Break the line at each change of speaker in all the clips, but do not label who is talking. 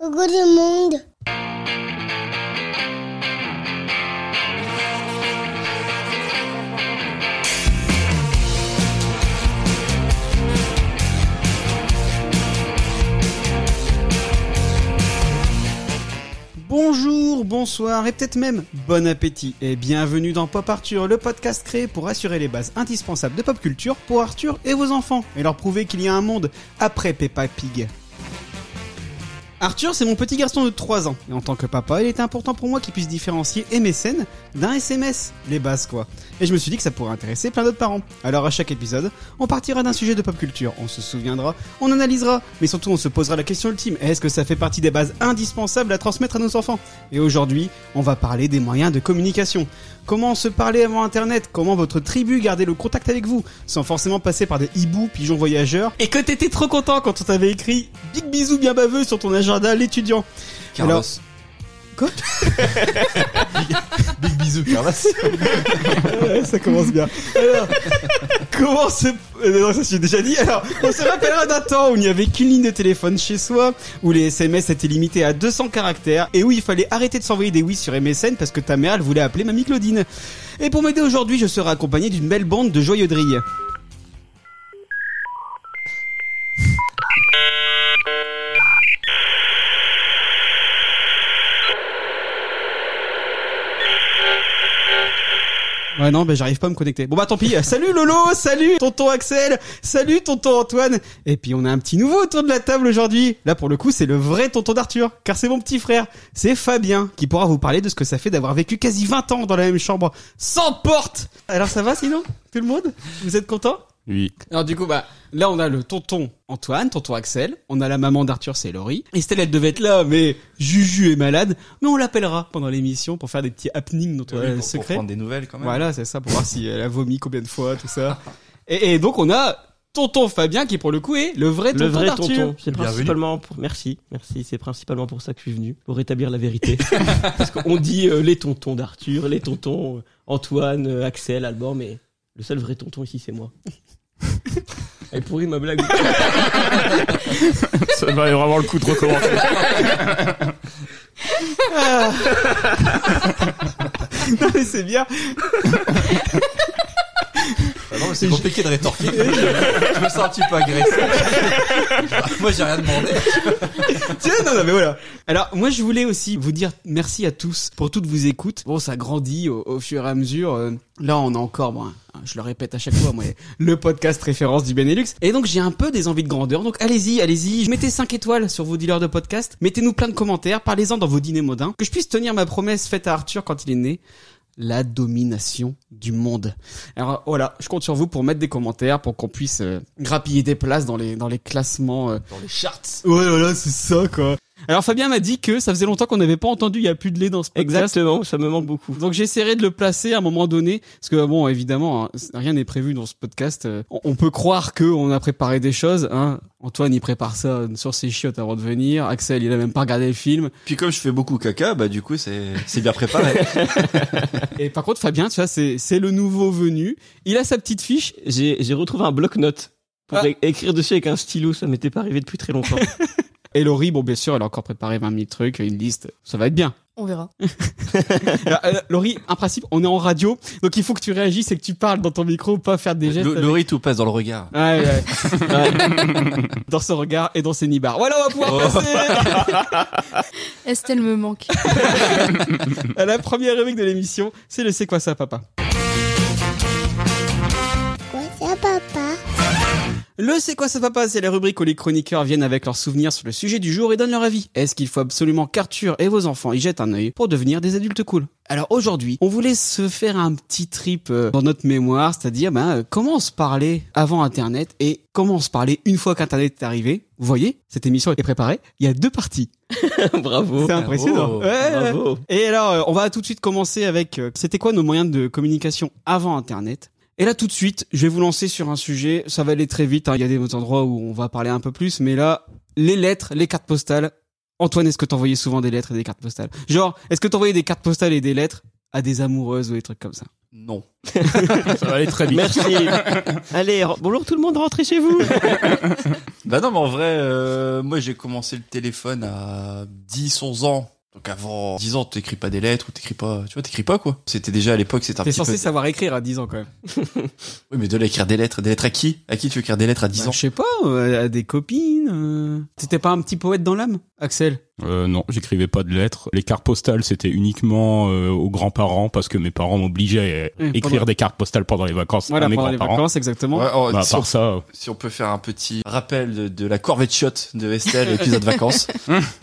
Coucou le monde.
Bonjour, bonsoir et peut-être même bon appétit et bienvenue dans Pop Arthur, le podcast créé pour assurer les bases indispensables de pop culture pour Arthur et vos enfants et leur prouver qu'il y a un monde après Peppa Pig. Arthur, c'est mon petit garçon de 3 ans et en tant que papa, il était important pour moi qu'il puisse différencier MSN d'un SMS, les bases quoi. Et je me suis dit que ça pourrait intéresser plein d'autres parents. Alors à chaque épisode, on partira d'un sujet de pop culture, on se souviendra, on analysera, mais surtout on se posera la question ultime, est-ce que ça fait partie des bases indispensables à transmettre à nos enfants Et aujourd'hui, on va parler des moyens de communication. Comment se parler avant Internet Comment votre tribu garder le contact avec vous Sans forcément passer par des hiboux, pigeons voyageurs. Et que t'étais trop content quand on t'avait écrit Big bisou bien baveux sur ton agenda l'étudiant.
Carlos.
Alors- Quoi
Big bisous, Carlos.
Ouais, ça commence bien. Alors, comment se... euh, Non, ça je l'ai déjà dit. Alors, on se rappellera d'un temps où il n'y avait qu'une ligne de téléphone chez soi, où les SMS étaient limités à 200 caractères, et où il fallait arrêter de s'envoyer des oui sur MSN parce que ta mère, elle voulait appeler Mamie Claudine. Et pour m'aider aujourd'hui, je serai accompagné d'une belle bande de joyeux drilles. Ouais non, ben j'arrive pas à me connecter. Bon bah tant pis. Salut Lolo, salut tonton Axel, salut tonton Antoine. Et puis on a un petit nouveau autour de la table aujourd'hui. Là pour le coup, c'est le vrai tonton d'Arthur car c'est mon petit frère, c'est Fabien qui pourra vous parler de ce que ça fait d'avoir vécu quasi 20 ans dans la même chambre sans porte. Alors ça va sinon Tout le monde Vous êtes content
Oui.
alors du coup, bah là on a le tonton Antoine, tonton Axel, on a la maman d'Arthur, c'est Laurie. Estelle, elle devait être là, mais Juju est malade. Mais on l'appellera pendant l'émission pour faire des petits happenings dont on a le
pour,
secret.
prendre des nouvelles quand même.
Voilà, c'est ça, pour voir si elle a vomi combien de fois, tout ça. Et, et donc on a tonton Fabien qui pour le coup est le vrai tonton
Le vrai
d'Arthur.
tonton. C'est
Bienvenue.
principalement pour. Merci, merci. C'est principalement pour ça que je suis venu, pour rétablir la vérité. Parce qu'on dit euh, les tontons d'Arthur, les tontons euh, Antoine, euh, Axel, Alban, mais le seul vrai tonton ici, c'est moi. Elle pourrit ma blague.
Ça va vraiment le coup de recommencer.
Ah. non mais c'est bien.
Ah non, mais c'est compliqué de rétorquer. je me sens un petit peu agressé. Moi, j'ai rien demandé.
Tiens, non, non, mais voilà. Alors, moi, je voulais aussi vous dire merci à tous pour toutes vos écoutes. Bon, ça grandit au, au fur et à mesure. euh, là, on a encore, bon, hein, je le répète à chaque fois, moi, le podcast référence du Benelux. Et donc, j'ai un peu des envies de grandeur. Donc, allez-y, allez-y. Mettez 5 étoiles sur vos dealers de podcast. Mettez-nous plein de commentaires. Parlez-en dans vos dîners modins. Que je puisse tenir ma promesse faite à Arthur quand il est né. La domination du monde. Alors voilà, je compte sur vous pour mettre des commentaires, pour qu'on puisse euh, grappiller des places dans les dans les classements euh,
Dans les charts.
Ouais, voilà, c'est ça, quoi. Alors, Fabien m'a dit que ça faisait longtemps qu'on n'avait pas entendu il y a plus de lait dans ce podcast.
Exactement, ça me manque beaucoup.
Donc, j'essaierai de le placer à un moment donné. Parce que, bon, évidemment, hein, rien n'est prévu dans ce podcast. Euh, On on peut croire que on a préparé des choses, hein. Antoine, il prépare ça sur ses chiottes avant de venir. Axel, il a même pas regardé le film.
Puis comme je fais beaucoup caca, bah du coup, c'est c'est bien préparé.
Et par contre, Fabien, tu vois, c'est, c'est le nouveau venu. Il a sa petite fiche.
J'ai j'ai retrouvé un bloc-notes pour
Ah.
é- écrire dessus avec un stylo. Ça m'était pas arrivé depuis très longtemps.
Et Laurie, bon, bien sûr, elle a encore préparé 20 000 trucs, une liste. Ça va être bien.
On verra.
Alors, euh, Laurie, un principe, on est en radio. Donc, il faut que tu réagisses et que tu parles dans ton micro, pas faire des gestes.
Le- Laurie, tout passe dans le regard.
Ouais, ouais. Ouais. Dans ce regard et dans ses nibards. Voilà, on va pouvoir
Oh.
passer
Estelle me manque.
à la première rubrique de l'émission. C'est le C'est quoi ça, papa
Quoi ça, papa
Le C'est quoi ça, papa C'est la rubrique où les chroniqueurs viennent avec leurs souvenirs sur le sujet du jour et donnent leur avis. Est-ce qu'il faut absolument qu'Arthur et vos enfants y jettent un œil pour devenir des adultes cool Alors aujourd'hui, on voulait se faire un petit trip euh, dans notre mémoire, c'est-à-dire ben, euh, comment on se parlait avant Internet et comment on se parlait une fois qu'Internet est arrivé. Vous voyez, cette émission est préparée. Il y a deux parties.
Bravo.
C'est impressionnant.
bravo.
Ouais, ouais.
Bravo.
Et alors, euh, on va tout de suite commencer avec euh, c'était quoi nos moyens de communication avant Internet et là tout de suite, je vais vous lancer sur un sujet, ça va aller très vite, hein. il y a des endroits où on va parler un peu plus, mais là, les lettres, les cartes postales. Antoine, est-ce que t'envoyais souvent des lettres et des cartes postales Genre, est-ce que t'envoyais des cartes postales et des lettres à des amoureuses ou des trucs comme ça. Non.
Ça va aller très vite.
Merci. Allez, re- bonjour tout le monde, rentrez chez vous.
Bah non, mais en vrai, euh, moi j'ai commencé le téléphone à 10, 11 ans. Donc avant 10 ans, t'écris pas des lettres ou t'écris pas, tu vois, t'écris pas quoi. C'était déjà à l'époque, c'était un
T'es
petit
censé
peu.
savoir écrire à 10 ans quand même.
Oui, mais de là écrire des lettres, des lettres à qui À qui tu veux écrire des lettres à 10
Bah,
ans
je sais pas, euh, à des copines. euh. T'étais pas un petit poète dans l'âme, Axel
Euh, non, j'écrivais pas de lettres. Les cartes postales, c'était uniquement euh, aux grands-parents parce que mes parents m'obligeaient à
Oui,
écrire
pendant-
des cartes postales pendant les vacances
Voilà,
à mes
pendant les
grands-parents.
vacances, exactement.
Ouais, oh,
Bah, à
si, on,
part ça,
si on peut faire un petit rappel de, de la corvette shot de Estelle, épisode vacances.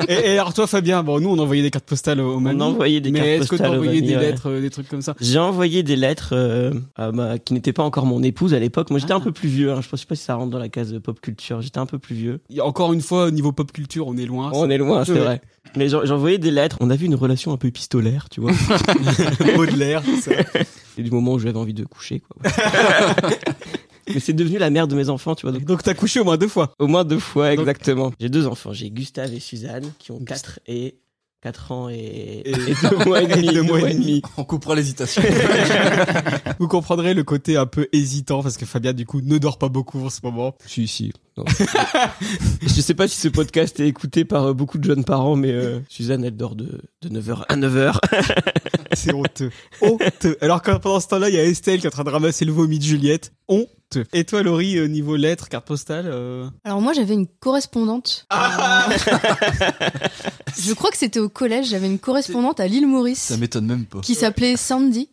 Et, et alors toi, Fabien, bon, nous on envoyait des cartes postales aux
On
mamies.
envoyait des
mais
cartes
est-ce que
postales.
t'as
aux
envoyé
amis,
des
ouais.
lettres, euh, des trucs comme ça
J'ai envoyé des lettres euh, à ma- qui n'était pas encore mon épouse à l'époque. Moi, j'étais un peu plus vieux. hein. Je ne sais pas si ça rentre dans la case de pop culture. J'étais un peu plus vieux.
Et Encore une fois, au niveau pop culture, on est loin.
on est loin, c'est
ouais.
vrai. Mais j'en- j'envoyais des lettres. On avait une relation un peu épistolaire, tu vois.
C'est Baudelaire, tout ça.
Et du moment où j'avais envie de coucher, quoi. ouais. Mais c'est devenu la mère de mes enfants, tu vois. Donc,
Donc t'as couché au moins deux fois.
au moins deux fois,
Donc-
exactement. J'ai deux enfants. J'ai Gustave et Suzanne qui ont 4 et 4 ans et,
Et-
et deux mois et demi.
deux mois et
on coupera l'hésitation.
Vous comprendrez le côté un peu hésitant parce que Fabien du coup ne dort pas beaucoup en ce moment.
Si, si. Non. je sais pas si ce podcast est écouté par euh, beaucoup de jeunes parents, mais euh, Suzanne, elle dort de, de 9h à 9h.
C'est honteux. honteux. Alors quand pendant ce temps-là, il y a Estelle qui est en train de ramasser le vomi de Juliette. Honteux. Et toi, Laurie, euh, niveau lettres, cartes postales euh,
Alors moi, j'avais une correspondante.
Ah.
Euh, Je crois que c'était au collège. J'avais une correspondante à l'île Maurice
Ça m'étonne même pas.
qui s'appelait Sandy.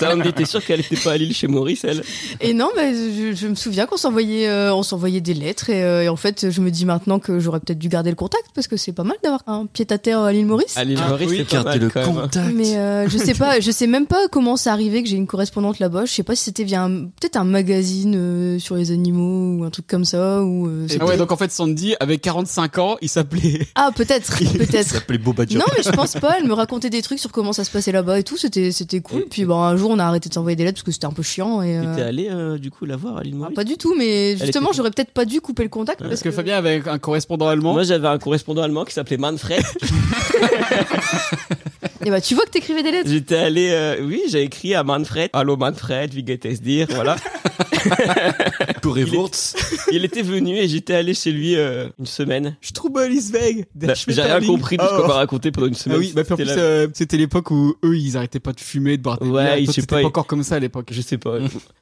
Ça, on était sûr qu'elle était pas à Lille chez Maurice, elle.
Et non, mais je, je me souviens qu'on s'envoyait, euh, on s'envoyait des lettres. Et, euh, et en fait, je me dis maintenant que j'aurais peut-être dû garder le contact parce que c'est pas mal d'avoir un pied à terre à l'île Maurice.
À Lille
Ah,
Maurice,
oui,
c'est pas mal,
le
quand même. hein.
contact.
Mais euh, je sais pas, je sais même pas comment c'est arrivé que j'ai une correspondante là-bas. Je sais pas si c'était via un- peut-être un magazine euh, sur les animaux ou un truc comme ça ou. euh, c'était-
Ah ouais, donc en fait, Sandy avait 45 ans, il s'appelait.
Ah peut-être,
Ça
peut-être.
s'appelait Boba Joe.
Non mais je pense pas. Elle me racontait des trucs sur comment ça se passait là-bas et tout. C'était c'était cool. Puis bon, un jour on a arrêté de s'envoyer des lettres parce que c'était un peu chiant et.
Tu
euh,
t'es allé, euh, du coup, la voir à Lille
ah,
Maurice
pas du tout, mais
était
justement,
cool.
j'aurais peut-être pas dû couper le contact.
Ouais.
Parce que Fabien avait un correspondant allemand.
Moi, j'avais un correspondant allemand qui s'appelait Manfred.
Et bah, tu vois que t'écrivais des lettres.
J'étais allé, euh, oui, j'ai écrit à Manfred. Allô Manfred, wie geht es dir? Voilà.
Pour
Il est- Il était venu et j'étais allé chez lui euh, une semaine.
Je trouve Lisbeg.
Bah, J'ai rien compris de ce qu'on m'a raconté pendant une semaine.
Ah oui, bah puis en
C'était
plus,
la-
euh, c'était l'époque où eux, ils arrêtaient pas de fumer, de boire des
Ouais,
bières.
ils-
Toi,
je sais
C'était
pas,
pas
ils-
encore comme ça à l'époque.
Je sais pas.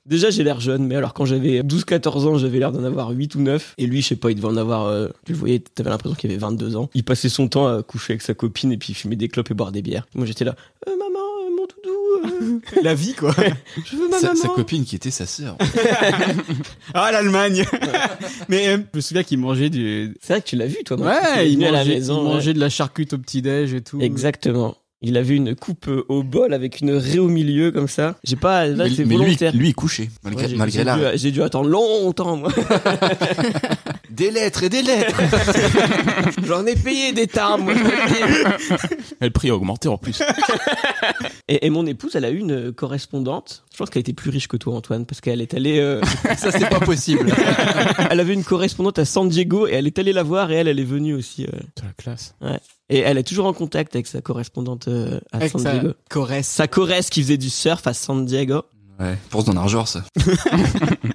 Déjà, j'ai l'air jeune, mais alors quand j'avais 12-14 ans, j'avais l'air d'en avoir 8 ou 9. Et lui, je sais pas, il devait en avoir. euh, tu le voyais, t'avais l'impression qu'il avait 22 ans. Il passait son temps à coucher avec sa copine et puis fumer des clopes et boire des bières. Moi, j'étais là, Euh, maman, euh, mon doudou,
La vie, quoi.
euh, je veux ma
Sa,
maman.
sa copine qui était sa sœur.
Ah, l'Allemagne. Mais euh, je me souviens qu'ils mangeaient du.
C'est vrai que tu l'as vu, toi, Marc. Il
Ouais,
est
ils
venu à la
mangeaient,
maison,
ils
ouais.
mangeaient de la charcute au petit-déj et tout.
Exactement. Il avait une coupe euh, au bol avec une raie au milieu comme ça. J'ai pas. Là,
mais
c'est
mais lui,
volontaire.
lui, il couchait, malgré,
Ouais, j'ai-
malgré
j'ai
la-
dû- J'ai dû attendre longtemps, moi.
Des lettres et des lettres
J'en ai payé des tarmes. moi.
le prix a augmenté en plus.
Et, et mon épouse, elle a eu une correspondante. Je pense qu'elle était plus riche que toi, Antoine, parce qu'elle est allée. euh,
Ça, c'est pas possible.
elle avait une correspondante à San Diego et elle est allée la voir et elle, elle est venue aussi. euh,
la classe.
et elle est toujours en contact avec sa correspondante euh, à
Avec
San
sa
Diego.
corresse.
Sa corresse qui faisait du surf à San Diego.
Ouais, pour se donner un genre, ça.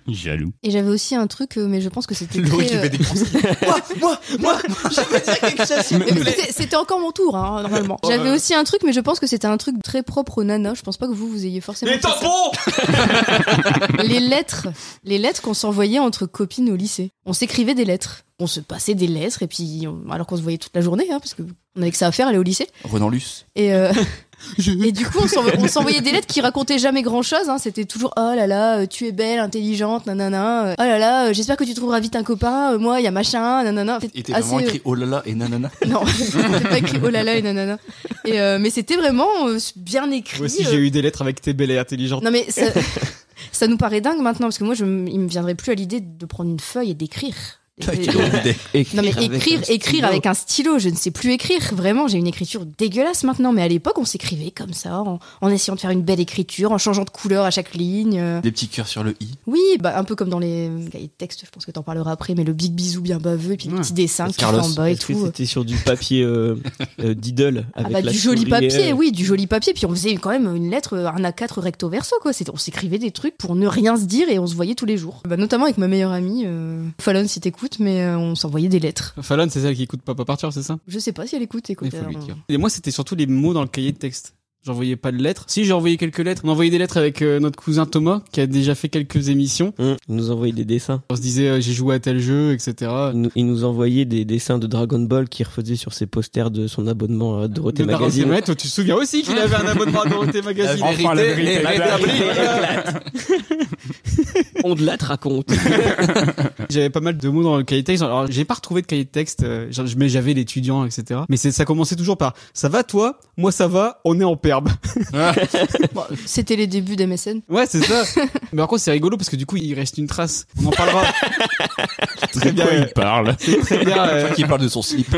Jaloux.
Et j'avais aussi un truc, euh, mais je pense que c'était très.
Laurie qui
euh,
fait des courses.
moi, moi, moi, je veux dire quelque chose, s'il
mais c'était- C'était encore mon tour, hein, normalement. J'avais aussi un truc, mais je pense que c'était un truc très propre aux nanas. Je pense pas que vous, vous ayez forcément.
Les
fait ça.
tampons
Les lettres. Les lettres qu'on s'envoyait entre copines au lycée. On s'écrivait des lettres. On se passait des lettres, et puis, on- alors qu'on se voyait toute la journée, hein, parce que on avait que ça à faire, aller au lycée.
Renan Luce.
Et, euh, et du coup, on s'envo- on s'envoyait des lettres qui racontaient jamais grand chose. C'était toujours Oh là là, euh, tu es belle, intelligente, nanana. euh, Oh là là, euh, j'espère que tu trouveras vite un copain. euh, Moi, il y a machin, nanana.
Il était vraiment
Assez, euh,
écrit oh là là et nanana.
Non, c'était pas écrit oh là là et nanana. Et, euh, mais c'était vraiment euh, bien écrit.
Moi aussi,
euh.
j'ai eu des lettres avec tes belles et intelligentes.
Non mais ça, ça nous paraît dingue maintenant parce que moi, je, m- il me viendrait plus à l'idée de prendre une feuille et d'écrire. des
Putain, quel envie
Non mais écrire, écrire avec un stylo, je ne sais plus écrire. Vraiment, j'ai une écriture dégueulasse maintenant. Mais à l'époque, on s'écrivait comme ça, en, en essayant de faire une belle écriture, en changeant de couleur à chaque ligne. euh.
Des petits cœurs sur le i.
Oui, bah, un peu comme dans les euh, cahiers de texte, je pense que t'en parleras après, mais le big bisou bien baveux, et puis
Ouais.
le petit dessin qui
Carlos,
fait en bas et
Est-ce que
tout.
c'était sur du papier euh, euh, Diddle
Ah
avec
bah,
la
du joli
souris,
papier,
euh,
oui, du joli papier. Puis on faisait quand même une lettre, euh, un A4 recto verso, quoi. C'était- On s'écrivait des trucs pour ne rien se dire et on se voyait tous les jours. Bah, notamment avec ma meilleure amie, euh, Fallon, si t'écoutes, mais euh, on s'envoyait des lettres.
Fallon, c'est celle qui écoute Papa Partir, c'est ça
Je sais pas si elle écoute, écoute. Euh,
Il faut lui
alors,
dire. euh. Et moi, c'était surtout les mots dans le cahier de texte. J'envoyais pas de lettres. Si, j'ai envoyé quelques lettres. On envoyait des lettres avec euh, notre cousin Thomas, qui a déjà fait quelques émissions.
hum, il nous envoyait des dessins.
On se disait, euh, j'ai joué à tel jeu, etc.
Il nous, il nous envoyait des dessins de Dragon Ball qu'il refaisait sur ses posters de son abonnement à Dorothée
De Baron
Magazine.
Zémet, tu te souviens aussi qu'il avait un abonnement à Dorothée Magazine.
La Enfin, la vérité, vérité, la
vérité. On de la te raconte.
J'avais pas mal de mots dans le cahier de texte. Alors, j'ai pas retrouvé de cahier de texte, euh, genre, mais j'avais l'étudiant, etc. Mais c'est- ça commençait toujours par ça va toi, moi ça va, on est en perbe.
Ah,
Bon, C'était les débuts d'MSN.
Ouais, c'est ça. mais par contre, c'est rigolo parce que du coup, il reste une trace. On en parlera. très bien.
Quoi
euh,
il parle
Très bien. euh,
qui parle de son slip.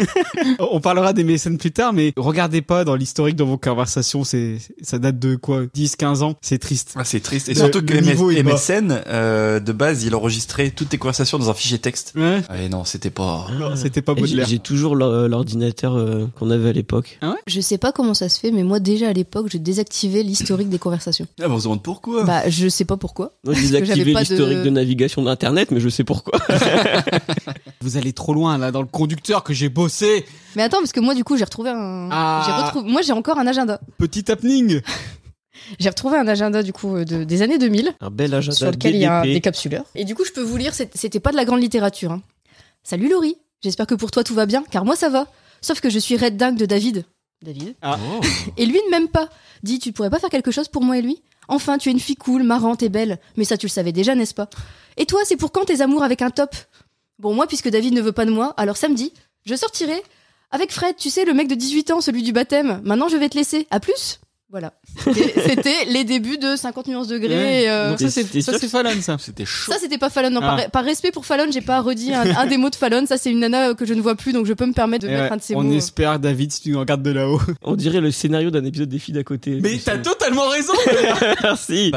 on parlera des mécènes plus tard, mais regardez pas dans l'historique dans vos conversations. C'est, ça date de quoi? 10, 15 ans. C'est triste.
Ah, c'est triste. Et
Le-
surtout
le
que
niveau est
MS
bas.
MSN, euh, de base, il enregistrait toutes tes conversations dans un fichier texte.
Ouais.
Ah, et non, c'était pas.
Non, c'était pas
Et J'ai
Baudelaire.
j'ai toujours l'or- l'ordinateur euh, qu'on avait à l'époque.
Ah
Je sais pas comment ça se fait, mais moi déjà à l'époque, je désactivais l'historique des conversations.
Ah, bah, on se demande pourquoi.
Bah, je sais pas pourquoi.
Moi, j'ai
Parce que j'avais
désactivé
pas de-
l'historique de... navigation d'Internet, mais je sais pourquoi.
Vous allez trop loin, là, dans le conducteur que j'ai bossé.
Mais attends, parce que moi du coup, j'ai retrouvé un.
Ah.
J'ai retrouvé. Moi, j'ai encore un agenda.
Petit happening.
J'ai retrouvé un agenda du coup euh, de- des années 2000.
Un bel agenda
sur lequel il y a un
DDP.
décapsuleur. Et du coup, je peux vous lire, c'est- c'était pas de la grande littérature. hein. Salut Laurie, j'espère que pour toi tout va bien, car moi ça va. Sauf que je suis red dingue de David. David.
Ah.
Oh.
Et lui ne m'aime pas. Dis, tu pourrais pas faire quelque chose pour moi et lui Enfin, tu es une fille cool, marrante et belle. Mais ça, tu le savais déjà, n'est-ce pas Et toi, c'est pour quand tes amours avec un top Bon, moi, puisque David ne veut pas de moi, alors samedi, je sortirai avec Fred, tu sais, le mec de 18 ans, celui du baptême. Maintenant, je vais te laisser. À plus Voilà. C'était c'était les débuts de 50 nuances degrés. et, euh,
Donc ça, c'est,
T'es
ça,
sûr
c'est Fallon, ça.
C'était chaud.
ça, c'était pas Fallon. Non,
Ah.
par, par respect pour Fallon, j'ai pas redit un, un des mots de Fallon. Ça, c'est une nana euh, que je ne vois plus, donc je peux me permettre de
Eh
mettre
ouais,
un de ses
on
mots.
espère, David, si tu nous regardes de là-haut.
On dirait le scénario d'un épisode des filles d'à côté.
totalement raison
Merci.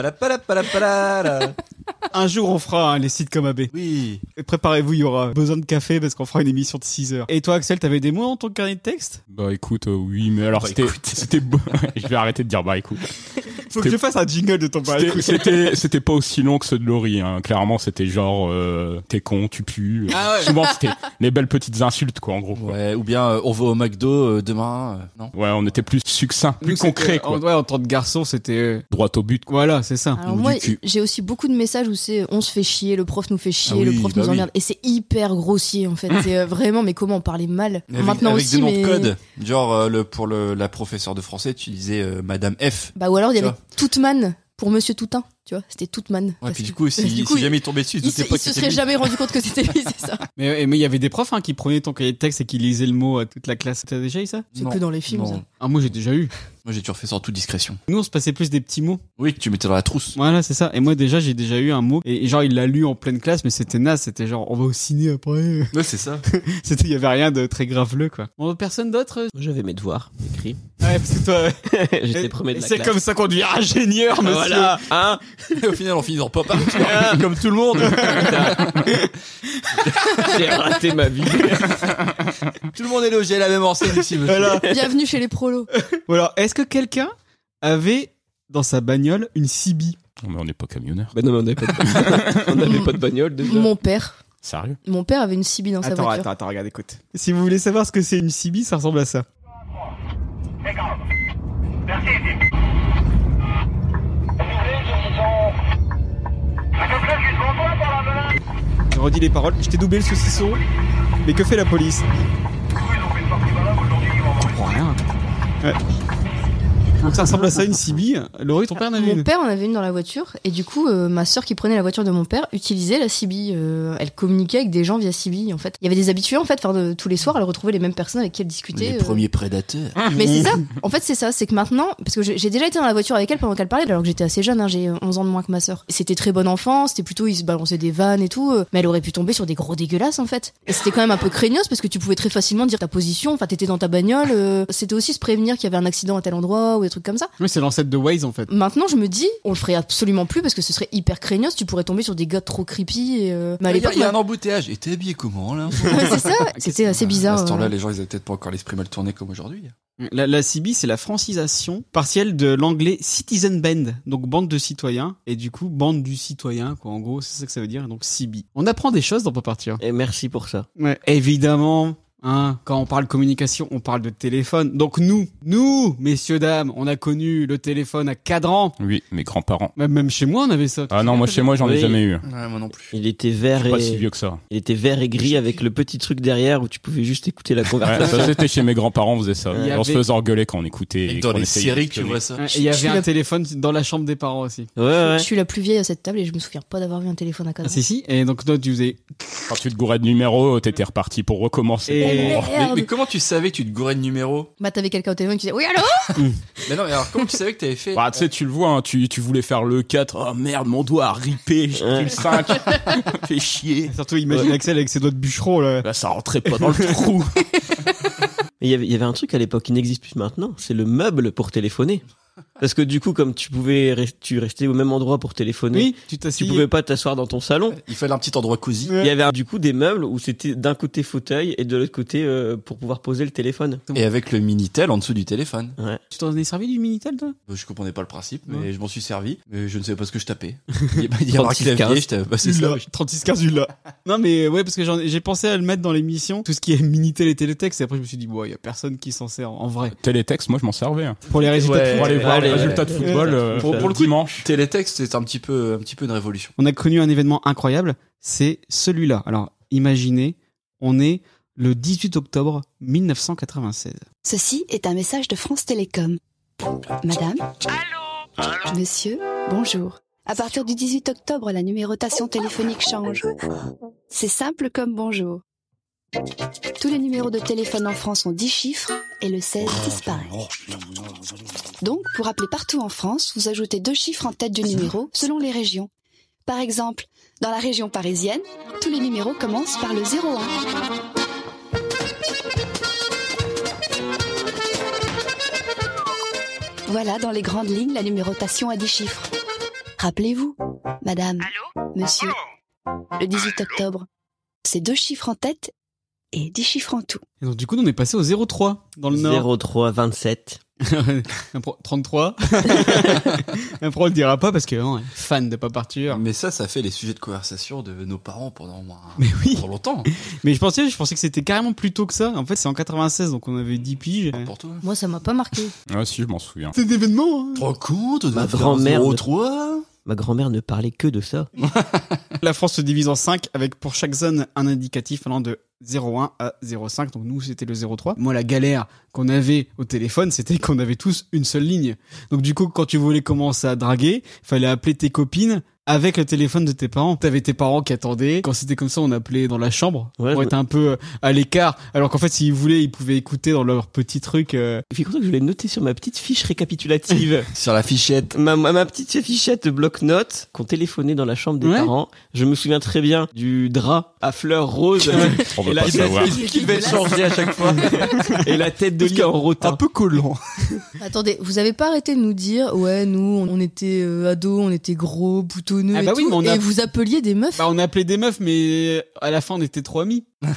Palapalapalapala.
Un jour, on fera hein, les sites comme AB.
Oui.
Et Préparez-vous, il y aura besoin de café parce qu'on fera une émission de 6 heures. Et toi, Axel, t'avais des mots dans ton carnet de texte
Bah écoute, euh, oui, mais alors
Bah,
c'était,
écoute.
c'était, beau. je vais arrêter de dire bah écoute.
Faut que je fasse un jingle de ton bah, carnet de
C'était,
texte.
c'était, c'était pas aussi long que ceux de Laurie. Hein. Clairement, c'était genre euh, t'es con, tu pues. euh.
Ah ouais.
Souvent, c'était les belles petites insultes, quoi, en gros. quoi.
Ouais, ou bien euh, on va au McDo euh, demain. euh, non.
Ouais, on était plus succinct, plus concret, quoi.
Ouais, en tant que garçon, c'était. euh,
Droit au but.
Voilà, c'est ça.
Alors
Ou
moi,
du cul.
j'ai aussi beaucoup de messages où c'est euh, on se fait chier, le prof nous fait chier,
Ah
le
oui,
prof
bah
nous
oui.
emmerde. Et c'est hyper grossier en fait. C'est euh, vraiment, mais comment parler mal
Avec,
Maintenant
avec
aussi,
des noms
mais
de code. Genre, euh, le, pour le, la professeure de français, tu disais euh, Madame F.
bah ou alors il y
Tu
avait Toutman pour Monsieur Toutin. Tu vois, c'était Toutman.
Ouais,
Parce
puis du
que-
coup, si,
parce que du coup,
si jamais il tombait dessus,
il,
il
il
doutait
se,
pas
il
que
se
c'était
serait
lui.
jamais rendu compte que c'était lui, c'est ça.
Mais mais il y avait des profs hein, qui prenaient ton cahier de texte et qui lisaient le mot à toute la classe. T'as déjà eu ça
C'est
Non.
que dans les films.
Non.
ça.
Ah, moi, j'ai déjà eu.
Moi, j'ai toujours fait ça en toute discrétion.
Nous, on se passait plus des petits mots.
Oui, que tu mettais dans la trousse.
Voilà, c'est ça. Et moi, déjà, j'ai déjà eu un mot. Et, et genre, il l'a lu en pleine classe, mais c'était naze. C'était genre, on va au ciné après.
Ouais, c'est ça.
C'était, il y avait rien de très graveleux, quoi. Bon, personne d'autre euh
Moi, J'avais mes devoirs écrits.
Ouais, parce que toi,
J'étais premier de la
c'est
classe.
comme ça qu'on ah, devient ingénieur, monsieur.
Voilà, hein Ah.
Et au final, on finit dans pop comme tout le monde.
J'ai raté ma vie.
tout le monde est logé à la même enseigne ici, monsieur.
Voilà.
Bienvenue chez les prolos.
Ou alors, est-ce que quelqu'un avait dans sa bagnole une CB
Non, mais on n'est pas camionneur.
Bah non, mais on n'avait pas de, on avait pas de bagnole déjà.
Mon père,
Sérieux
mon père avait une Sibi dans sa
Attends,
voiture.
attends, attends, regarde, écoute. Si vous voulez savoir ce que c'est une CB, ça ressemble à ça. Je redis les paroles, je t'ai doublé le saucisson. Mais que fait la police Ouais. Donc ça ressemble à ça, une CB. Laurie, ton père en avait
Mon
une.
père en avait une dans la voiture, et du coup, euh, ma sœur qui prenait la voiture de mon père utilisait la CB. euh, elle communiquait avec des gens via CB, en fait. Il y avait des habitués, en fait, enfin, de- tous les soirs, elle retrouvait les mêmes personnes avec qui elle discutait.
Les
euh.
premiers prédateurs.
Mais c'est ça, en fait, c'est ça, c'est que maintenant, parce que j'ai j'ai déjà été dans la voiture avec elle pendant qu'elle parlait, alors que j'étais assez jeune, hein, j'ai euh, 11 ans de moins que ma sœur. C'était très bon enfant, c'était plutôt, ils se balançaient des vannes et tout, euh, mais elle aurait pu tomber sur des gros dégueulasses, en fait. Et c'était quand même un peu craignos, parce que tu pouvais très facilement dire ta position, enfin, t'étais dans ta bagnole, euh, c'était aussi se prévenir qu'il y avait un accident à tel endroit, ou des trucs comme ça.
Oui, c'est l'ancêtre de Waze en fait.
Maintenant, je me dis, on le ferait absolument plus parce que ce serait hyper craignos. Tu pourrais tomber sur des gars trop creepy. Et euh, Mais à
Il y a-
l'époque,
il y a un
moi-
embouteillage. Et t'es habillé comment, là Ah,
Ouais, c'est ça. C'était assez bizarre.
À ce temps-là,
euh.
les gens, ils avaient peut-être pas encore l'esprit mal tourné comme aujourd'hui.
Mm. La, la CB, c'est la francisation partielle de l'anglais citizen band, donc bande de citoyens, et du coup bande du citoyen, quoi. En gros, c'est ça que ça veut dire, donc CB. On apprend des choses dans Pas Partir.
Et merci pour ça.
Ouais. Évidemment, hein, quand on parle communication, on parle de téléphone. Donc nous, nous, messieurs, dames, on a connu le téléphone à cadran.
Oui, mes grands-parents.
Même même chez moi, on avait ça.
Ah non, moi chez moi, j'en ai
Oui.
jamais eu.
Ouais, moi non plus.
Il était
Je
vert
suis
et
pas si vieux que ça.
il était vert et gris avec le petit truc derrière où tu pouvais juste écouter la
Ouais,
conversation.
ça, c'était chez mes grands-parents, on faisait ça.
Il y
On se
avait-
faisait engueuler quand on écoutait.
Et
et
dans
qu'on
les
essayait
séries, tu
de-
vois ça.
Ouais, Et il y
Je suis
avait un
la-
téléphone dans la chambre des parents aussi.
Ouais, ouais.
Je suis la plus vieille à cette table et je me souviens pas d'avoir vu un téléphone à
Ah,
cadran.
si, si. Et donc, toi, tu faisais.
Quand tu te gourais de numéro, t'étais reparti pour recommencer.
Et-
Oh.
Mais,
Merde.
mais comment tu savais que tu te gourais de numéro
Bah, t'avais quelqu'un au téléphone qui disait Oui, allô
Mais non, mais alors comment tu savais que t'avais fait
Bah, tu sais, tu le vois, hein, tu, tu voulais faire le 4. Oh merde, mon doigt a ripé, j'ai pris le 5. Fais chier.
Surtout, imagine Axel avec ses doigts de bûcheron, là.
Bah, ça rentrait pas dans le trou.
Mais Il y, avait, il y avait un truc à l'époque qui n'existe plus maintenant, c'est le meuble pour téléphoner. Parce que du coup, comme tu pouvais res- tu restais au même endroit pour téléphoner,
Oui, tu
tu
t'assieds.
pouvais pas t'asseoir dans ton salon.
Il fallait un petit endroit cosy.
Il y avait du coup des meubles où c'était d'un côté fauteuil et de l'autre côté euh, pour pouvoir poser le téléphone.
Et avec le Minitel en dessous du téléphone.
euh, Tu t'en es servi du Minitel, toi
Bah, Je comprenais pas le principe, mais je m'en suis servi. Mais je ne savais pas ce que je tapais. Il y a- il y
36,
a marqué clavier,
15.
je tapais pas, c'est ça.
3615 Ulla. Non, mais ouais, parce que j'en ai- j'ai pensé à le mettre dans l'émission, tout ce qui est Minitel et Télétexte, et après je me suis dit, bon, il y a personne qui s'en sert en vrai.
Télétexte, moi, je m'en servais. hein.
Pour les résultats de
Ouais.
Pour aller
foot.
voir les
ouais,
résultats
ouais.
de football euh,
Pour- pour
le dimanche.
Télétexte, c'est un petit peu, un petit peu une révolution.
On a connu un événement incroyable, c'est celui-là. Alors, imaginez, on est le 18 octobre 1996.
Ceci est un message de France Télécom. Madame Monsieur, bonjour. À partir du 18 octobre, la numérotation téléphonique change. C'est simple comme bonjour. Tous les numéros de téléphone en France ont 10 chiffres et le 16 disparaît. Donc, pour appeler partout en France, vous ajoutez deux chiffres en tête du numéro selon les régions. Par exemple, dans la région parisienne, tous les numéros commencent par le 01. Voilà dans les grandes lignes la numérotation à 10 chiffres. Rappelez-vous, madame, monsieur, le 18 octobre, c'est deux chiffres en tête et 10 chiffres en tout.
Et donc, du coup, nous, on est passé au 03 dans le Nord.
0327.
Un pro- 33. Un pro le dira pas parce que, non, fan de pas partir.
Mais ça, ça fait les sujets de conversation de nos parents pendant moi,
Mais oui.
pendant longtemps.
Mais je pensais, je pensais que c'était carrément plus tôt que ça. En fait, c'est en 96, donc on avait 10 piges.
Ah, Pour toi.
Moi, ça m'a pas marqué.
Ah, si, je m'en souviens.
C'est événement, hein.
Tu te rends compte de
Ma
la
grand-mère de-
03
Ma grand-mère ne parlait que de ça.
La France se divise en 5 avec pour chaque zone un indicatif allant de 01 à 05. Donc nous, c'était le 03. Moi, la galère qu'on avait au téléphone, c'était qu'on avait tous une seule ligne. Donc du coup, quand tu voulais commencer à draguer, fallait appeler tes copines avec le téléphone de tes parents. T'avais tes parents qui attendaient. Quand c'était comme ça, on appelait dans la chambre
Ouais,
pour
je-
être un peu euh, à l'écart. Alors qu'en fait, s'ils voulaient, ils pouvaient écouter dans leur petit truc. euh,
Et puis content que je l'ai noté sur ma petite fiche récapitulative.
Sur la fichette.
ma, ma, ma petite fichette bloc-notes qu'on téléphonait dans la chambre des
Ouais.
parents. Je me souviens très bien du drap à fleurs roses.
On veut
Et là,
pas
il y a-
savoir.
qui devait changer à chaque fois. Et la tête de lit en rotin.
peu collant.
Attendez, vous avez pas arrêté de nous dire Ouais, nous, on on était euh, ados, on était gros, boutonneux.
Ah
et
bah oui,
tout,
mais on
et
a-
vous appeliez des meufs
Bah, on appelait des meufs, mais euh, à la fin, on était trois amis.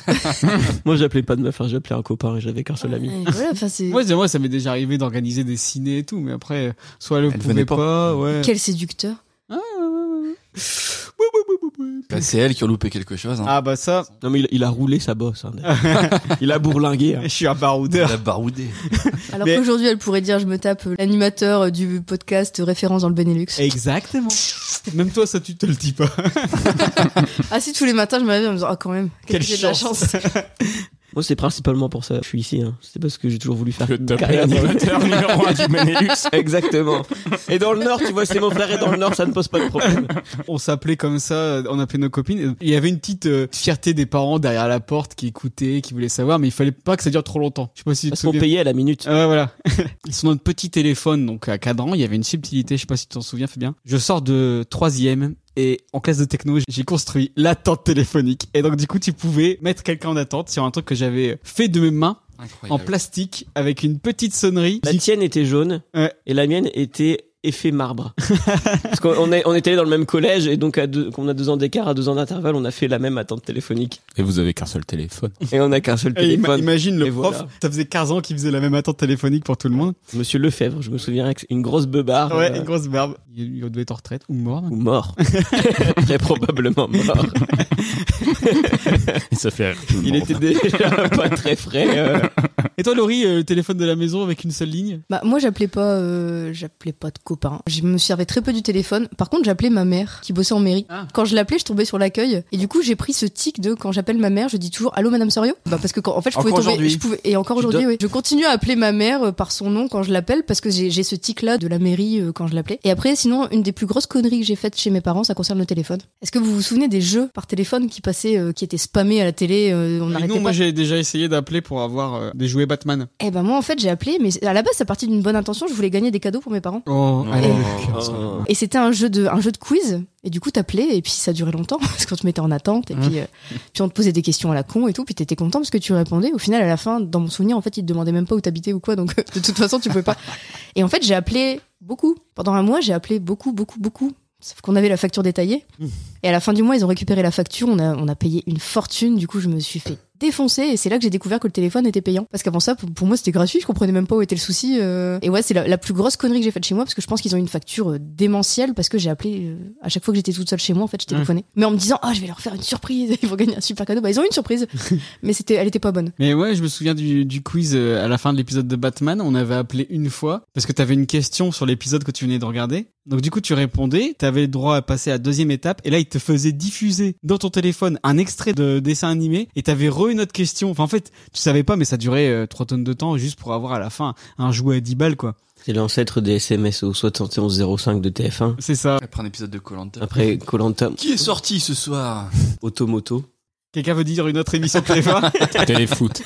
Moi, j'appelais pas de meuf, hein, j'appelais un copain et j'avais qu'un seul ami.
Et voilà, enfin, c'est-
Moi, c'est- moi, ça m'est déjà arrivé d'organiser des ciné et tout, mais après, euh, soit elle, ne
Elle
pouvait
venait
pas,
pas.
ouais.
Quel séducteur.
Ah, ouais, ouais, ouais. Ouais, ouais, ouais, ouais, ouais.
Bah, c'est elle qui a loupé quelque chose. Hein.
Ah bah ça,
Non, mais il, il a roulé sa bosse. hein. il a bourlingué. hein.
je suis un baroudeur.
La baroudée.
Alors
Mais-
qu'aujourd'hui, elle pourrait dire Je me tape euh, l'animateur euh, du podcast euh, référence dans le Benelux.
Exactement. Même toi, ça, tu te le dis pas.
Ah si, tous les matins, je me réveille en me disant Ah, quand même,
Quelle
quelle j'ai de la
chance.
chance.
Moi, c'est principalement pour ça que je suis ici. hein. C'est parce que j'ai toujours voulu faire
Que
une
top
carrière dans le-
animateur numéro 1 du Benelux.
Exactement. Et dans le Nord, tu vois, c'est mon frère et dans le Nord, ça ne pose pas de problème.
On s'appelait comme ça, on appelait nos copines. Il y avait une petite euh, fierté des parents derrière la porte qui écoutaient, qui voulaient savoir, mais il fallait pas que ça dure trop longtemps. Je sais pas si tu te
Parce qu'on
souviens.
payait à la minute.
Ah ouais, voilà. Sur notre petit téléphone, donc à cadran, il y avait une subtilité, je sais pas si tu t'en souviens, Fabien. Je sors de troisième et en classe de techno, j'ai construit l'attente téléphonique. Et donc, du coup, tu pouvais mettre quelqu'un en attente sur un truc que j'avais fait de mes mains, en
Incroyable.
plastique, avec une petite sonnerie.
La tienne était jaune
Ouais.
et la mienne était effet marbre. Parce qu'on on est- on était allés dans le même collège et donc à deux, qu'on a deux ans d'écart, à deux ans d'intervalle, on a fait la même attente téléphonique.
Et vous avez qu'un seul téléphone.
Et on n'a qu'un seul
Et ima-
téléphone.
imagine le
Et
prof,
voilà.
ça faisait 15 ans qu'il faisait la même attente téléphonique pour tout le monde.
Monsieur Lefebvre, je me souviens, avec une grosse beubare.
Ouais,
euh,
une grosse barbe. Il, il doit être en retraite ou mort.
ou mort. Très probablement mort.
Et ça fait rire tout le
Il
monde.
était déjà pas très frais. euh.
Et toi, Laurie, euh, le téléphone de la maison avec une seule ligne
Bah, moi, j'appelais pas, euh, j'appelais pas de copains. Je me servais très peu du téléphone. Par contre, j'appelais ma mère, qui bossait en mairie.
Ah.
Quand je l'appelais, je tombais sur l'accueil. Et du coup, j'ai pris ce tic de quand j'appelle ma mère, je dis toujours Allô, Madame Sorio Bah, parce que quand, en fait, je pouvais
Encore
tomber.
aujourd'hui.
Je pouvais, et encore
Tu
aujourd'hui,
dois-
oui. Je continue à appeler ma mère euh, par son nom quand je l'appelle, parce que j'ai j'ai ce tic-là de la mairie euh, quand je l'appelais. Et après, sinon, une des plus grosses conneries que j'ai faites chez mes parents, ça concerne le téléphone. Est-ce que vous vous souvenez des jeux par téléphone qui passaient, euh, qui étaient spammés à la télé euh, On
Et
n'arrêtait
Bah, nous, moi,
pas.
j'ai déjà essayé d'appeler pour avoir euh, des jouets Batman.
Eh ben, moi, en fait, j'ai appelé, mais à la base, ça partit d'une bonne intention. Je voulais gagner des cadeaux pour mes parents.
Oh,
Non.
allez,
Oh.
Oh.
Et c'était un jeu de un jeu de quiz. Et du coup, t'appelais et puis ça durait longtemps parce qu'on te mettait en attente et puis euh, puis on te posait des questions à la con et tout. Puis t'étais content parce que tu répondais. Au final, à la fin, dans mon souvenir, en fait, ils te demandaient même pas où t'habitais ou quoi. Donc euh, de toute façon, tu pouvais pas. Et en fait, j'ai appelé beaucoup pendant un mois. J'ai appelé beaucoup, beaucoup, beaucoup. Sauf qu'on avait la facture détaillée. Et à la fin du mois, ils ont récupéré la facture. On a on a payé une fortune. Du coup, je me suis fait défoncer et c'est là que j'ai découvert que le téléphone était payant parce qu'avant ça pour, pour moi c'était gratuit je comprenais même pas où était le souci euh. et ouais c'est la, la plus grosse connerie que j'ai faite chez moi parce que je pense qu'ils ont une facture euh, démentielle parce que j'ai appelé euh, à chaque fois que j'étais toute seule chez moi en fait je téléphonais mais en me disant ah je vais leur faire une surprise ils vont gagner un super cadeau bah ils ont eu une surprise mais c'était elle était pas bonne
Mais ouais, je me souviens du, du quiz euh, à la fin de l'épisode de Batman. On avait appelé une fois parce que t'avais une question sur l'épisode que tu venais de regarder. Donc du coup, tu répondais, t'avais le droit à passer à la deuxième étape. Et là, il te faisait diffuser dans ton téléphone un extrait de dessin animé et t'avais re une autre question. Enfin, en fait, tu savais pas, mais ça durait euh, trois tonnes de temps juste pour avoir à la fin un jouet à 10 balles, quoi.
C'est l'ancêtre des SMS au 7105 de TF1.
C'est ça.
Après un épisode de Colanta.
Après Colanta,
Qui est sorti ce soir
Automoto.
Quelqu'un veut dire une autre émission de téléphone
Téléfoot.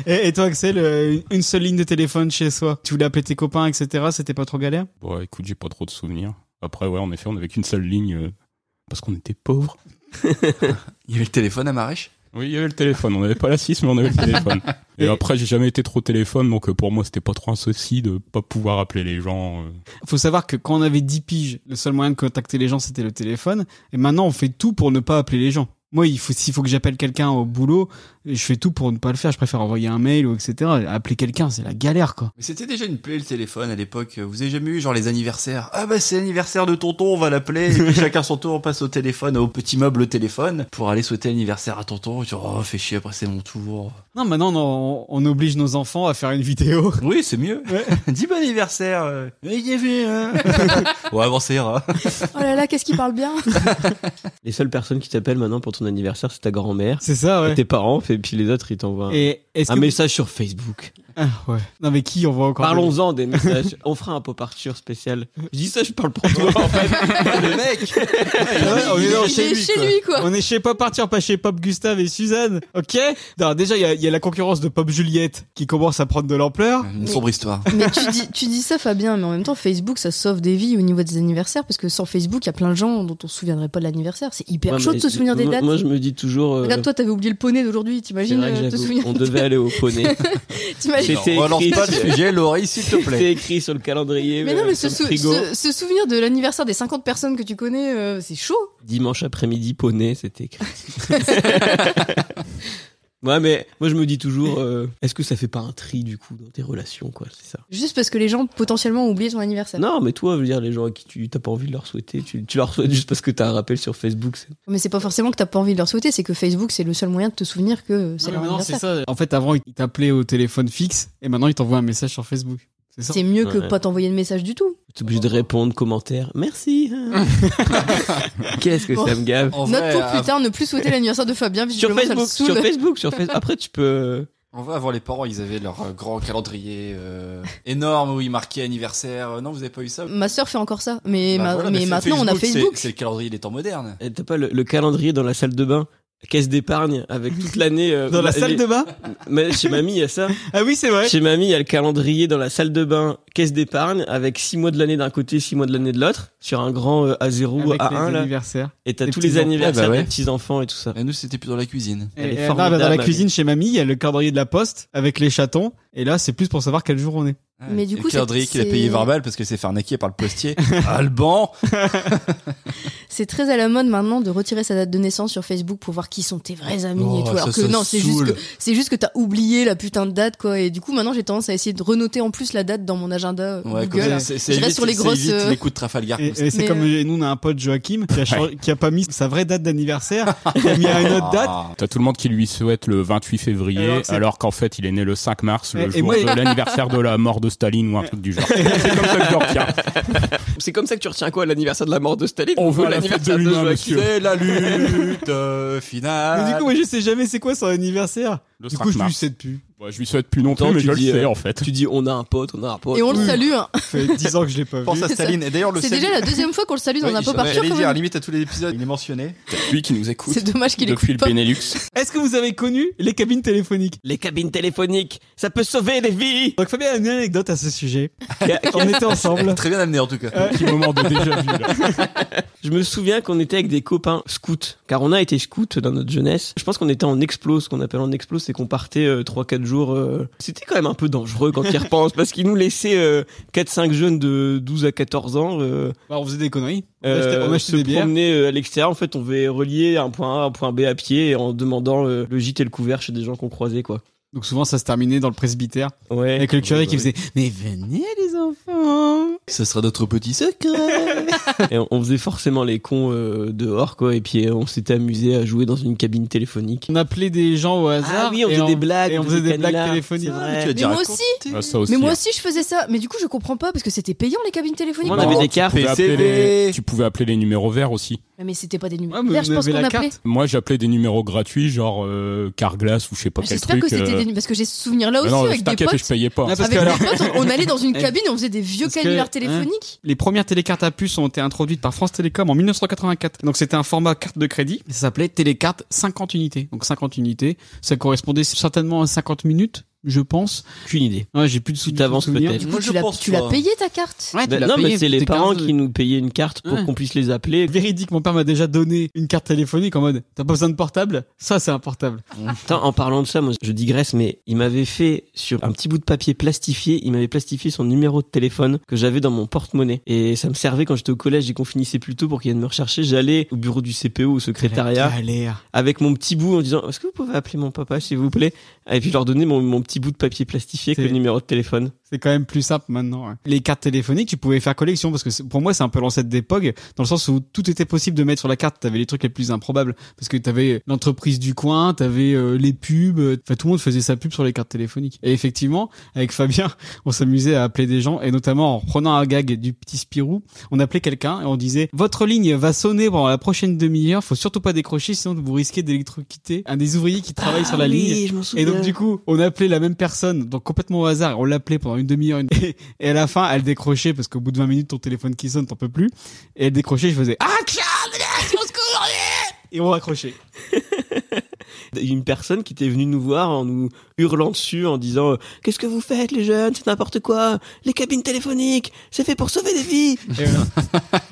et, et toi, Axel, euh, une seule ligne de téléphone chez soi. Tu voulais appeler tes copains, etc. C'était pas trop galère
Bon, écoute, j'ai pas trop de souvenirs. Après, ouais, en effet, on avait qu'une seule ligne euh, parce qu'on était pauvres.
Il y avait le téléphone à Marèche
Oui, il y avait le téléphone. On n'avait pas la 6, mais on avait le téléphone. Et après, j'ai jamais été trop téléphone, donc euh, pour moi, c'était pas trop un souci de pas pouvoir appeler les gens. euh.
faut savoir que quand on avait 10 piges, le seul moyen de contacter les gens, c'était le téléphone. Et maintenant, on fait tout pour ne pas appeler les gens. Moi, il faut, s'il faut que j'appelle quelqu'un au boulot, je fais tout pour ne pas le faire. Je préfère envoyer un mail ou etc. Appeler quelqu'un, c'est la galère, quoi.
Mais c'était déjà une plaie le téléphone à l'époque. Vous avez jamais eu genre les anniversaires Ah bah c'est l'anniversaire de tonton, on va l'appeler. Et puis chacun son tour, on passe au téléphone, au petit meuble téléphone pour aller souhaiter anniversaire à tonton. Genre oh fais chier, après c'est mon tour.
Non, maintenant, on, on oblige nos enfants à faire une vidéo.
Oui c'est mieux.
Ouais.
Dis bon anniversaire. euh. Oui, j'ai vu. hein. ouais bon ça ira.
oh là là qu'est-ce qu'ils parlent bien
Les seules personnes qui t'appellent maintenant pour ton anniversaire, c'est ta grand-mère,
C'est ça, ouais.
tes parents, et puis les autres, ils t'envoient un-
Et est-ce
un,
que...
message sur Facebook.
Ah, ouais. Non, mais qui on voit encore
Parlons-en des messages. On fera un pop arture spécial. Je dis ça, je parle pour toi, en fait.
Le mec.
Ah ouais, on est dans-
Il est chez lui quoi
On est chez Pop Arthur, pas chez Pop Gustave et Suzanne, ok Non, déjà, il y a, il y a la concurrence de Pop Juliette qui commence à prendre de l'ampleur.
Une sombre histoire.
Mais tu dis, tu dis ça, Fabien, mais en même temps, Facebook, ça sauve des vies au niveau des anniversaires, parce que sans Facebook, il y a plein de gens dont on se souviendrait pas de l'anniversaire. C'est hyper
Ouais,
chaud
mais
de se souvenir des
moi-
dates.
Moi, je me dis toujours. euh,
Regarde, toi, t'avais oublié le poney d'aujourd'hui,
c'est
t'imagines
vrai que
euh, te
j'avoue,
souvenir
on devait aller au poney.
t'imagines-
C'était
Non, relance
écrit
pas le
sur-
sujet, Laurie, s'il te plaît.
C'était écrit sur le calendrier.
Mais
euh,
non, mais
sur
se,
le
sou-
frigo.
se- se souvenir de l'anniversaire des 50 personnes que tu connais, euh, c'est chaud.
Dimanche après-midi, poney, c'était écrit. ouais, mais moi je me dis toujours, euh, est-ce que ça fait pas un tri du coup dans tes relations, quoi, c'est ça
Juste parce que les gens potentiellement ont oublié ton anniversaire.
Non, mais toi, je veux dire, les gens à qui tu t'as pas envie de leur souhaiter, tu, tu leur souhaites juste parce que t'as un rappel sur Facebook. c'est-
Mais c'est pas forcément que t'as pas envie de leur souhaiter, c'est que Facebook, c'est le seul moyen de te souvenir que c'est
Ouais,
leur
mais non, c'est
anniversaire.
ça. En fait, avant, il t'appelait au téléphone fixe et maintenant, il t'envoie un message sur Facebook. C'est ça.
C'est mieux que
Ouais.
pas t'envoyer de message du tout.
T'es obligé de répondre, commentaire. Merci. Qu'est-ce que ça me gave
En
Note
vrai, euh,
pour
av-
plus tard, ne plus souhaiter l'anniversaire de Fabien,
Sur
visiblement ça le
Facebook, sur
saoule.
Facebook, sur Facebook. Après, tu peux.
en vrai, avant les parents, ils avaient leur euh, grand calendrier euh, énorme où ils marquaient anniversaire. Euh, Non, vous avez pas eu ça
Ma sœur fait encore ça, mais,
Bah
ma-
voilà,
mais
c'est
maintenant on a
c'est-
Facebook.
C'est le calendrier des temps modernes.
Euh, T'as pas le, le calendrier dans la salle de bain, caisse d'épargne, avec toute l'année. euh,
Dans la
les-
salle de bain
Mais chez mamie, il y a ça.
Ah oui, c'est vrai.
Chez mamie, il y a le calendrier dans la salle de bain, caisse d'épargne, avec 6 mois de l'année d'un côté, 6 mois de l'année de l'autre, sur un grand euh, A0 ou
Avec les
A1, là.
anniversaires.
Et t'as
les
tous
petits
les
enfants.
anniversaires
Ah bah ouais.
des petits-enfants et tout ça.
Et nous, c'était plus dans la cuisine.
Elle est
Et, euh,
formidable,
non, dans la
ma
cuisine chez mamie, il y a le calendrier de la poste avec les chatons. Et là, c'est plus pour savoir quel jour on est.
Mais du
Et
coup,
le calendrier
c'est-
qu'il a payé
c'est-
20 balles parce que s'est fait arnaquer par le postier. Alban
C'est très à la mode maintenant de retirer sa date de naissance sur Facebook pour voir qui sont tes vrais amis et tout.
Oh,
Alors
ça,
que
ça
non, c'est juste que
saoule.
c'est juste que t'as oublié la putain de date quoi. Et du coup, maintenant j'ai tendance à essayer de renoter en plus la date dans mon agenda euh,
Ouais, comme
Google.
ça, c'est- c'est
Je reste
évite-
sur les
c'est
grosses,
évite
euh,
les coups de Trafalgar.
Et,
comme ça.
et c'est
Mais,
comme nous, on a un pote Joachim qui a, changé- qui a pas mis sa vraie date d'anniversaire. il a mis une autre date.
Ah.
T'as tout le monde qui lui souhaite le 28 février,
Alors
alors,
que c'est-
qu'en fait, il est né le 5 mars, le
Et- et
jour
moi-
de l'anniversaire de la mort de Staline ou un truc du genre. c'est comme ça que je le retiens.
C'est comme ça que tu retiens quoi L'anniversaire de la mort de Staline
On veut la fête de
l'anniversaire
l'humain,
Joachim.
monsieur.
C'est la lutte euh, finale.
Mais du coup, moi, je sais jamais c'est quoi son anniversaire.
Le
Du
5
coup, je lui
mars.
sais depuis.
Ouais, je lui souhaite plus non plus,
Tant
mais
tu
je
dis,
le sais,
euh,
en fait.
Tu dis, on a un pote, on a un pote.
Et on le salue. hein.
Ça fait 10 ans que je l'ai pas vu.
Pense à
c'est
Staline. Et d'ailleurs, le
C'est
salut-
déjà la deuxième fois qu'on le salue dans un
Oui,
peu par
j'allais dire, limite à tous les épisodes, il est mentionné.
Lui qui nous écoute
C'est dommage qu'il
depuis
écoute
le
pas.
Benelux.
Est-ce que vous avez connu les cabines téléphoniques
Les cabines téléphoniques, ça peut sauver des vies
Donc Fabien a une anecdote à ce sujet. On était ensemble.
Très bien amené en tout cas.
Petit moment de déjà vu, là.
Je me souviens qu'on était avec des copains scouts, car on a été scouts dans notre jeunesse. Je pense qu'on était en explos, ce qu'on appelle en explos, c'est qu'on partait 3-4 jours. euh, C'était quand même un peu dangereux quand ils repensent, parce qu'ils nous laissaient 4-5 jeunes de 12 à 14 ans. euh,
Bah, on faisait des conneries. On
euh,
achetait, on achetait
se
des bières.
promener euh, à l'extérieur. En fait, on devait relier un point A à un point B à pied en demandant euh, le gîte et le couvert chez des gens qu'on croisait, quoi.
Donc souvent, ça se terminait dans le presbytère.
Ouais.
Avec le curé
Ouais,
qui
bah
faisait Mais venez les enfants
Ce sera notre petit secret.
Et on- on faisait forcément les cons euh, dehors, quoi. Et puis euh, on s'était amusé à jouer dans une cabine téléphonique. Ah
On appelait des gens au hasard.
oui, on
et
faisait des blagues,
Et on
on
faisait
faisait
des
des
blagues
canulars,
téléphoniques.
c'est vrai.
Tu as
Mais
dit
moi
raconte.
aussi,
Ah, ça aussi.
mais moi
hein.
aussi je faisais ça. Mais du coup, je comprends pas parce que c'était payant les cabines téléphoniques.
On avait
Non,
des
Bah, tu
cartes.
pouvais appeler
PCV.
les- Tu pouvais appeler les numéros verts aussi.
Mais c'était pas des numéros.
Ouais, mais
verts,
vous
je pense
avez
qu'on
la
appelait.
Moi, j'appelais des numéros gratuits, genre euh, Carglass ou je sais pas quel
J'espère
truc.
que c'était
euh.
des parce que j'ai ce souvenir là
Mais
aussi
non,
avec des
t'inquiète,
potes.
je payais pas.
Ah, parce
Avec
que alors,
des potes, on on allait dans une
Eh.
cabine, on faisait des vieux
Parce que,
canulars
hein.
téléphoniques.
les premières télécartes à puce ont été introduites par France Télécom en 1984. Donc c'était un format carte de crédit. Ça s'appelait télécarte 50 unités. Donc 50 unités, ça correspondait certainement à 50 minutes, je pense.
Aucune idée.
Ouais, j'ai plus de sou-
Tu t'avances
souvenirs.
peut-être.
Du coup,
Moi,
tu
je
l'as-
pense
tu l'as
pas.
payé ta carte.
Ouais, tu
Bah,
l'as
non,
payé,
mais c'est les
c'était
parents
15.
qui nous payaient une carte pour
Ouais.
qu'on puisse les appeler.
Véridique, mon père m'a déjà donné une carte téléphonique en mode t'as pas besoin de portable Ça, c'est un portable.
Attends, en parlant de ça, moi je digresse, mais il m'avait fait sur un petit bout de papier plastifié, il m'avait plastifié son numéro de téléphone que j'avais dans mon porte-monnaie. Et ça me servait quand j'étais au collège et qu'on finissait plus tôt pour qu'il vienne me rechercher. J'allais au bureau du CPO, au secrétariat,
Galère.
avec mon petit bout en disant Est-ce que vous pouvez appeler mon papa, s'il vous plaît Et puis je leur donnais mon, mon petit bout de papier plastifié avec
C'est-
le numéro de téléphone.
C'est quand même plus simple maintenant. ouais. Les cartes téléphoniques, tu pouvais faire collection parce que c'est- pour moi, c'est un peu l'ancêtre des POG dans le sens où tout était possible de mettre sur la carte. T'avais les trucs les plus improbables parce que t'avais l'entreprise du coin, t'avais euh, les pubs. euh, Enfin, tout le monde faisait sa pub sur les cartes téléphoniques. Et effectivement, avec Fabien, on s'amusait à appeler des gens et notamment en prenant un gag du petit Spirou, on appelait quelqu'un et on disait votre ligne va sonner pendant la prochaine demi-heure. Faut surtout pas décrocher sinon vous risquez d'électrocuter un des ouvriers qui travaille sur la ligne.
Ah je m'en
Et donc du coup, on appelait la même personne, donc complètement au hasard, on l'appelait pendant une demi-heure, une- et, à la fin, elle décrochait parce qu'au bout de 20 minutes, ton téléphone qui sonne, t'en peux plus, et elle décrochait, je faisais ah et on raccrochait.
une personne qui était venue nous voir en nous hurlant dessus en disant euh, qu'est-ce que vous faites les jeunes c'est n'importe quoi les cabines téléphoniques c'est fait pour sauver des vies
Et voilà.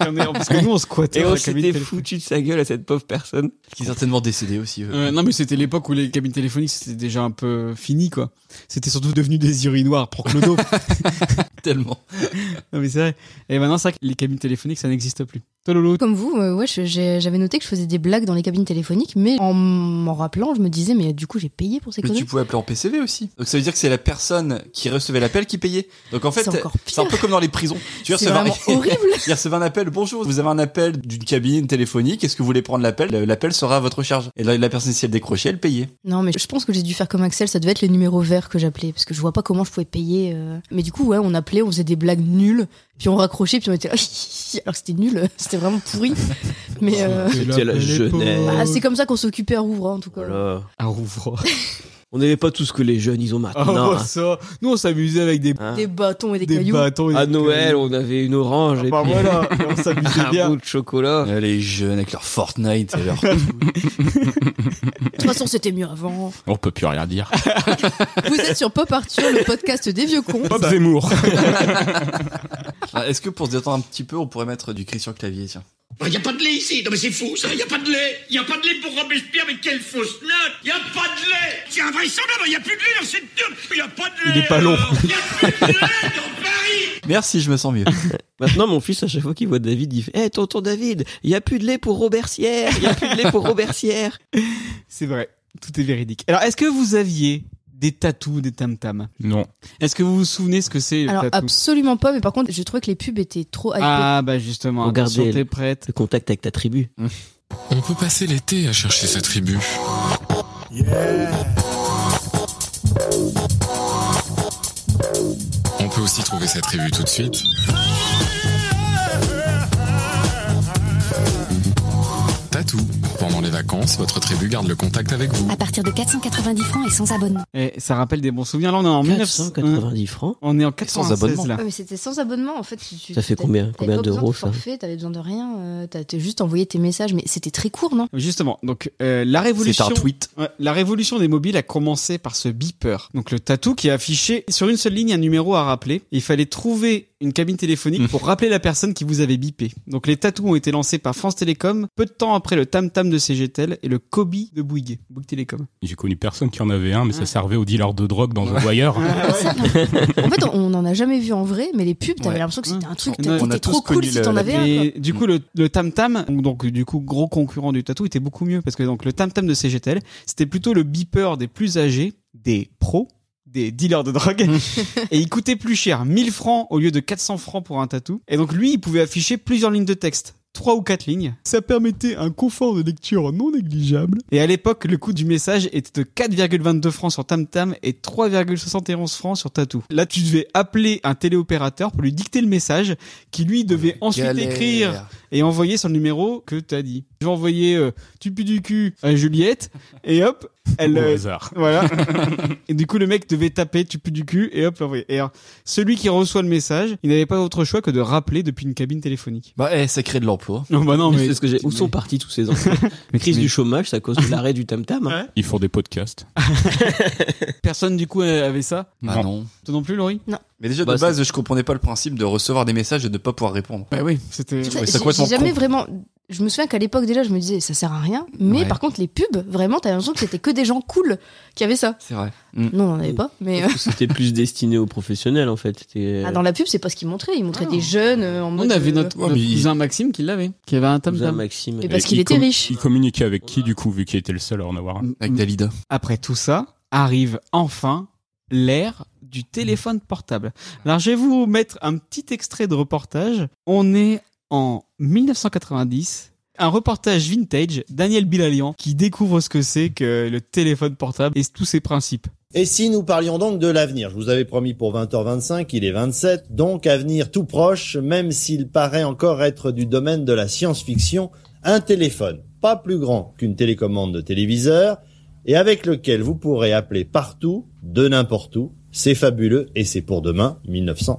Et on est- parce que nous, on squattait.
et
dans
on
la cabine
s'était
téléphonique.
foutu de sa gueule à cette pauvre personne
Qui est certainement décédé aussi. eux.
Euh, non mais c'était l'époque où les cabines téléphoniques c'était déjà un peu fini quoi. C'était surtout devenu des urinoirs pour Clodo.
Tellement.
non mais c'est vrai. Et maintenant c'est vrai que les cabines téléphoniques ça n'existe plus. Tololo.
Comme vous, euh, ouais, je- j'ai- j'avais noté que je faisais des blagues dans les cabines téléphoniques, mais en m'en rappelant, je me disais, mais du coup, j'ai payé pour ces
Mais tu
conneries.
pouvais appeler en PCV aussi. Donc ça veut dire que c'est la personne qui recevait l'appel qui payait. Donc en fait,
C'est encore
c'est un peu comme dans les prisons. Tu
C'est
recevais un-
vraiment horrible.
Il recevait un appel, bonjour, vous avez un appel d'une cabine téléphonique, est-ce que vous voulez prendre l'appel L'appel sera à votre charge. Et là, la personne, si elle décrochait, elle payait.
Non, mais je pense que j'ai dû faire comme Axel, ça devait être les numéros verts que j'appelais, parce que je vois pas comment je pouvais payer. euh. Mais du coup, ouais, on appelait, on faisait des blagues nulles, puis on raccrochait, puis on était là, alors que c'était nul, euh, c'était vraiment pourri. Mais euh,
C'était la jeunesse.
bah, c'est comme ça qu'on s'occupait à Rouvre, en tout cas.
Euh, Voilà, un rouvre. on n'avait pas tout ce que les jeunes, ils ont
Ah,
maintenant.
bah,
hein.
ça. Nous, on s'amusait avec des,
Hein.
Des bâtons et des,
des
cailloux.
bâtons. et
À
des-
Noël, on avait une orange
Ah, bah,
et puis
voilà, on s'amusait
un
bien.
bout de chocolat.
Euh, Les jeunes avec leur Fortnite et leur...
De toute façon, c'était mieux avant.
On peut plus rien dire.
Vous êtes sur Pop Arthur, le podcast des vieux cons.
Pop Zemmour.
Ah, Est-ce que pour se détendre un petit peu, on pourrait mettre du Christian Clavier, tiens
Il n'y Ah, a pas de lait ici, non mais c'est fou ça, il a pas de lait Il a pas de lait pour Robespierre, mais quelle fausse note Il a pas de lait C'est invraisemblable, il n'y a plus de lait dans cette tube Il a pas de lait
Il est pas long.
Il a plus de lait dans Paris
Merci, je me sens mieux.
Maintenant, mon fils, à chaque fois qu'il voit David, il fait Eh, tonton David, il n'y a plus de lait pour Robert Sierre, il n'y a plus de lait pour Robert Sierre.
C'est vrai. Tout est véridique. Alors, est-ce que vous aviez des tatous, des tam-tams
Non.
Est-ce que vous vous souvenez ce que c'est le
Alors,
tatou
absolument pas, mais par contre, je trouvais que les pubs étaient trop hypées.
Ah, bah justement,
Regardez.
attention, t'es prête.
Le contact avec ta tribu.
On peut passer l'été à chercher sa tribu. On peut aussi trouver sa tribu tout de suite. Tatou. Pendant les vacances, votre tribu garde le contact avec vous.
À partir de 490 francs et sans abonnement.
Et Eh, ça rappelle des bons souvenirs. Là, on est en 1990.
490 francs.
On est en
Sans
96,
abonnement.
là.
Ouais, mais c'était sans abonnement en fait. Tu- tu-
Ça fait
t'as-
combien-
t'avais
combien
pas besoin
d'euros,
de
ça
forfait, T'avais besoin de rien, euh, t'as t'as juste envoyé tes messages, mais c'était très court, non
Justement, donc euh, la
C'est
révolution...
un tweet.
Ouais, la révolution des mobiles a commencé par ce beeper, donc le tatou qui affichait sur une seule ligne un numéro à rappeler. Il fallait trouver une cabine téléphonique pour rappeler la personne qui vous avait bipé. Donc les tatous ont été lancés par France Télécom peu de temps après le Tam Tam de CGTEL et le Kobe de Bouygues, Bouygues Télécom.
J'ai connu personne qui en avait un, mais ça servait aux dealers de drogue dans un voyeur.
Ah
En fait, on n'en a jamais vu en vrai, mais les pubs, t'avais
Ouais.
l'impression que c'était un truc,
On a-
t'étais
on a tous
trop cool
connu
si
le-
t'en
la
avais un. quoi.
Et du coup le, le Tam Tam, donc du coup gros concurrent du tatou, était beaucoup mieux parce que donc le Tam Tam de CGTEL, c'était plutôt le beeper des plus âgés, des pros des dealers de drogue et il coûtait plus cher 1000 francs au lieu de 400 francs pour un tatou et donc lui il pouvait afficher plusieurs lignes de texte trois ou quatre lignes ça permettait un confort de lecture non négligeable et à l'époque le coût du message était de 4,22 francs sur TamTam et 3,71 francs sur Tatou là tu devais appeler un téléopérateur pour lui dicter le message qui lui devait ensuite
Oh, Galère.
écrire et envoyer sur le numéro que t'as dit je vais envoyer euh, tu pues du cul à Juliette et hop elle
Au
euh,
hasard.
voilà. et du coup, le mec devait taper, tu pues du cul, et hop, l'envoyer. Et alors, celui qui reçoit le message, il n'avait pas autre choix que de rappeler depuis une cabine téléphonique.
Bah, eh, ça crée de l'emploi.
Non, bah non, mais.
C'est ce que j'ai. Où sont partis tous ces enfants Crise du chômage, c'est à cause de l'arrêt du hein. tam tam.
Ouais.
Ils font des podcasts.
Personne, du coup, euh, avait ça.
Bah
Non.
non.
Toi non plus, Laurie
Mais déjà, de
Bah,
base, euh, je comprenais pas le principe de recevoir des messages et de pas pouvoir répondre.
Bah oui, c'était.
Tu sais,
Ouais, ça
J'ai
complètement
j'ai jamais
con.
vraiment. Je me souviens qu'à l'époque déjà, je me disais ça sert à rien, mais
Ouais.
par contre les pubs, vraiment, t'avais l'impression que c'était que des gens cool qui avaient ça.
C'est vrai.
Non, on n'en avait pas, mais euh,
Mm. C'était plus destiné aux professionnels en fait. C'était- euh,
ah, dans la pub, c'est pas ce qu'ils montraient. Ils montraient
Ah.
des jeunes euh, en mode.
On avait
euh,
notre,
Ouais,
notre
mais il-
cousin Maxime qui l'avait, qui avait un tam
Cousin
tam.
Maxime.
Et parce
Et
qu'il
ils
était
com-
riche.
Ils communiquaient avec qui, du coup, vu qu'il était le seul à en avoir un
Avec Dalida.
Après tout ça, arrive enfin l'ère du téléphone portable. Alors, je vais vous mettre un petit extrait de reportage. On est en 1990. Un reportage vintage, Daniel Bilalian, qui découvre ce que c'est que le téléphone portable et tous ses principes.
Et si nous parlions donc de l'avenir Je vous avais promis pour 20h25, il est 27, donc avenir tout proche, même s'il paraît encore être du domaine de la science-fiction, un téléphone, pas plus grand qu'une télécommande de téléviseur, et avec lequel vous pourrez appeler partout, de n'importe où. C'est fabuleux et c'est pour demain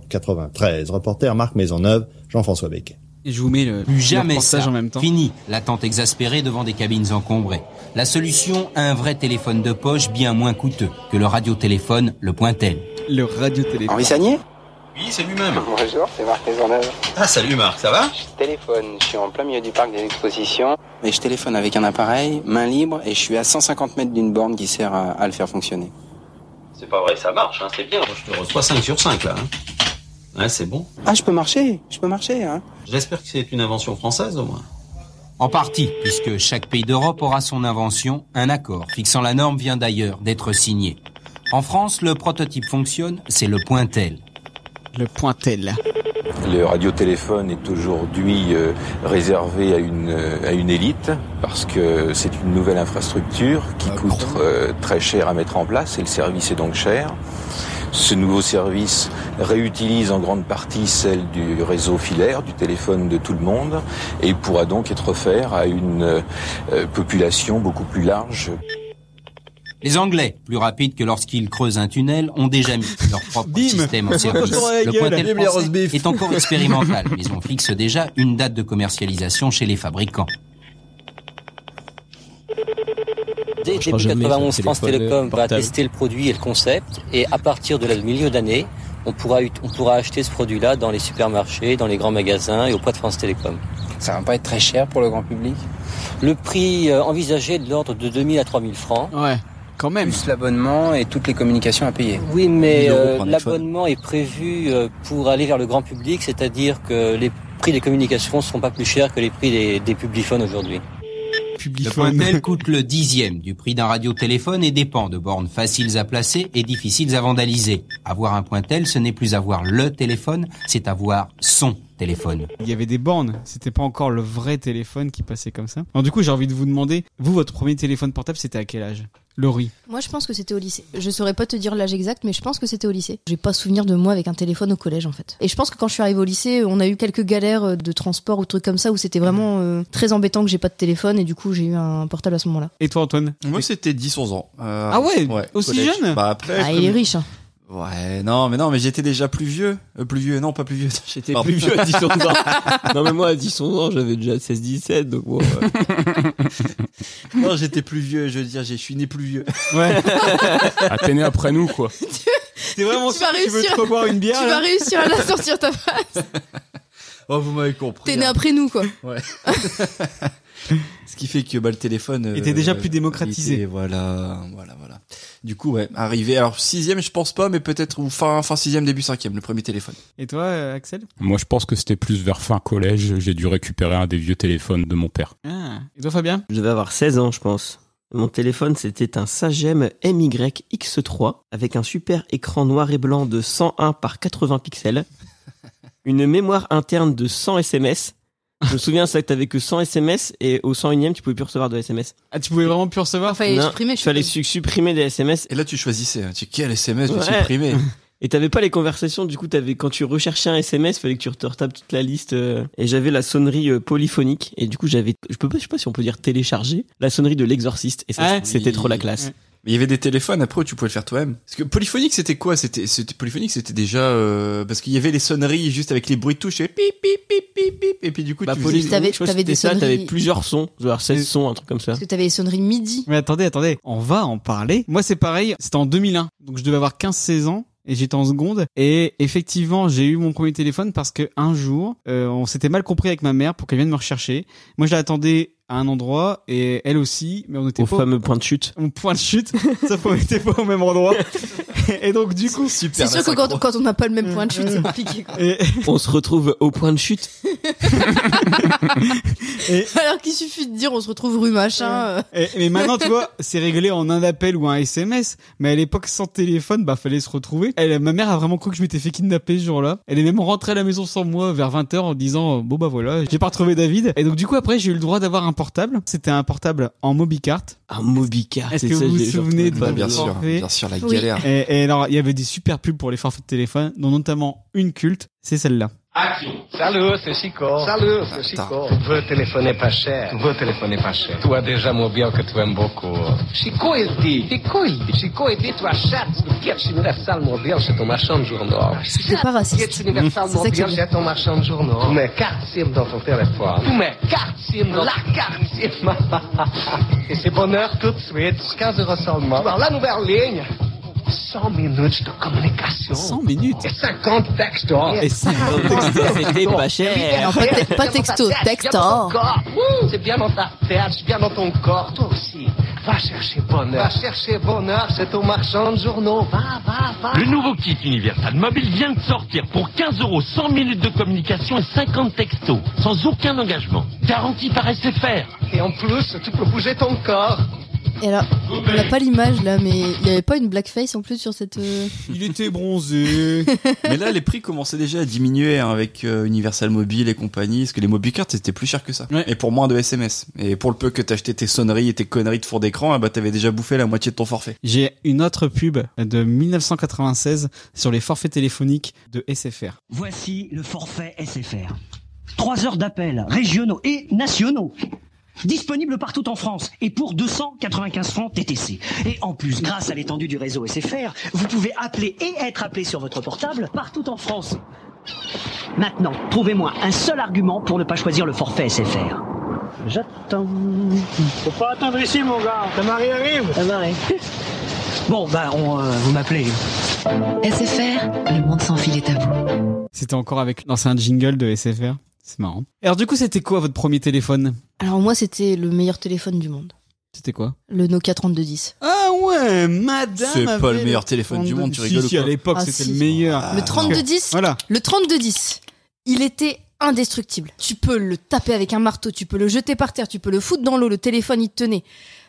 1993. Reporter Marc Maisonneuve, Jean-François Becquet.
Et je vous mets le,
Plus
le
jamais
reportage
ça.
en même temps.
Fini l'attente exaspérée devant des cabines encombrées. La solution, un vrai téléphone de poche bien moins coûteux que le radiotéléphone, le Pointel.
Le radio-téléphone.
Sagnier
Oui, c'est lui-même.
Bonjour, c'est Marc Maisonneuve.
Ah, salut Marc, ça va
Je téléphone, je suis en plein milieu du parc des expositions. Et je téléphone avec un appareil, main libre, et je suis à 150 mètres d'une borne qui sert à, à le faire fonctionner.
C'est pas vrai, ça marche, hein, c'est bien. Je te reçois 5 sur 5 là. Ouais, c'est bon.
Ah, je peux marcher, je peux marcher, hein
J'espère que c'est une invention française au moins.
En partie, puisque chaque pays d'Europe aura son invention, un accord fixant la norme vient d'ailleurs d'être signé. En France, le prototype fonctionne, c'est le pointel.
Le pointel.
Le radiotéléphone est aujourd'hui euh, réservé à une, euh, à une élite parce que c'est une nouvelle infrastructure qui coûte euh, très cher à mettre en place et le service est donc cher. Ce nouveau service réutilise en grande partie celle du réseau filaire, du téléphone de tout le monde et pourra donc être offert à une euh, population beaucoup plus large.
Les Anglais, plus rapides que lorsqu'ils creusent un tunnel, ont déjà mis leur propre système en service.
Dans la
Le
gueule.
pointel
Bim, les roast
français
beef.
est encore expérimental, mais on fixe déjà une date de commercialisation chez les fabricants.
Dès
Je crois
début
jamais
91,
que le
France
téléphone
Télécom va
portable.
tester le produit et le concept. Et à partir de la milieu d'année, on pourra, ut- on pourra acheter ce produit-là dans les supermarchés, dans les grands magasins et auprès de France Télécom. Ça va pas être très cher pour le grand public Le prix euh, envisagé est de l'ordre de 2000 à 3000 francs.
Ouais, quand même.
Plus l'abonnement et toutes les communications à payer.
Oui, mais
1000 euros
euh,
pour un iPhone.
l'abonnement est prévu euh, pour aller vers le grand public, c'est-à-dire que les prix des communications ne seront pas plus chers que les prix des, des publiphones aujourd'hui.
Le pointel coûte le dixième du prix d'un radiotéléphone et dépend de bornes faciles à placer et difficiles à vandaliser. Avoir un pointel, ce n'est plus avoir le téléphone, c'est avoir son téléphone.
Il y avait des bornes, c'était pas encore le vrai téléphone qui passait comme ça. Alors du coup, j'ai envie de vous demander, vous, votre premier téléphone portable, c'était à quel âge Laurie.
Moi, je pense que c'était au lycée. Je saurais pas te dire l'âge exact, mais je pense que c'était au lycée. J'ai pas souvenir de moi avec un téléphone au collège, en fait. Et je pense que quand je suis arrivée au lycée, on a eu quelques galères euh, de transport ou trucs comme ça où c'était vraiment euh, très embêtant que j'ai pas de téléphone et du coup, j'ai eu un portable à ce moment-là.
Et toi, Antoine
Moi, c'était 10-11 ans. Euh,
Ah ouais, aussi
collège.
jeune
Bah, après,
Ah,
je
il est
commu-
riche, hein.
Ouais, non, mais non, mais j'étais déjà plus vieux. Euh, plus vieux, non, pas plus vieux. J'étais
Plus vieux à 10 11 ans. Non, mais moi, à 10 11 ans, j'avais déjà 16 17, donc bon. euh,
Non, j'étais plus vieux, je veux dire, je suis né plus vieux.
Ouais. Ah, t'es né après nous, quoi.
T'es vraiment
Tu vas réussir.
une bière
tu vas réussir à la sortir ta phrase.
Oh, vous m'avez compris.
T'es né
hein.
après nous, quoi.
Ouais. Ce qui fait que bah, le téléphone
Était déjà plus démocratisé.
démocratisé. voilà, voilà, voilà. Du coup, ouais, arrivé. Alors sixième, je pense pas, mais peut-être ou fin fin sixième, début cinquième, le premier téléphone.
Et toi, euh, Axel
Moi, je pense que c'était plus vers fin collège. J'ai dû récupérer un des vieux téléphones de mon père.
Ah. Et toi, Fabien
Je devais avoir 16 ans, je pense. Mon téléphone, c'était un Sagem MYX3 avec un super écran noir et blanc de 101 par 80 pixels, une mémoire interne de 100 SMS. Je me souviens, ça, que t'avais que 100 SMS et au 101ème, tu pouvais plus recevoir de SMS.
Ah, tu pouvais vraiment plus recevoir
Non, fallait su- supprimer des SMS.
Et là, tu choisissais. hein, Tu quel SMS tu
Ouais.
supprimer
Et t'avais pas les conversations, du coup, t'avais, quand tu recherchais un SMS, fallait que tu te retapes toute la liste. euh, et j'avais la sonnerie euh, polyphonique. Et du coup, j'avais, je peux pas, je sais pas si on peut dire télécharger, la sonnerie de l'exorciste. Et ça,
Ah,
c'était
oui.
trop la classe.
Mais il y avait des téléphones après où tu pouvais le faire toi-même. Parce que polyphonique, c'était quoi C'était c'était- polyphonique, c'était déjà euh, parce qu'il y avait les sonneries juste avec les bruits de touche et pip pip pip pip pip et puis du coup
Bah,
tu
poly-
faisais-
T'avais-
je crois que
t'avais
c'était
des
ça,
sonneries.
t'avais plusieurs sons, genre 16 sons, un truc comme ça.
Parce que t'avais les sonneries midi.
Mais attendez, attendez, on va en parler. Moi, c'est pareil, c'était en 2001, donc je devais avoir 15-16 ans. Et j'étais en seconde. Et effectivement, j'ai eu mon premier téléphone parce que un jour, euh, on s'était mal compris avec ma mère pour qu'elle vienne me rechercher. Moi, je l'attendais à un endroit et elle aussi, mais on était
Au
pas
fameux point de chute.
Mon point de chute, sauf qu'on était pas au même endroit. Et donc, du coup,
C'est sûr que quand, quand on n'a pas le même point de
Mm.
chute, c'est compliqué, quoi.
On se retrouve au point de chute.
Alors qu'il suffit de dire on se retrouve rue machin. euh.
Et, mais maintenant, tu vois, c'est réglé en un appel ou un SMS. Mais à l'époque, sans téléphone, bah, fallait se retrouver. Elle, ma mère a vraiment cru que je m'étais fait kidnapper ce jour-là. Elle est même rentrée à la maison sans moi vers 20h en disant, euh, bon, bah voilà, j'ai pas retrouvé David. Et donc, du coup, après, j'ai eu le droit d'avoir un portable. C'était un portable en mobicart.
Un mobicard.
Est-ce que vous vous souvenez de
Bah,
votre
bien sûr,
forfait
bien sûr, la Oui. galère.
Et, et alors, il y avait des super pubs pour les forfaits de téléphone, dont notamment une culte, c'est celle-là.
Action. Salut, c'est Chico. Salut, c'est Chico. Veux téléphoner pas cher. Veux téléphoner pas cher. Tu as déjà mobile que tu aimes beaucoup. euh. Chico, il dit. Chico, il dit. Chico, il dit, tu achètes le Catch Universal Mobile chez ton marchand de journaux.
C'est pas raciste.
Catch Universal
C'est ça que
Mobile
c'est
chez ton marchand de journaux. hein. Tu mets carte SIM dans ton téléphone. Tu mets carte SIM dans la carte SIM. Et c'est bonheur tout de suite, 15 euros seulement. Dans la nouvelle ligne. 100 minutes de communication. 100
minutes.
Et 50 textes.
Et 50 textos, c'était pas cher.
Non, pas, te- pas texto,
Texto.
texto. C'est bien dans ta tête, c'est bien dans ton corps, toi aussi. Va chercher bonheur. Va chercher bonheur, c'est au marchand de journaux. Va, va, va.
Le nouveau kit Universal Mobile vient de sortir pour 15 euros, 100 minutes de communication et 50 textos, sans aucun engagement. Garantie par SFR.
Et en plus, tu peux bouger ton corps.
Et alors, on n'a pas l'image là, mais il n'y avait pas une blackface en plus sur cette. euh,
Il était bronzé.
Mais là, les prix commençaient déjà à diminuer hein, avec euh, Universal Mobile et compagnie, parce que les MobiCards c'était plus cher que ça. Et pour moins de SMS. Et pour le peu que t'achetais tes sonneries et tes conneries de four d'écran, eh bah t'avais déjà bouffé la moitié de ton forfait.
J'ai une autre pub de 1996 sur les forfaits téléphoniques de SFR.
Voici le forfait SFR. Trois heures d'appels régionaux et nationaux. Disponible partout en France et pour 295 francs TTC. Et en plus, grâce à l'étendue du réseau SFR, vous pouvez appeler et être appelé sur votre portable partout en France. Maintenant, trouvez-moi un seul argument pour ne pas choisir le forfait SFR. J'attends. Faut pas attendre ici, mon gars. Ta Marie arrive. Ta Marie. Bon, bah, on, euh, vous m'appelez.
SFR, le monde sans fil est à vous.
C'était encore avec l'ancien jingle de SFR. C'est marrant. Et Alors du coup, c'était quoi votre premier téléphone
Alors, moi, c'était le meilleur téléphone du monde.
C'était quoi
Le Nokia 3210.
Ah ouais, madame
C'est
avait
pas le meilleur téléphone du monde, tu
Si,
rigoles
si,
ou
à
quoi
l'époque,
Ah,
c'était
si.
le meilleur. euh,
Le 3210,
Voilà.
le 3210, il était indestructible. Tu peux le taper avec un marteau, tu peux le jeter par terre, tu peux le foutre dans l'eau, le téléphone il tenait.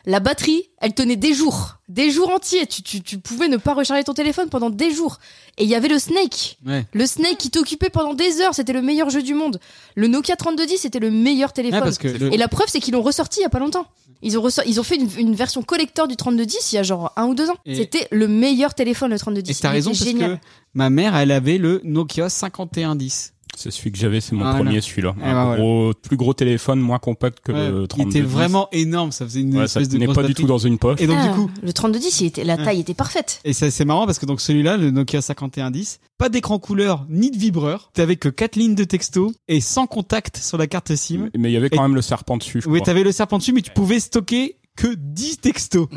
La batterie, elle tenait des jours, des jours entiers. Tu, tu, tu pouvais ne pas recharger ton téléphone pendant des jours. Et il y avait le Snake.
Ouais.
Le Snake qui t'occupait pendant des heures, c'était le meilleur jeu du monde. Le Nokia 3210, c'était le meilleur téléphone.
Ah, parce que le-
Et la preuve, c'est qu'ils l'ont ressorti il y a pas longtemps. Ils ont, ressor- ils ont fait une, une version collector du 3210 il y a genre un ou deux ans.
Et-
C'était le meilleur téléphone, le 3210.
Et t'as
Il
raison
était
parce
génial.
que ma mère, elle avait le Nokia 5110.
C'est celui que j'avais, c'est mon
Voilà.
premier celui-là.
Eh
Un
ben
gros- plus gros téléphone, moins compact que
Ouais,
le
il
32.
était vraiment énorme, ça faisait une
Ouais, ça
espèce de
tenait
grosse
pas du
batterie.
tout dans une poche.
Et donc
Ah,
du coup,
le 3210, il était, la taille était parfaite.
et ça, c'est marrant parce que donc celui-là, le Nokia 5110, pas d'écran couleur ni de vibreur, t'avais que quatre lignes de texto et sans contact sur la carte SIM.
Mais il y avait quand
Et-
même le serpent dessus. je
Oui,
crois.
t'avais le serpent dessus, mais tu pouvais stocker que 10 textos.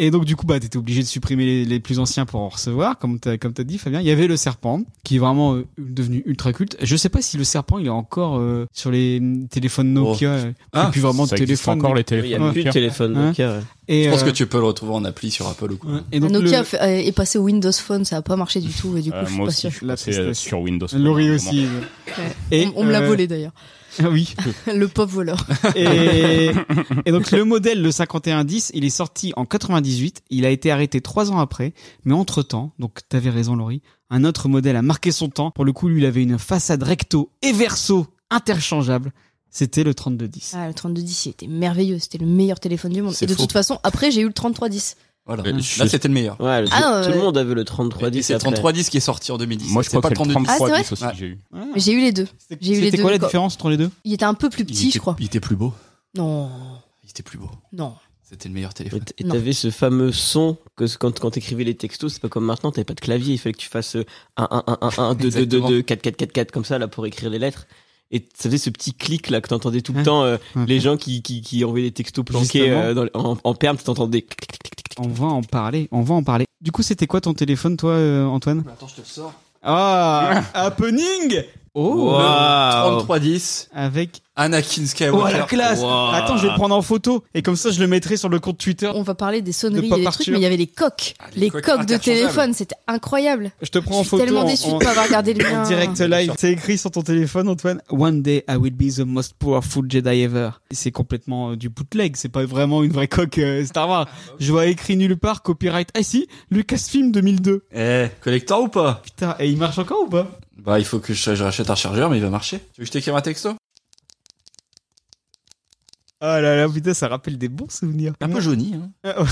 Et donc du coup bah t'étais obligé de supprimer les, les plus anciens pour en recevoir comme t'as comme t'as dit Fabien il y avait le serpent qui est vraiment euh, devenu ultra culte je sais pas si le serpent il est encore euh, sur les mm, téléphones Nokia euh,
Ah,
plus vraiment de
ça existe
téléphone
encore, les téléphones Oui, il y a plus de Nokia. téléphones Nokia, ouais.
Hein et
Je pense
euh,
que tu peux le retrouver en appli sur Apple ou quoi.
et donc
Nokia
le-
fait- euh, est passé au Windows Phone, ça a pas marché du tout, et du coup,
Euh,
je suis
moi
pas
aussi,
sûre.
je suis passé, euh, sur Windows.
Laurie aussi
Ouais.
Et,
on on me l'a
euh,
volé d'ailleurs.
ah oui
le pauvre voleur.
Et, et donc le modèle, le 5110, il est sorti en 98. Il a été arrêté trois ans après. Mais entre temps, donc t'avais raison Laurie, un autre modèle a marqué son temps. Pour le coup, lui, il avait une façade recto et verso interchangeable. C'était le 3210.
Ah, le 3210, il était merveilleux, c'était le meilleur téléphone du monde.
C'est
Et de
faux.
toute façon, après, j'ai eu le 3310.
Voilà.
Mais
Là,
je-
c'était le meilleur.
Mmh. Ouais,
Ah, tout- ouais, tout le ouais. monde
avait le 3310.
C'est le 3310 qui est sorti en 2010.
Moi, je
C'est
crois
pas
que c'est le
3210.
Ah, c'est vrai
aussi que j'ai eu.
Mais J'ai eu les deux. J'ai eu les
Ah. C'était
deux.
quoi la
Quand-
différence entre les deux
Il était un peu plus petit, je crois.
Il était plus beau.
Non,
Il était plus beau.
non.
C'était le meilleur téléphone.
Et
Non.
t'avais ce fameux son que ce- quand, quand t'écrivais les textos, c'est pas comme maintenant, t'avais pas de clavier, il fallait que tu fasses euh, 1, 1, 1, 1, 1, 2, 2, 2, 2, 4, 4, 4, 4, comme ça, là, pour écrire les lettres. Et ça faisait ce petit clic là que t'entendais tout le temps, euh, les gens qui, qui, qui envoyaient des textos planqués
Justement.
euh, dans les- en, en perme, t'entendais. clic, clic, clic, clic.
On va en parler. On va en parler. Du coup, c'était quoi ton téléphone, toi, euh, Antoine
Attends, je te le sors.
Ah, happening Oh,
Wow. Le 3310
avec
Anakin Skywalker.
Oh la classe
Wow.
Attends, je vais le prendre en photo et comme ça, je le mettrai sur le compte Twitter.
On va parler des sonneries
De
et des
Pop
trucs,
Arthur.
mais il y avait les coques.
Ah,
les
coques
coques de
interchangeables.
téléphone, c'était incroyable.
Je te prends en
suis
photo.
tellement
en-
déçu de
en-
pas avoir regardé les
en
liens.
Direct live. C'est écrit sur ton téléphone, Antoine. One day I will be the most powerful Jedi ever. C'est complètement euh, du bootleg. C'est pas vraiment une vraie coque euh, Star
Ah,
Wars.
bah
Je vois écrit nulle part, copyright. Ah si, Lucasfilm 2002.
Eh, collector ou pas
Putain, et il marche encore ou pas
Bah, il faut que je, je rachète un chargeur, mais il va marcher. Tu veux que je t'écrive un texto
Ah là là, putain, ça rappelle des bons souvenirs. Ah,
Un peu jauni, hein.
non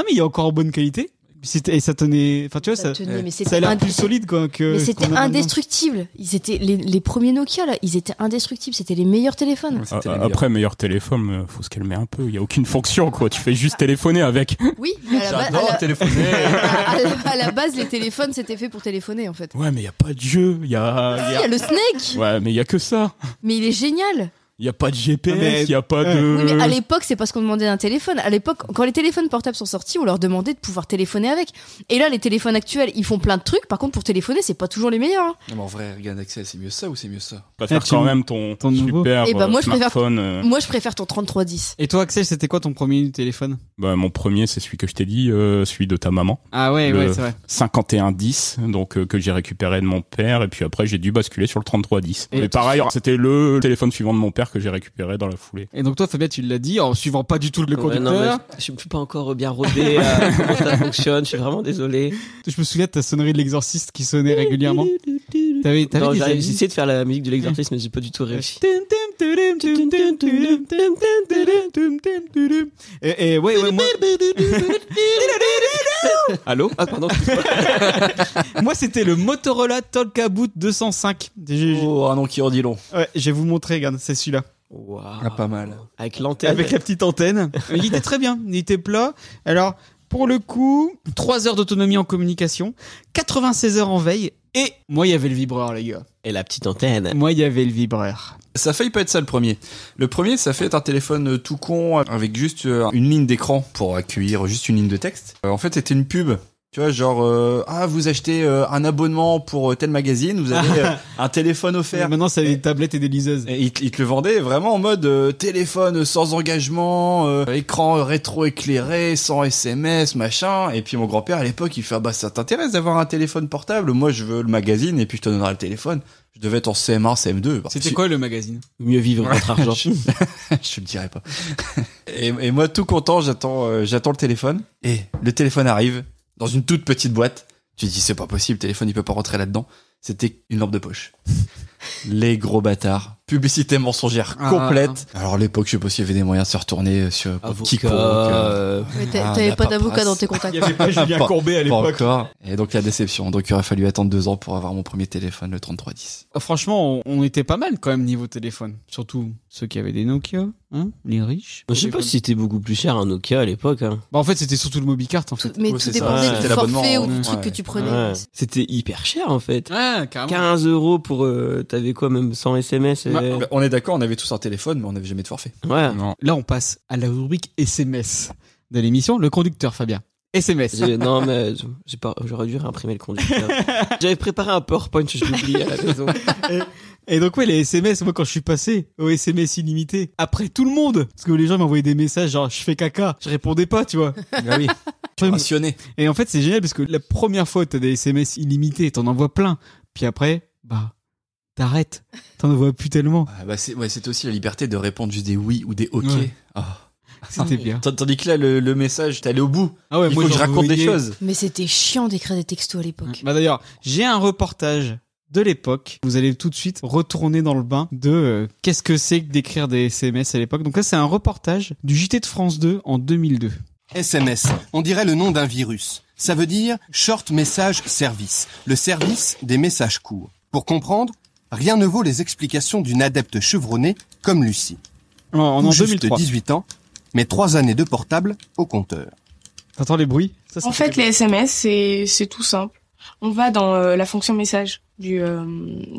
mais il est encore en bonne qualité. C'était- Et ça tenait. Enfin, tu vois, ça,
Ça tenait, mais
ça
c'était
a l'air
indé-
plus solide quoi, que.
Mais
ce
c'était
qu'on a maintenant.
indestructible. Ils étaient les, les premiers Nokia là, ils étaient indestructibles. C'était les meilleurs téléphones.
Ah, ah, Après, meilleur téléphone, euh, faut se calmer un peu. Il y a aucune fonction, quoi. Tu fais juste téléphoner avec.
Oui, mais à la, ba- à la-
téléphoner.
à la- Euh, à la base, les téléphones c'était fait pour téléphoner en fait.
Ouais, mais il y a pas de jeu. Il y a.
Ah, Il y a le Snake,
Ouais, mais il y a que ça.
mais il est génial.
Il n'y a pas de GPS, il
Mais-
n'y a pas de.
Euh.
Oui, mais à l'époque, c'est parce qu'on demandait un téléphone. À l'époque, quand les téléphones portables sont sortis, on leur demandait de pouvoir téléphoner avec. Et là, les téléphones actuels, ils font plein de trucs. Par contre, pour téléphoner, c'est pas toujours les meilleurs. hein.
Non, mais en vrai, regarde Axel, c'est mieux ça ou c'est mieux ça
Pas
Eh,
faire quand même ton,
Ah,
super
Eh ben, moi,
euh,
je préfère-
smartphone. euh.
Moi, je préfère ton 3310.
Et toi, Axel, c'était quoi ton premier téléphone
Bah, mon premier, c'est celui que je t'ai dit, euh, celui de ta maman.
Ah ouais,
Le
ouais, c'est vrai.
5110, donc euh, que j'ai récupéré de mon père, et puis après j'ai dû basculer sur le 3310.
Et-
Et, pareil, c'était le téléphone suivant de mon père que j'ai récupéré dans la foulée.
Et donc toi, Fabien, tu l'as dit en suivant pas du tout le
Ouais,
conducteur.
non, mais je- je suis pas encore bien rodé à comment ça fonctionne, je suis vraiment désolé.
Je me souviens de ta sonnerie de l'exorciste qui sonnait régulièrement. T'avais, t'avais
Non,
des
j'ai
amis-
essayé de faire la musique de l'exorcisme, mais j'ai pas du tout réussi.
Et, et ouais, ouais, moi...
Allô Ah, pardon.
moi, c'était le Motorola Talkaboot 205.
Oh, un nom qui en dit long.
Ouais, je vais vous montrer, regarde, c'est celui-là.
Ah, pas mal.
Avec l'antenne.
Avec la petite antenne. Il était très bien, il était plat. Alors, pour le coup, 3 heures d'autonomie en communication, 96 heures en veille, et moi, il y avait le vibreur, les gars.
Et la petite antenne.
Moi, il y avait le vibreur.
Ça a failli pas être ça le premier. Le premier, ça fait être un téléphone euh, tout con euh, avec juste euh, une ligne d'écran pour accueillir juste une ligne de texte. Euh, en fait, c'était une pub. Tu vois, genre, euh, ah, vous achetez euh, un abonnement pour euh, tel magazine, vous avez euh, un téléphone offert.
Maintenant, c'est des tablettes et des liseuses.
Et ils, te- ils te le vendaient vraiment en mode euh, téléphone sans engagement, euh, écran rétro-éclairé, sans SMS, machin. Et puis mon grand-père à l'époque, il fait ah bah ça t'intéresse d'avoir un téléphone portable Moi je veux le magazine et puis je te donnerai le téléphone. Je devais être en CM1, CM2. Bah,
C'était
si-
quoi le magazine
Mieux vivre votre argent.
je, je le dirai pas. Et, et moi tout content, j'attends, euh, j'attends le téléphone. Et le téléphone arrive dans une toute petite boîte. Tu te dis c'est pas possible, le téléphone il peut pas rentrer là-dedans. C'était une lampe de poche. Les gros bâtards. Publicité mensongère
Ah.
complète. Alors à l'époque, je sais pas s'il y avait des moyens de se retourner sur
Avocat,
Petit pot, euh,
Mais t'a-
ah,
T'avais
la
pas d'avocat
paperasse.
dans tes contacts.
Pas- pas encore. Et donc la déception. Donc il aurait fallu attendre deux ans pour avoir mon premier téléphone, le 3310.
Franchement, on, on était pas mal quand même niveau téléphone. Surtout ceux qui avaient des Nokia, hein, les riches.
Je sais pas si c'était beaucoup plus cher un Nokia à l'époque. hein.
Bah, en fait, c'était surtout le Mobicart en fait.
Mais tout dépendait
Ouais.
du forfait
C'était
hein.
l'abonnement,
ou du
ouais.
truc que tu prenais.
Ouais. C'était hyper cher en fait.
Ouais, carrément.
15 euros pour. euh, T'avais quoi même 100 SMS et-
Bah, on est d'accord, on avait tous un téléphone, mais on n'avait jamais de forfait.
Ouais.
Là, on passe à la rubrique SMS de l'émission. Le conducteur, Fabien. SMS.
J'ai- Non, mais je- j'ai pas- j'aurais dû réimprimer le conducteur. J'avais préparé un PowerPoint, je l'oublie à la maison.
Et donc ouais, les SMS, moi quand je suis passé au SMS illimité, après tout le monde, parce que les gens m'envoyaient des messages genre je fais caca, je répondais pas, tu vois.
Ah oui. Passionné.
Et en fait c'est génial parce que la première fois t'as des SMS illimités, t'en envoies plein, puis après bah t'arrêtes, t'en envoies plus tellement.
Ah bah c'est ouais, c'était aussi la liberté de répondre juste des oui ou des ok.
Ouais.
Ah.
C'était bien.
Tand- Tandis que là, le, le message, t'es allé au bout.
Ah ouais,
Il
moi,
faut que je
j'en
raconte des
voyais.
choses.
Mais c'était chiant d'écrire des textos à l'époque.
Bah d'ailleurs j'ai un reportage de l'époque. Vous allez tout de suite retourner dans le bain de euh, qu'est-ce que c'est que d'écrire des SMS à l'époque. Donc là c'est un reportage du JT de France 2 en 2002.
SMS, on dirait le nom d'un virus. Ça veut dire Short Message Service, le service des messages courts. Pour comprendre, rien ne vaut les explications d'une adepte chevronnée comme Lucie.
En, en
Tout juste
2003.
18 ans, mais trois années de portable au compteur.
T'entends les bruits Ça,
En fait, les SMS, c'est c'est tout simple. On va dans euh, la fonction message du, euh,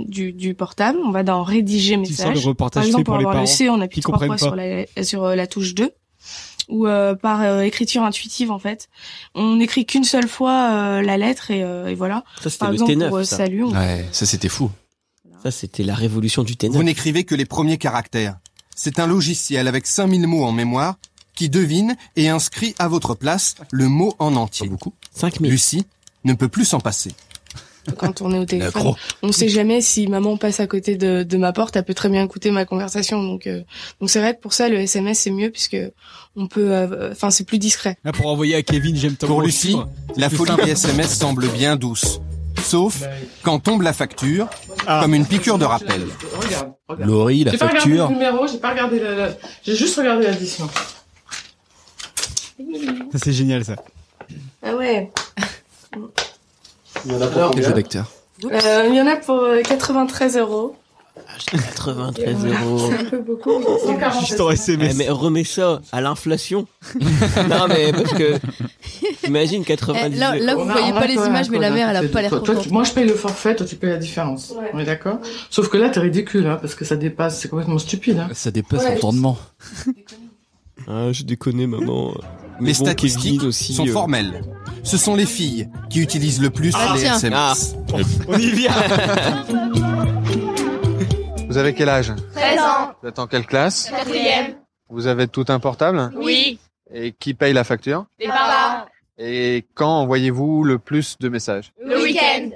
du, du portable, on va dans rédiger
Tu
message.
sens le
par
reportage fait
exemple,
pour
pour
les
avoir
parents
le C, on appuie
qui
trois fois
comprennent
sur
pas.
la, sur euh, la touche 2. Ou euh, par euh, écriture intuitive, en fait. On n'écrit qu'une seule fois euh, la lettre et, euh, et voilà.
Ça, c'était
par
le
exemple,
T9,
pour euh,
ça.
salut, on-
Ouais, ça c'était fou.
Ça, c'était la révolution du ténor.
Vous n'écrivez que les premiers caractères. C'est un logiciel avec 5000 mots en mémoire qui devine et inscrit à votre place le mot en entier. beaucoup.
5000.
Lucie ne peut plus s'en passer.
quand on est au téléphone.
L'accro.
On sait jamais si maman passe à côté de, de ma porte, elle peut très bien écouter ma conversation. Donc, euh, donc c'est vrai que pour ça, le SMS c'est mieux puisque on peut, euh, enfin, c'est plus discret.
Là, pour envoyer à Kevin, j'aime ton
Pour
gros
Lucie,
chiffre.
la
plus
folie
simple.
des SMS semble bien douce. Sauf quand tombe la facture, comme une piqûre de rappel.
Regarde, regarde.
Laurie,
J'ai pas regardé le numéro, j'ai pas regardé la, la- j'ai juste regardé l'addition.
Ça, c'est génial, ça.
Ah ouais.
Il y en a pour
combien
d'acteur.
Euh, il y en a pour euh, 93 euros.
93 euros.
C'est un peu beaucoup. mais 140,
Juste en SMS. mais remets ça à l'inflation. non, mais parce que. Imagine 90
Eh, là- là, vous voyez pas les images, mais la mère, elle a pas l'air
Toi, toi,
contente.
tu- Moi, je paye le forfait, toi, tu payes la différence. On est d'accord Sauf que là, t'es ridicule, hein, parce que ça dépasse, c'est complètement stupide. Hein.
Ça dépasse l'entendement.
Ah, je déconne, maman. Mais
les
bon,
statistiques
Kevin aussi,
sont
euh,
formelles. Ce sont les filles qui utilisent le plus
Ah,
les
tiens.
SMS.
Ah. On y vient.
Vous avez quel âge
13 ans.
Vous êtes en quelle classe
Quatrième.
Vous avez tout un portable
Oui.
Et qui paye la facture
Les papas.
Et quand envoyez-vous le plus de messages
Le week-end.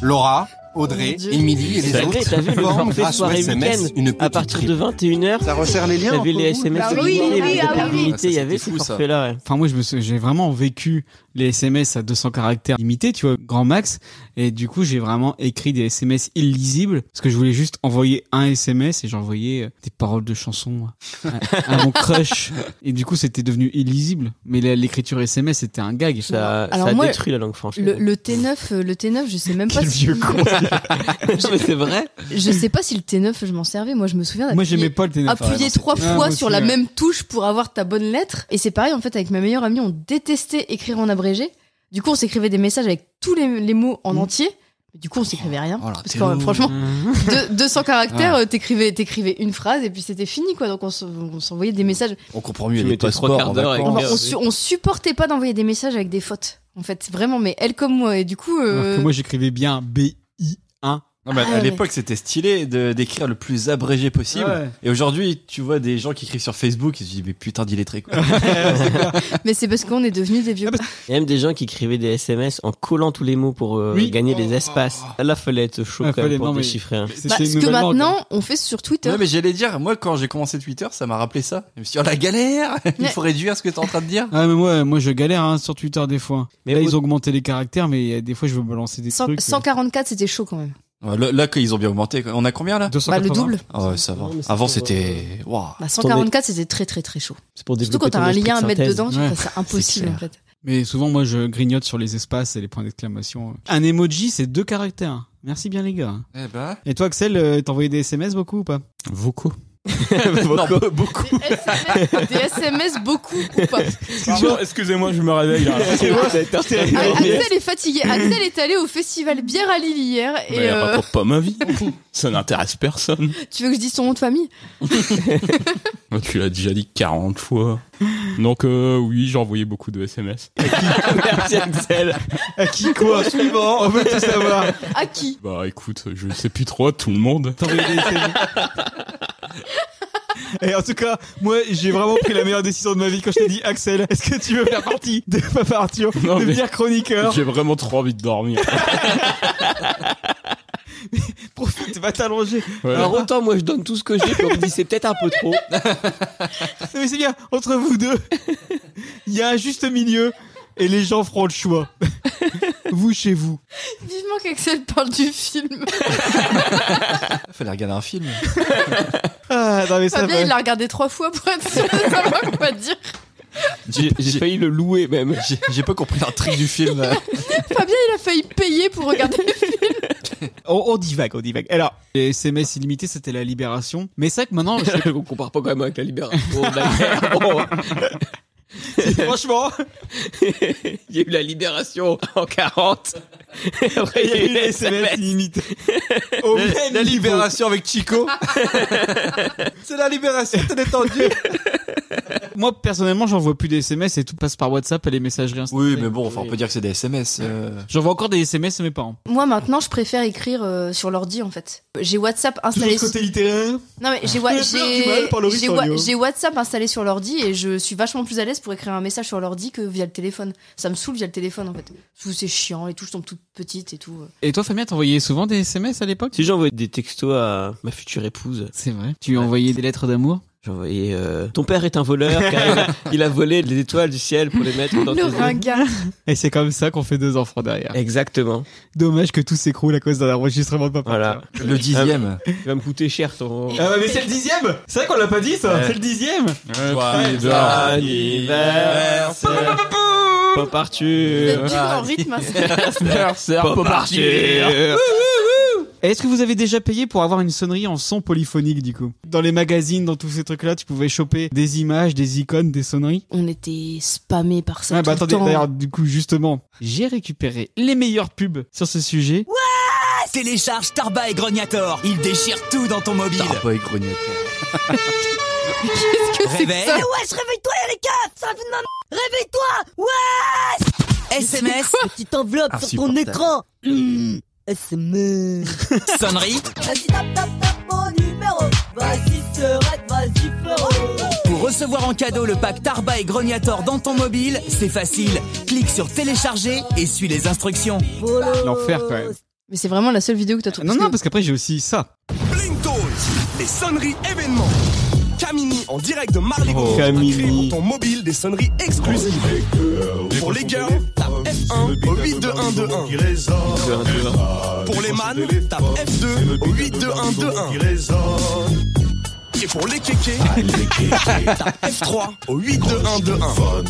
Laura, Audrey, Émilie et les
Sacré,
autres
T'as vu le
forment
forfait
grâce aux
soirée
SMS
week-end
une
à
petite
partir de 21h
Ça resserre les liens
T'as vu
entre
les
vous
SMS
Bah oui,
illimités,
oui,
les
ah
appels
oui.
illimités, il y
Ça,
avait
c'était
ces
fou, ça.
forfaits-là. ouais.
Enfin, moi, je me sou- j'ai vraiment vécu les SMS à 200 caractères limités, tu vois, grand max. Et du coup, j'ai vraiment écrit des SMS illisibles parce que je voulais juste envoyer un SMS et j'envoyais euh, des paroles de chansons à, à mon crush. Et du coup, c'était devenu illisible. Mais la- l'écriture SMS, c'était un gag.
Euh, Ça,
Alors ça a moi,
détruit la langue française.
Le, le T9, euh, le T9, je sais même pas si.
mais c'est vrai.
Je sais pas si le T9, je m'en servais. Moi, je me souviens
Moi, j'aimais pas le T9. Ah, ouais,
Appuyer
non,
trois
c'était- Ah,
fois
moi
sur
aussi,
la
ouais.
même touche pour avoir ta bonne lettre. Et c'est pareil, en fait, avec ma meilleure amie, on détestait écrire en abrégé. Du coup, on s'écrivait des messages avec tous les, les mots
Mmh.
en entier. Du coup, on s'écrivait rien. parce que,
télo.
euh, franchement,
Mmh.
de- 200 caractères,
Ouais.
euh, t'écrivais, t'écrivais une phrase et puis c'était fini, quoi. Donc, on se- on s'envoyait
Mmh.
des messages.
On comprend mieux
Tu
les
mettais trois
passeports.
quarts
en
d'heure
vacances.
avec
On, on su- on supportait pas d'envoyer des messages avec des fautes, en fait, vraiment, mais elle comme moi, et du coup. euh,
Alors que moi, j'écrivais bien B.
Non, mais
Ah
à
ouais.
l'époque, c'était stylé de d'écrire le plus abrégé possible.
Ouais.
Et aujourd'hui, tu vois des gens qui écrivent sur Facebook et tu dis, mais putain d'illettré quoi.
mais c'est parce qu'on est devenus des vieux.
Ah,
Il y a même des gens qui écrivaient des SMS en collant tous les mots pour euh,
Oui.
gagner des espaces. Là, fallait être chaud
Ah,
quand même
fallait-
pour
non, mais-
déchiffrer. hein.
mais
Bah, ce que maintenant, on fait sur Twitter.
Non, mais j'allais dire, moi, quand j'ai commencé Twitter, ça m'a rappelé ça. Je me suis dit, oh, la galère! Il faut réduire ce que t'es en train de dire.
Ah, mais moi, moi, je galère hein, sur Twitter des fois.
Mais
Là, ils ont augmenté les caractères, mais euh, des fois, je veux balancer des
Cent-
trucs. euh.
144, c'était chaud quand même.
Ouais, Là, là, ils ont bien augmenté. quoi. On a combien là
Bah, le double.
Ah ouais, ça va.
mais c'est
Avant,
pour,
c'était. Waouh.
Bah, 144, c'était très très très chaud.
C'est pour
Surtout quand t'as un lien à mettre dedans, tu
Ouais.
vois, c'est impossible en fait.
Mais souvent, moi, je grignote sur les espaces et les points d'exclamation. Un emoji, c'est deux caractères. Merci bien, les gars.
Eh ben.
Et toi, Axel, euh, t'as envoyé des SMS beaucoup ou pas Beaucoup.
beaucoup. beaucoup.
Des SMS beaucoup ou pas
Pardon, excusez-moi, je me réveille. là.
ah, Axel est fatigué. Axel est allé au festival Bière à Lille hier et
Mais
euh,
rapporte pas ma vie. Ça n'intéresse personne.
tu veux que je dise son nom de famille
Oh, Tu l'as déjà dit 40 fois. Donc euh, oui, j'ai envoyé beaucoup de SMS.
Merci Axel.
À qui quoi Suivant, on veut tout savoir.
À qui
Bah écoute, je sais plus trop, à tout le monde.
Et en tout cas, moi, j'ai vraiment pris la meilleure décision de ma vie quand je t'ai dit Axel, est-ce que tu veux faire partie de Papa Arthur,
Non, mais-
devenir chroniqueur
J'ai vraiment trop envie de dormir.
Profite, va t'allonger.
Ouais.
Alors autant moi je donne tout ce que j'ai, puis on me dit c'est peut-être un peu trop.
Non, mais c'est bien, entre vous deux, il y a un juste milieu et les gens feront le choix. vous chez vous.
Vivement qu'Axel parle du film.
Fallait regarder un film.
Ah, non, mais ça
Fabien,
va.
il l'a regardé trois fois pour être sûr de savoir quoi dire.
J'ai j'ai failli le louer même.
J'ai pas compris l'intrigue du film.
Fabien, il a failli payer pour regarder le film.
On, on divague, on divague. Alors, les SMS illimités, c'était la libération. Mais c'est vrai que maintenant, je-
On compare pas quand même avec la libération. Oh.
Franchement,
il y a eu la libération en 40. Et après, il y a eu les SMS.
illimités. Au
La-
même
la
niveau.
libération avec Chico. C'est la libération, t'es détendu.
Moi, personnellement, j'envoie plus des SMS et tout passe par WhatsApp et les messageries instantanées.
Oui, mais bon, enfin, on peut dire que c'est des SMS. euh.
J'envoie encore des SMS à mes parents.
Moi maintenant, je préfère écrire euh, sur l'ordi en fait. J'ai WhatsApp installé.
Toujours le côté littéraire.
Non mais j'ai
Le
wa-
beurre du mal par Laurie
j'ai j'ai
Soriot.
wa- j'ai WhatsApp installé sur l'ordi et je suis vachement plus à l'aise pour écrire un message sur l'ordi que via le téléphone. Ça me saoule via le téléphone en fait. Parce que C'est chiant, les touches tombent toutes petites et tout. euh.
Et toi, Fabien, t'envoyais souvent des SMS à l'époque
Si j'envoyais des textos à ma future épouse.
C'est vrai. Tu lui envoyais des lettres d'amour
J'envoyais euh, Ton père est un voleur car il a, il a volé les étoiles du ciel pour les mettre dans tes yeux.
Et c'est comme ça qu'on fait deux enfants derrière.
Exactement.
Dommage que tout s'écroule à cause d'un enregistrement de papa.
Voilà. Ah
Le dixième.
Il va me coûter cher ton.
Ah bah mais c'est le dixième C'est vrai qu'on l'a pas dit ça
Ouais.
C'est le dixième
Pop Arthur
Du coup, en rythme, hein, c'est-
Pop Arthur
Et Est-ce que vous avez déjà payé pour avoir une sonnerie en son polyphonique du coup Dans les magazines, dans tous ces trucs-là, tu pouvais choper des images, des icônes, des sonneries
On était spammés par ça.
Ah
tout
bah
le
attendez,
temps.
d'ailleurs du coup justement, j'ai récupéré les meilleures pubs sur ce sujet.
Télécharge Tarba et Grognator. Il déchire tout dans ton mobile.
Tarba et Grognator.
Qu'est-ce
que c'est Réveil. que
Eh
ça
Wesh, réveille-toi, les gars Ça fout de ma m- Réveille-toi Wesh SMS, petite enveloppe sur ton
Insupportable.
écran. Hum, SMS.
Sonnerie
Vas-y, tape, tape, tape mon numéro. Vas-y, serette, vas-y, frérot.
Pour recevoir en cadeau le pack Tarba et Grognator dans ton mobile, c'est facile. Clique sur télécharger et suis les instructions.
L'enfer quand même.
Mais c'est vraiment la seule vidéo Ah, que t'as trouvée.
Non non parce qu'après j'ai aussi ça.
Toys, les sonneries événements. Camini en direct de Marley
Oh,
Gros a
Camini.
créé pour ton mobile des sonneries exclusives. Pour les girls, tape F1 au 82121. Pour les man, tape F2 au 82121. Et pour les kékés, tape F3 au 82121.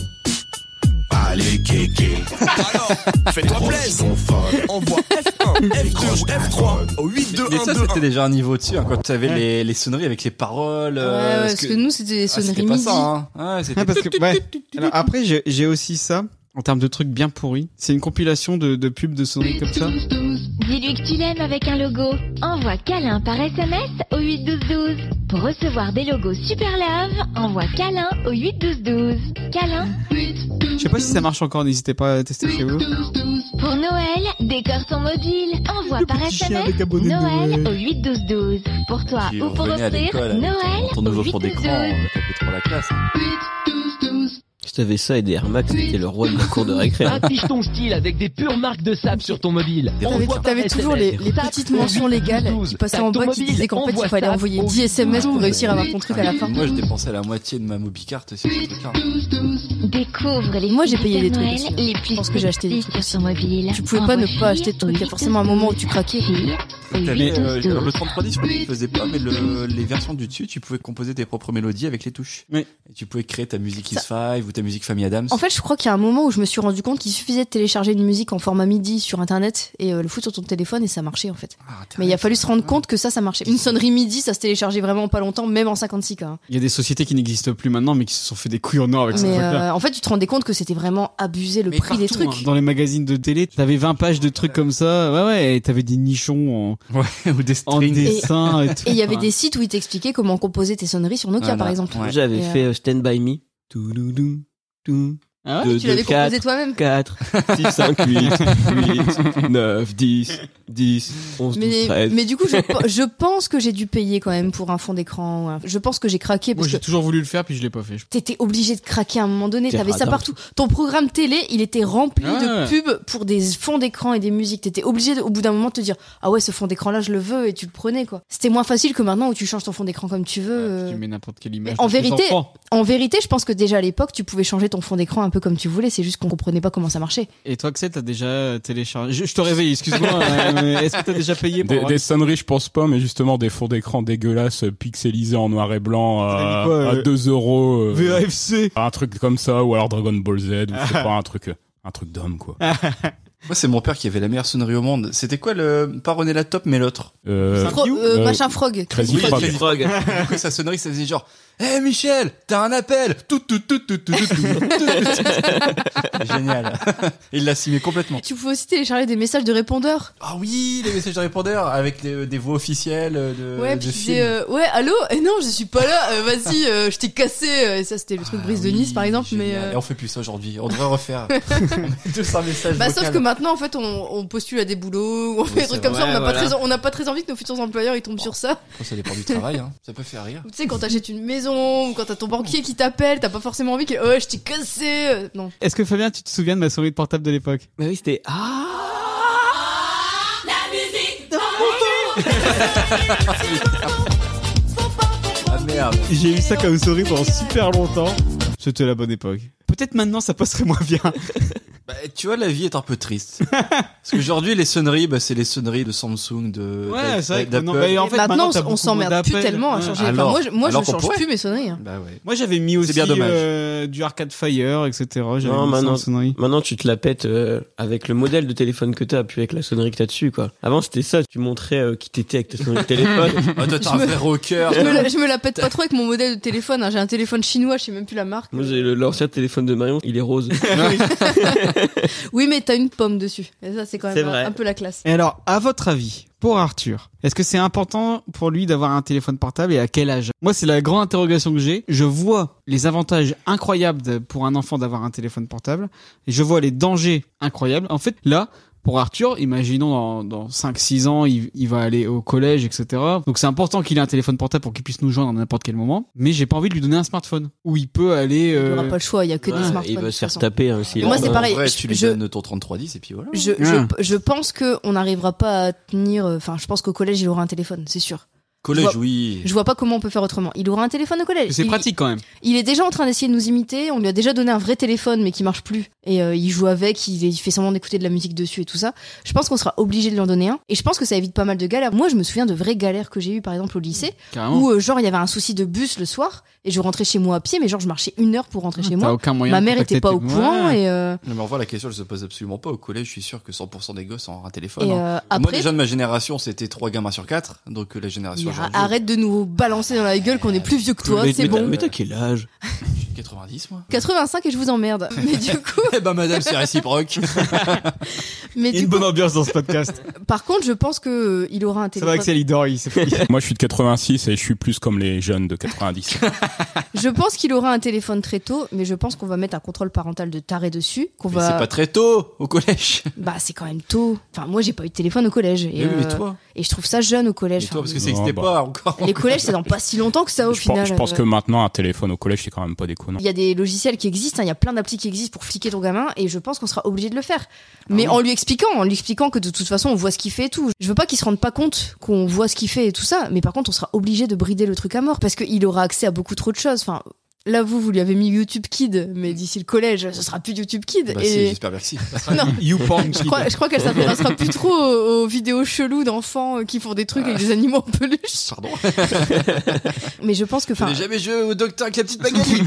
Allez kéké. Alors, fais-toi plaisir. Envoie F1, F2, F3 au
Mais ça,
82121.
c'était déjà Oh, un niveau dessus, hein, quand tu avais
Ouais.
les, les sonneries avec les paroles.
Ouais,
euh,
ouais,
parce
parce que nous, c'était des
Ah, c'était
sonneries
pas
midi.
ça, hein. Ouais, c'était-
Ah, parce que- ouais. Alors, après j'ai- j'ai aussi ça en termes de trucs bien pourris. C'est une compilation de, de pubs de sonneries comme ça.
Dis-lui que tu l'aimes avec un logo. Envoie câlin par SMS au 81212. Pour recevoir des logos super love, envoie câlin au 81212. Câlin.
Je sais pas si ça marche encore, n'hésitez pas à tester chez vous.
Pour Noël, décore ton mobile. Envoie par
chien
SMS
avec un bonnet de
Noël
Noël.
au 81212. Pour toi
Qui
ou pour
revenait à
offrir
l'école avec
Noël
ton
au
nouveau fond d'écran, euh,
81212.
t'avais trop la classe.
Si t'avais ça et des Air Max, t'étais le roi de la cour de récré. hein.
Affiche ton style avec des pures marques de sable sur ton mobile.
T'avais,
Envoie
t'avais
par
toujours les,
SMS.
les petites mentions légales qui passaient en bas qui disaient qu'en fait il fallait envoyer 10 SMS pour réussir à avoir ton truc à la fin.
Ah, Moi, je dépensais la moitié de ma mobicarte sur ce truc-là.
Découvre les
Moi j'ai payé des trucs.
Noël,
aussi.
les
Je
plus
pense que j'ai acheté des trucs.
sur ton mobile. Ah
Tu pouvais pas ne pas acheter de trucs. Il y a forcément un moment où tu craquais.
T'avais, euh, le 3310, je crois que tu le faisais pas, mais le- les versions du dessus, tu pouvais composer tes propres mélodies avec les touches. Et tu pouvais créer ta musique Is Five ou ta musique Famille Adams.
En fait, je crois qu'il y a un moment où je me suis rendu compte qu'il suffisait de télécharger une musique en format MIDI sur internet et euh, le foutre sur ton téléphone et ça marchait en fait.
Ah,
Mais il a fallu se rendre compte que ça, ça marchait. Une sonnerie MIDI, ça se téléchargeait vraiment pas longtemps, même en 56K. hein.
Il y a des sociétés qui n'existent plus maintenant, mais qui se sont fait des couilles en or avec ces
Mais
trucs-là.
euh, en fait, tu te rendais compte que c'était vraiment abusé le prix des trucs.
Dans les magazines de télé, t'avais 20 pages de trucs comme ça. Ouais, ouais, et t'avais des nichons en,
ou des
en dessin et, tout. Ah. bah,
Et il y avait
Ouais.
des sites où ils t'expliquaient comment composer tes sonneries sur
Ah,
Nokia, par exemple.
J'avais
Et, euh,
fait euh, Stand By Me. Tout, tout, tout, tout.
Ah ouais, tu l'avais composé toi-même
4, 6, 5, 8, 8, 9, 10, 10, 11, 12,
Mais,
13.
mais du coup, je, pe- je pense que j'ai dû payer quand même pour un fond d'écran. ou un- Je pense que j'ai craqué
Moi,
parce
j'ai
que
toujours voulu le faire, puis je l'ai pas fait. je-
t'étais obligé de craquer à un moment donné.
T'es
T'avais ça
radin.
partout. Ton programme télé, il était rempli
Ah
de
ouais.
pubs pour des fonds d'écran et des musiques. T'étais obligé de- au bout d'un moment de te dire ah ouais, ce fond d'écran-là, je le veux et tu le prenais quoi. C'était moins facile que maintenant où tu changes ton fond d'écran comme tu veux. euh.
Ah, Tu mets n'importe quelle image.
Mais en
de tes
vérité,
enfants.
en vérité, je pense que déjà à l'époque, tu pouvais changer ton fond d'écran un peu comme tu voulais. C'est juste qu'on comprenait pas comment ça marchait.
Et toi, Axel, t'as déjà téléchargé. Je, je te réveille, excuse-moi. euh, mais Est-ce que t'as déjà payé pour
Des,
avoir-
des sonneries, je pense pas, mais justement des fonds d'écran dégueulasses, euh, pixelisés en noir et blanc à,
mis quoi,
à
euh,
2 euros. euh,
VAFC.
Un truc comme ça, ou alors Dragon Ball Z, ou je sais pas, un truc, euh, un truc d'homme, quoi.
Moi, c'est mon père qui avait la meilleure sonnerie au monde. C'était quoi le, pas René la top, mais l'autre?
Euh,
Fro- euh, machin frog.
Crazy
Frog.
Frog. Du coup, sa sonnerie, ça faisait genre, hé Michel, t'as un appel! Tout, tout, tout, tout, tout, tout, tout, tout. Génial. Il l'assimilait complètement.
Tu pouvais aussi télécharger des messages de répondeurs.
Ah oui, les messages de répondeurs avec des, des voix officielles euh, de,
Ouais,
de
puis tu
films.
disais, euh, ouais, allô Eh non, je suis pas là, euh, vas-y, euh, je t'ai cassé. euh, Et ça, c'était le truc Brise de Nice, par exemple, mais... euh,
Ah Et on fait plus ça aujourd'hui. On devrait refaire. On met tous un message
Bah,
vocal.
sauf que maintenant, en fait, on, on postule à des boulots, ou on fait
c'est
des trucs comme
vrai.
ça, on n'a
Ouais,
pas,
voilà.
très- on n'a pas très envie que nos futurs employeurs, ils tombent sur ça.
Après, ça dépend du travail, hein. Ça peut faire rire.
Ou Tu sais, quand t'achètes une maison, ou quand t'as ton banquier qui t'appelle, t'as pas forcément envie que, oh, je t'ai cassé. euh, Non.
Est-ce que Fabien, tu te souviens de ma souris de portable de l'époque
Bah oui, c'était ah.
Ah merde.
J'ai eu ça comme souris pendant super longtemps. C'était la bonne époque. Peut-être maintenant ça passerait moins bien.
Bah, tu vois, la vie est un peu triste. Parce qu'aujourd'hui, les sonneries, bah, c'est les sonneries de Samsung, de.
Ouais,
d'a-
c'est vrai que
d'Apple.
maintenant- bah, en fait,
Maintenant,
t'as
on
beaucoup
s'emmerde plus
d'appels.
tellement à
Ouais.
changer. Enfin,
Alors-
moi, je- moi, je
alors
ne
qu'on
change
pourrait.
plus mes sonneries.
Bah,
hein.
Moi, j'avais mis aussi
Ah bien dommage.
euh, du Arcade Fire, etc.
Oh,
J'avais
Non,
mis ça en
maintenant,
sonnerie.
maintenant tu te la pètes euh, avec le modèle de téléphone que t'as, puis avec la sonnerie que t'as dessus, quoi. Avant c'était ça, tu montrais euh, qui t'étais avec ta sonnerie de téléphone.
Ah, toi, t'es un vrai rocker.
Je me, la, je me la pète pas trop avec mon modèle de téléphone. hein. J'ai un téléphone chinois, je sais même plus la marque.
Moi j'ai le- l'ancien téléphone de Marion, il est rose.
Oui, mais t'as une pomme dessus. Et ça, c'est quand
C'est
même
vrai.
un, un peu la classe.
Et alors, à votre avis, pour Arthur, est-ce que c'est important pour lui d'avoir un téléphone portable et à quel âge Moi, c'est la grande interrogation que j'ai. Je vois les avantages incroyables de- pour un enfant d'avoir un téléphone portable et je vois les dangers incroyables. En fait, là, pour Arthur, imaginons dans, dans 5-6 ans, il, il va aller au collège, etc. Donc c'est important qu'il ait un téléphone portable pour qu'il puisse nous joindre à n'importe quel moment. Mais j'ai pas envie de lui donner un smartphone où il peut aller.
Il
euh,
aura pas le choix, il y a que des smartphones.
il
de
va
toute
se faire
façon.
taper. hein, s'il
Et moi,
a-
c'est pareil.
Ouais,
je-
tu lui
je-
donnes ton 3310 et puis voilà.
Je,
Hein.
je, je pense que on n'arrivera pas à tenir. euh, Enfin, je pense qu'au collège, il aura un téléphone, c'est sûr.
Collège,
je vois,
oui.
Je vois pas comment on peut faire autrement. Il aura un téléphone au collège.
C'est
Il-
pratique hein. quand même.
Il est déjà en train d'essayer de nous imiter. On lui a déjà donné un vrai téléphone, mais qui marche plus. Et euh, il joue avec, il, il fait semblant d'écouter de la musique dessus et tout ça. Je pense qu'on sera obligé de lui en donner un. Et je pense que ça évite pas mal de galères. Moi, je me souviens de vraies galères que j'ai eues, par exemple, au lycée,
Mm. Carrément.
où euh, genre il y avait un souci de bus le soir et je rentrais chez moi à pied, mais genre je marchais une heure pour rentrer chez moi.
Ah, aucun moyen
Ma
de
mère
contacter
était pas
tes-
au courant
Ouais.
et. euh,
Non, mais en vrai, la question, elle se pose absolument pas. Au collège, je suis sûr que 100% des gosses auront un téléphone.
Et,
hein.
euh,
Moi,
après-
déjà, de ma génération, c'était trois gamins sur quatre. Donc, euh, la génération
Mais
aujourd'hui.
Arrête de nous balancer dans la gueule qu'on est plus vieux que ah, toi,
Mais-
c'est
mais t'as-
bon.
mais t'as
quel âge
J'ai 90, moi.
85 et je vous emmerde. Mais du coup,
eh ben, madame, c'est réciproque.
mais du-
bonne ambiance dans ce podcast.
par contre, je pense que euh, il aura un téléphone.
il dort, il s'est
Moi, je suis de 86 et je suis plus comme les jeunes de 90.
Je pense qu'il aura un téléphone très tôt, mais je pense qu'on va mettre un contrôle parental de taré dessus, qu'on
Mais
va.
c'est pas très tôt, au collège.
Bah c'est quand même tôt. Enfin moi j'ai pas eu de téléphone au collège. Et, euh,
Mais oui, mais toi
Et je trouve ça jeune au collège.
Et toi, parce que
Enfin,
ça n'existait
bah.
pas encore.
Les collèges c'est dans pas si longtemps que ça au
Je pense,
final.
je pense
euh,
que maintenant, un téléphone au collège, c'est quand même pas déconnant.
Il y a des logiciels qui existent, hein, il y a plein d'applis qui existent pour fliquer ton gamin et je pense qu'on sera obligé de le faire.
Ah
Mais en lui expliquant, en lui expliquant que de toute façon on voit ce qu'il fait et tout. Je veux pas qu'il se rende pas compte qu'on voit ce qu'il fait et tout ça, mais par contre on sera obligé de brider le truc à mort parce qu'il aura accès à beaucoup trop de choses. Enfin, là vous, vous lui avez mis YouTube Kid, mais d'ici le collège ce sera plus YouTube Kid.
Mm. Bah, si,
et...
j'espère bien que si.
Non.
YouPorn
Je crois, je crois qu'elle s'intéressera plus trop aux, aux vidéos cheloues d'enfants euh, qui font des trucs avec des animaux en peluche.
Ah. Pardon.
Mais je pense que,
Je
enfin,
n'ai jamais joué au docteur avec la petite Magali.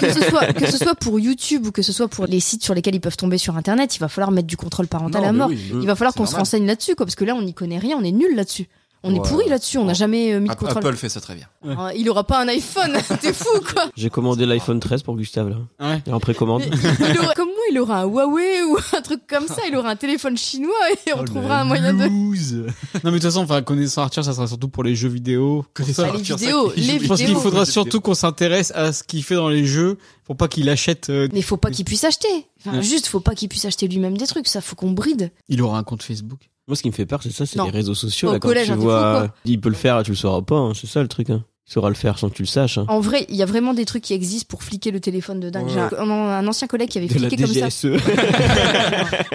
que ce soit que ce soit pour YouTube ou que ce soit pour les sites sur lesquels ils peuvent tomber sur Internet, il va falloir mettre du contrôle parental
Non,
à
mais
mort.
oui,
il va falloir
c'est
qu'on se
normal.
renseigne là-dessus, quoi, parce que là, on n'y connaît rien, on est nul là-dessus. On est
Ouais.
pourri là-dessus, on n'a jamais euh, mis de
Apple
contrôle.
fait ça très bien.
Ah, Il aura pas un iPhone, t'es fou quoi.
J'ai commandé l'iPhone 13 pour Gustave là.
Ouais.
Et en précommande.
Il aura- comme moi, il aura un Huawei ou un truc comme ça, il aura un téléphone chinois et
Oh,
on trouvera un moyen de.
non mais de toute façon, enfin, connaissant Arthur, ça sera surtout pour les jeux vidéo.
Connaissant Ah, les Arthur, ça, vidéos, il joue- les
Je pense qu'il
vidéos.
faudra
Les vidéos.
surtout qu'on s'intéresse à ce qu'il fait dans les jeux pour pas qu'il achète. euh,
Mais faut pas qu'il puisse acheter. Enfin,
Ouais.
juste, faut pas qu'il puisse acheter lui-même des trucs, ça faut qu'on bride.
Il aura un compte Facebook.
Moi, ce qui me fait peur, c'est ça, c'est
Non.
les réseaux sociaux.
Au
là, quand
collège,
tu
hein, t'es
vois,
fou, quoi.
il peut le faire, tu le sauras pas. hein, c'est ça le truc. Hein. Il saura le faire sans que tu le saches. hein.
En vrai, il y a vraiment des trucs qui existent pour fliquer le téléphone de dingue.
Ouais.
J'ai un, un ancien collègue qui avait
De la
fliqué comme ça.
DGSE.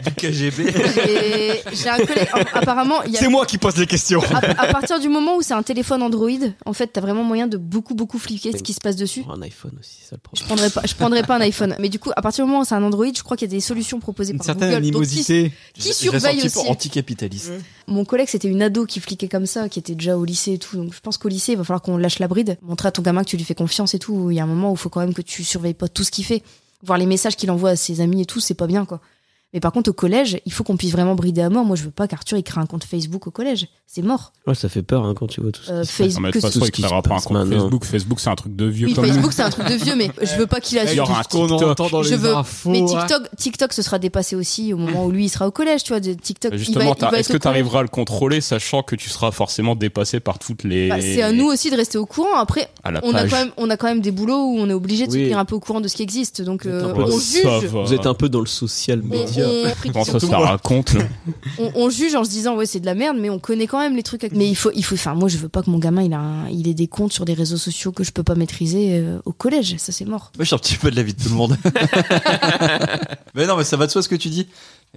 Du KGB.
Et J'ai un collègue. en- apparemment, il y a-
C'est moi qui pose les questions.
À, à partir du moment où c'est un téléphone Android, en fait, t'as vraiment moyen de beaucoup, beaucoup fliquer ce qui se passe dessus.
Un iPhone aussi, c'est ça le
Je
problème.
prendrais pas, je prendrais pas un iPhone. Mais du coup, à partir du moment où c'est un Android, je crois qu'il y a des solutions proposées
Une
par
certaine
Google. donc qui-
animosité.
qui surveille aussi. Mmh.
anticapitaliste.
Mon collègue, c'était une ado qui fliquait comme ça, qui était déjà au lycée et tout. Donc je pense qu'au lycée, il va falloir qu'on lâche la bride, montrer à ton gamin que tu lui fais confiance et tout. Il y a un moment où il faut quand même que tu surveilles pas tout ce qu'il fait. Voir les messages qu'il envoie à ses amis et tout, c'est pas bien quoi. Mais par contre, au collège, il faut qu'on puisse vraiment brider à mort. Moi, je veux pas qu'Arthur il crée un compte Facebook au collège. C'est mort.
Ouais, ça fait peur hein, quand tu vois tout ça.
Euh,
Non, mais
Facebook,
de toute façon,
tout ce
il
qui
créera
se
pas un
passe
compte
maintenant.
Facebook. Facebook, c'est un truc de vieux.
oui,
quand même.
Facebook, c'est un truc de vieux, mais je veux pas qu'il
Il
assume.
y aura un
Tout ce qu'on
TikTok.
entend dans les
Je veux,
infos, hein.
mais
ouais.
TikTok, TikTok, ce sera dépassé aussi au moment où lui il sera au collège, tu vois. de- TikTok, il va-
Bah, Justement,
il
t'as-
va
est-ce
être
que
au
tu arriveras à le contrôler, sachant que tu seras forcément dépassé par toutes les.
Bah, c'est à nous aussi de rester au courant. Après,
À la
on a,
page.
quand même, on a quand même des boulots où on est obligé de se
Oui.
tenir un peu au courant de ce qui existe. Donc, euh,
un peu-
on, juge,
Ça va.
Vous êtes un peu dans le social
on,
media.
on-
Comment ça se la raconte là
on- on juge en se disant, ouais, c'est de la merde, mais on connaît quand même les trucs. Mais il faut, il faut, enfin, moi, je veux pas que mon gamin, il, a un- il ait des comptes sur des réseaux sociaux que je peux pas maîtriser euh, au collège. Ça, c'est mort.
Moi, je suis un petit peu de la vie de tout le monde. mais non, mais ça va de soi ce que tu dis.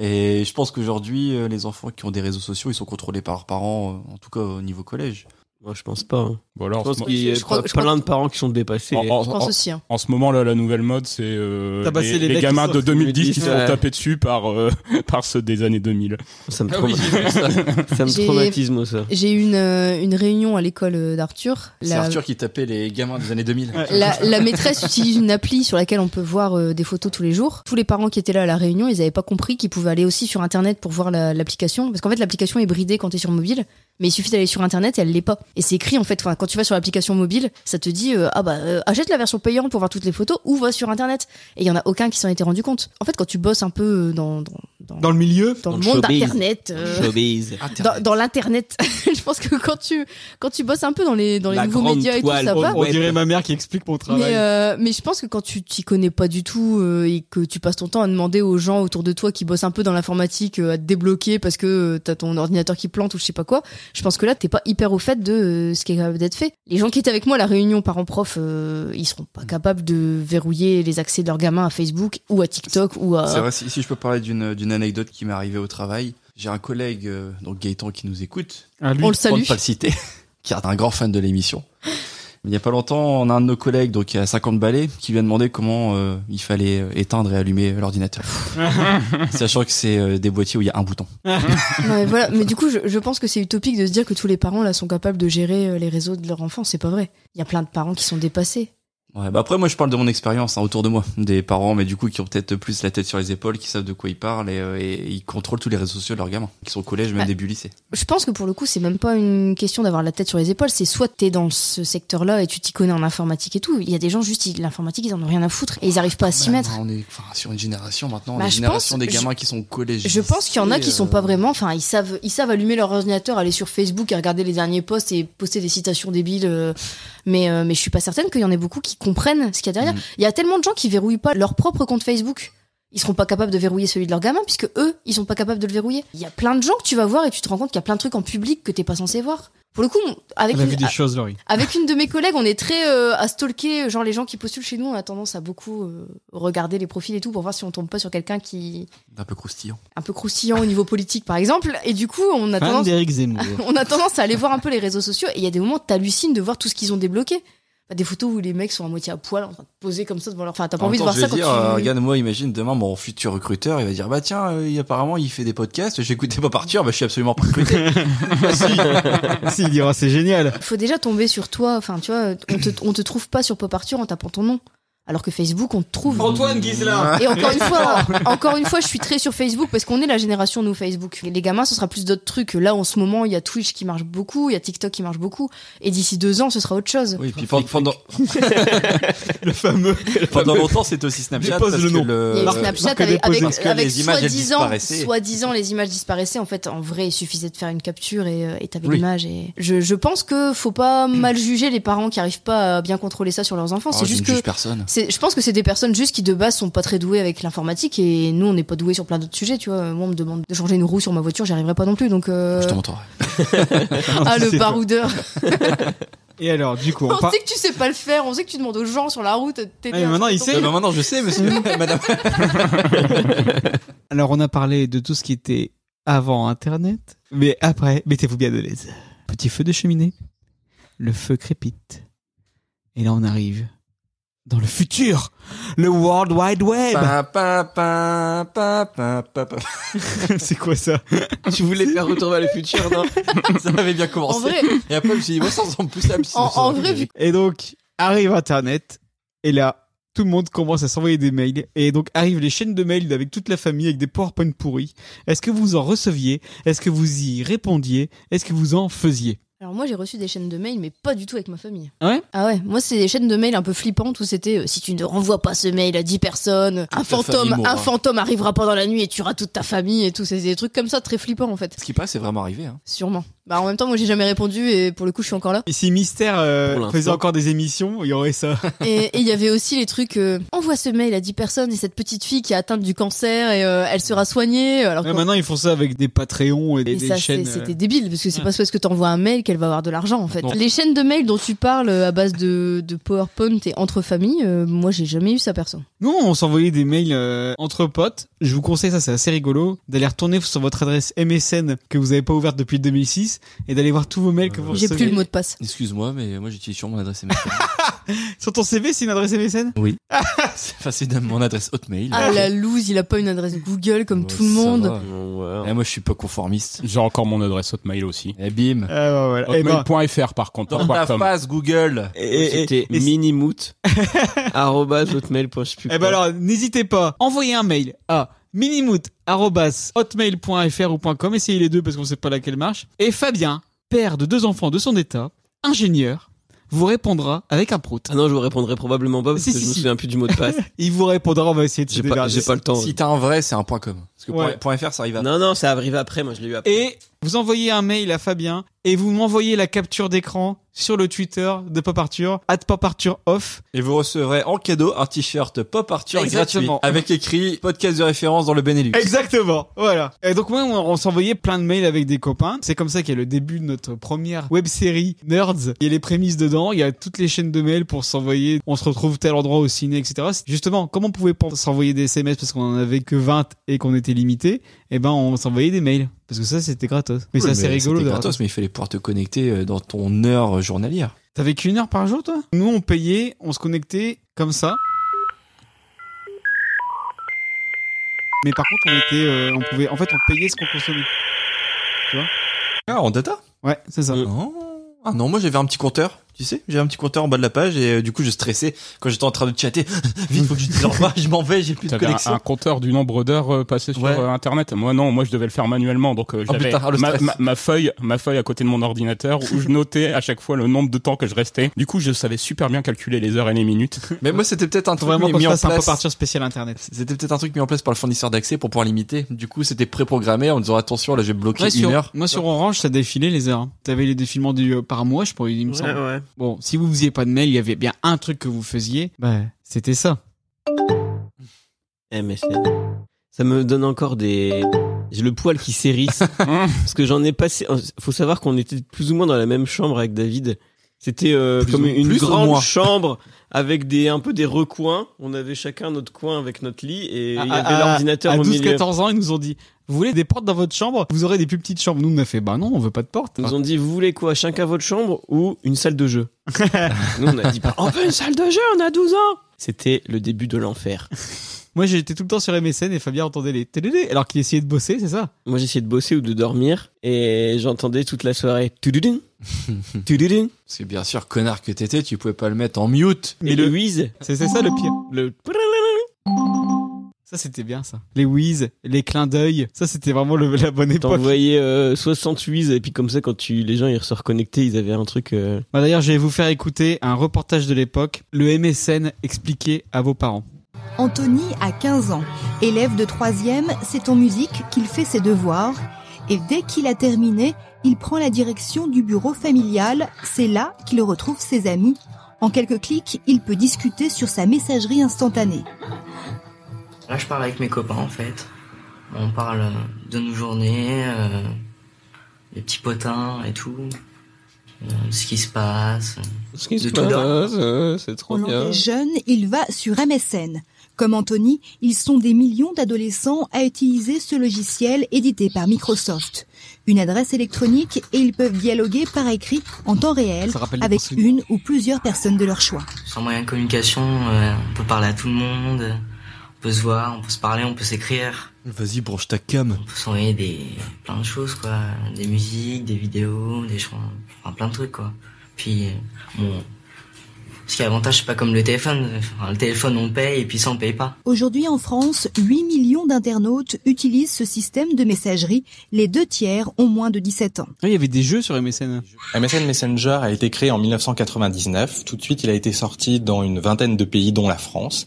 Et je pense qu'aujourd'hui, euh, les enfants qui ont des réseaux sociaux, ils sont contrôlés par leurs parents, euh, en tout cas au niveau collège.
Moi, je pense pas. hein.
Bon, alors,
je pense
moi-
qu'il y a
Je crois-
plein
je crois-
de parents qui sont dépassés.
En, en- en-
hein.
en ce moment, là, la nouvelle mode, c'est euh,
Tabasser
les,
les
les
mecs
gamins de
qui sortent
2010 qui se font
Ouais.
taper dessus par, euh, par ceux des années 2000.
Ça me,
Ah oui,
trauma-
j'ai vu ça.
ça me
J'ai-
traumatise, moi, ça.
J'ai eu une, euh, une réunion à l'école euh, d'Arthur.
C'est
La-
Arthur qui tapait les gamins des années 2000.
La, la maîtresse utilise une appli sur laquelle on peut voir euh, des photos tous les jours. Tous les parents qui étaient là à la réunion, ils n'avaient pas compris qu'ils pouvaient aller aussi sur Internet pour voir la- l'application. Parce qu'en fait, l'application est bridée quand tu es sur mobile, mais il suffit d'aller sur Internet et elle l'est pas. Et c'est écrit, en fait, enfin, quand tu vas sur l'application mobile, ça te dit euh, Ah bah, euh, achète la version payante pour voir toutes les photos ou va sur Internet. Et il y en a aucun qui s'en était rendu compte. En fait, quand tu bosses un peu euh, dans, dans,
Dans le milieu
dans le monde d'Internet. euh,
Showbiz.
Dans, dans l'internet, je pense que quand tu quand tu bosses un peu dans les dans les
La
nouveaux
grande
médias et tout,
toile
ça
au
va.
web. On dirait ma mère qui explique mon travail.
Mais, euh, mais je pense que quand tu t'y connais pas du tout euh, et que tu passes ton temps à demander aux gens autour de toi qui bossent un peu dans l'informatique euh, à te débloquer parce que euh, t'as ton ordinateur qui plante ou je sais pas quoi, je pense que là t'es pas hyper au fait de euh, ce qui est capable d'être fait. Les gens qui étaient avec moi à la réunion parents-prof, euh, ils seront pas capables de verrouiller les accès de leurs gamins à Facebook ou à TikTok ou à.
C'est vrai, si, si je peux parler d'une d'une anecdote qui m'est arrivée au travail, j'ai un collègue, euh, donc Gaëtan, qui nous écoute.
Ah, lui.
On le salue.
Pour ne pas le citer, qui est un grand fan de l'émission. Il n'y a pas longtemps, on a un de nos collègues, donc à 50 balais, qui lui a demandé comment euh, il fallait euh, éteindre et allumer l'ordinateur. Sachant que c'est euh, des boîtiers où il y a un bouton.
Non, mais voilà. Mais du coup, je, je pense que c'est utopique de se dire que tous les parents là sont capables de gérer euh, les réseaux de leurs enfants. C'est pas vrai. Il y a plein de parents qui sont dépassés.
Ouais, bah après, moi, je parle de mon expérience hein, autour de moi, des parents, mais du coup, qui ont peut-être plus la tête sur les épaules, qui savent de quoi ils parlent et, euh, et ils contrôlent tous les réseaux sociaux de leurs gamins, qui sont au collège, même
Ouais.
début lycée.
Je pense que pour le coup, c'est même pas une question d'avoir la tête sur les épaules. C'est soit t'es dans ce secteur-là et tu t'y connais en informatique et tout. Il y a des gens juste, ils- l'informatique, ils en ont rien à foutre et ils arrivent pas à s'y
Bah,
mettre.
On est enfin, sur une génération maintenant,
Bah,
la
je
génération
pense-
des
je-
gamins qui sont au collège.
Je pense qu'il y en a qui
lycée,
sont
euh,
pas vraiment. Enfin, ils savent, ils savent allumer leur ordinateur, aller sur Facebook et regarder les derniers posts et poster des citations débiles. euh, Mais, euh, mais je suis pas certaine qu'il y en ait beaucoup qui comprennent ce qu'il y a
Mm.
derrière. Il y a tellement de gens qui verrouillent pas leur propre compte Facebook. Ils seront pas capables de verrouiller celui de leur gamin puisque eux, ils sont pas capables de le verrouiller. Il y a plein de gens que tu vas voir et tu te rends compte qu'il y a plein de trucs en public que t'es pas censé voir. Pour le coup, avec
Elle a
une-
vu des
a-
choses, Laurie.
avec une de mes collègues, on est très euh, à stalker, genre les gens qui postulent chez nous, on a tendance à beaucoup euh, regarder les profils et tout pour voir si on tombe pas sur quelqu'un qui
Un peu croustillant.
un peu croustillant au niveau politique par exemple et du coup, on a
Fan
tendance
d'Éric Zemmour.
on a tendance à aller voir un peu les réseaux sociaux et il y a des moments où t'hallucines de voir tout ce qu'ils ont débloqué. Bah, Des photos où les mecs sont à moitié à poil en train de poser comme ça devant leur enfin, t'as pas
En
envie
même temps,
de voir ça
je vais
quand
dire,
tu
euh, regarde, moi, imagine demain mon futur recruteur, il va dire bah tiens, euh, il- apparemment il fait des podcasts, j'écoutais pas partir, bah je suis absolument pas recruté. Bah,
si, il dira, c'est génial.
faut déjà tomber sur toi. Enfin, tu vois, on te, on te trouve pas sur Pop Arthur en tapant ton nom. Alors que Facebook, on te trouve.
Antoine Guizelin.
Et encore une fois, encore une fois, je suis très sur Facebook parce qu'on est la génération, nous, Facebook. Les gamins, ce sera plus d'autres trucs. Là, en ce moment, il y a Twitch qui marche beaucoup, il y a TikTok qui marche beaucoup. Et d'ici deux ans, ce sera autre chose.
Oui, puis pendant, pendant...
le fameux.
Pendant longtemps, c'était aussi Snapchat.
Dépose
parce
le
que
nom.
le-
Il y a eu Snapchat avec,
parce
avec,
que
avec
les images, elles
soi-disant,
disparaissaient.
soi-disant, les images disparaissaient. En fait, en vrai, il suffisait de faire une capture et euh, et t'avais
Oui.
l'image. Et... Je, je pense que faut pas mal juger les parents qui arrivent pas à bien contrôler ça sur leurs enfants.
Oh,
c'est
je
juste
ne
que
juge personne.
c'est- je pense que c'est des personnes juste qui de base sont pas très douées avec l'informatique et nous on n'est pas doués sur plein d'autres sujets. Tu vois, moi on me demande de changer une roue sur ma voiture, j'y arriverai pas non plus. Donc euh,
Je te montrerai.
ah le baroudeur.
Et alors, du coup, on,
on
par-
sait que tu sais pas le faire, on sait que tu demandes aux gens sur la route. de t'aider
Ah, mais
à
maintenant,
faire
il
ton
sait.
truc.
Bah, maintenant,
je sais, monsieur, madame.
alors on a parlé de tout ce qui était avant Internet, mais après, mettez-vous bien de l'aise. Petit feu de cheminée, le feu crépite, et là on arrive dans le futur, le World Wide Web.
Pa, pa, pa, pa, pa, pa, pa.
C'est quoi ça
Tu voulais faire retrouver le futur, non
Ça avait bien commencé.
En vrai.
Et après, je me suis dit, moi, ça ressemble plus à
En- en vrai, vu-
Et donc, arrive Internet, et là, tout le monde commence à s'envoyer des mails, et donc arrivent les chaînes de mails avec toute la famille, avec des PowerPoint pourris. Est-ce que vous en receviez Est-ce que vous y répondiez Est-ce que vous en faisiez
Alors moi j'ai reçu des chaînes de mails mais pas du tout avec ma famille.
Ouais
Ah ouais, moi c'est des chaînes de mails un peu flippantes où c'était euh, si tu ne renvoies pas ce mail à 10 personnes, un
Toute la famille
fantôme,
mourra.
un fantôme arrivera pendant la nuit et tuera toute ta famille et tout, c'est des trucs comme ça très flippants en fait.
Ce qui passe, c'est vraiment arrivé. Hein.
Sûrement. Bah en même temps moi j'ai jamais répondu et pour le coup je suis encore là.
Et si Mystère euh,
Pour l'instant.
faisait encore des émissions, il y aurait ça.
Et et il y avait aussi les trucs euh, envoie ce mail à 10 personnes et cette petite fille qui est atteinte du cancer et euh, elle sera soignée alors
Ouais,
que
maintenant, ils font ça avec des Patreons et des,
Et
des
ça, c'est-
chaînes.
c'était
euh,
débile, parce que c'est pas parce que t'envoies un mail qu'elle va avoir de l'argent, en fait.
Non.
Les chaînes de mail dont tu parles euh, à base de, de PowerPoint et entre familles, euh, moi, j'ai jamais eu ça, perso.
Non, on s'envoyait des mails euh, entre potes. Je vous conseille ça, c'est assez rigolo d'aller retourner sur votre adresse MSN que vous avez pas ouverte depuis 2006 service et d'aller voir tous vos mails que vous recevez.
de passe.
Excuse-moi, mais moi j'utilise sûrement l'adresse MSN.
Sur ton CV, c'est une adresse MSN
oui. enfin, c'est dans mon adresse Hotmail.
Ah la loose, il a pas une adresse Google comme tout le monde.
Eh, moi je suis pas conformiste.
J'ai encore mon adresse Hotmail aussi.
Et bim.
Hotmail.fr
Eh ben-
par contre.
Dans
pas
ta
com.
face, Google.
C'était minimout. arobase hotmail.fr.
Eh ben alors, n'hésitez pas, envoyez un mail à minimout.hotmail.fr ou .com, essayez les deux parce qu'on sait pas laquelle marche. Et Fabien, père de deux enfants de son état, ingénieur, vous répondra avec un prout.
Ah non, je vous répondrai probablement pas parce
Si,
que
si,
je me
si.
souviens plus du mot de passe.
Il vous répondra, on va essayer de se
J'ai pas,
débarrasser.
j'ai pas le temps.
Si t'as un vrai, c'est un point .com. Parce que
Ouais.
point- .fr, ça arrive à...
Non, non, ça arrive après. Moi, je l'ai eu après.
Et vous envoyez un mail à Fabien et vous m'envoyez la capture d'écran sur le Twitter de Pop Arthur, at Pop Arthur off.
Et vous recevrez en cadeau un t-shirt Pop Arthur gratuit.
Exactement.
Avec écrit podcast de référence dans le Benelux.
Exactement, voilà. Et donc moi, on, on s'envoyait plein de mails avec des copains. C'est comme ça qu'il y a le début de notre première web série Nerds. Il y a les prémices dedans, il y a toutes les chaînes de mails pour s'envoyer. On se retrouve tel endroit au ciné, etc. C'est- Justement, comme on pouvait pas s'envoyer des SMS parce qu'on en avait que 20 et qu'on était limité, eh ben on s'envoyait des mails parce que ça c'était gratos. Mais
Cool,
ça c'est rigolo.
c'était
d'avoir
gratos, mais il fallait pouvoir te connecter euh, dans ton heure euh, journalière.
T'avais qu'une heure par jour, toi Nous, on payait, on se connectait comme ça. Mais par contre, on était, euh, on pouvait, en fait, on payait ce qu'on consommait. Tu vois
Ah, en data
Ouais, c'est ça.
Ah non, moi j'avais un petit compteur. Tu sais, j'avais un petit compteur en bas de la page et euh, du coup je stressais quand j'étais en train de chatter. Vite, faut que je dise au revoir, je m'en vais, j'ai plus de
T'avais un,
connexion.
un compteur du nombre d'heures euh, passées sur
Ouais.
euh, Internet. Moi non, moi je devais le faire manuellement, donc euh,
Oh
j'avais
putain, ah, le
ma,
stress.
ma- ma feuille, ma feuille à côté de mon ordinateur où je notais à chaque fois le nombre de temps que je restais. Du coup, je savais super bien calculer les heures et les minutes.
Mais moi c'était peut-être un
Faut
truc
vraiment
mis,
qu'on
mis
se
en
fasse un peu
place.
partir spécial internet.
C'était peut-être un truc mis en place par le fournisseur d'accès pour pouvoir limiter. Du coup, c'était préprogrammé en disant attention, là j'ai bloqué
Ouais,
une
sur,
heure.
moi sur Orange, ça défilait les heures. hein. T'avais les défilements du, euh, par mois, je pourrais, il me
Ouais,
semble.
ouais.
Bon, si vous faisiez pas de mail, il y avait bien un truc que vous faisiez. Bah, c'était ça.
MSN. Ça me donne encore des. J'ai le poil qui s'érisse. parce que j'en ai passé. euh, Faut savoir qu'on était plus ou moins dans la même chambre avec David. C'était euh,
Plus
comme
ou-
une
plus ou
grande
moins.
chambre avec des un peu des recoins. On avait chacun notre coin avec notre lit et il y
À-
avait
à-
l'ordinateur
à
au milieu.
12-14 ans, ils nous ont dit, vous voulez des portes dans votre chambre? Vous aurez des plus petites chambres. Nous, on a fait, bah non, on veut pas de porte.
Ils nous ont dit, vous voulez quoi Chacun votre chambre ou une salle de jeu Nous, on a dit, bah, on veut une salle de jeu, on a 12 ans C'était le début de l'enfer.
Moi, j'étais tout le temps sur MSN et Fabien entendait les télélé alors qu'il essayait de bosser, c'est ça
Moi, j'essayais de bosser ou de dormir et j'entendais toute la soirée Tududun, tududun.
Parce que bien sûr, connard que t'étais, tu pouvais pas le mettre en mute.
Et le whiz.
C'est c'est ça le pire.
Le...
Ça, c'était bien ça. Les whiz, les clins d'œil, ça, c'était vraiment le- la bonne époque.
T'envoyais euh, 60 whiz et puis comme ça, quand tu les gens ils se reconnectaient, ils avaient un truc. euh,
Bah, D'ailleurs, je vais vous faire écouter un reportage de l'époque, le MSN expliqué à vos parents.
Anthony a 15 ans. Élève de 3e, c'est en musique qu'il fait ses devoirs. Et dès qu'il a terminé, il prend la direction du bureau familial. C'est là qu'il retrouve ses amis. En quelques clics, il peut discuter sur sa messagerie instantanée.
Là, je parle avec mes copains en fait. On parle euh, de nos journées, euh, des petits potins et tout, euh, de ce qui se passe, euh,
Ce qui euh,
de tout d'un.
c'est
Quand l'on est jeune, il va sur MSN. Comme Anthony, ils sont des millions d'adolescents à utiliser ce logiciel édité par Microsoft. Une adresse électronique et ils peuvent dialoguer par écrit en temps réel
Ça rappelle hein. des
avec
poursuites.
une ou plusieurs personnes de leur choix.
Sans moyen de communication, euh, on peut parler à tout le monde, on peut se voir, on peut se parler, on peut s'écrire.
Vas-y, branche ta cam.
On peut s'envoyer des plein de choses quoi, des musiques, des vidéos, des chants, enfin plein de trucs quoi. Puis euh, bon, ce qui est avantage, c'est pas comme le téléphone. Enfin, le téléphone on paye et puis ça on paye pas.
Aujourd'hui en France, 8 millions d'internautes utilisent ce système de messagerie. Les deux tiers ont moins de 17 ans.
Ah, il y avait des jeux sur MSN.
MSN Messenger a été créé en 1999. Tout de suite, il a été sorti dans une vingtaine de pays, dont la France.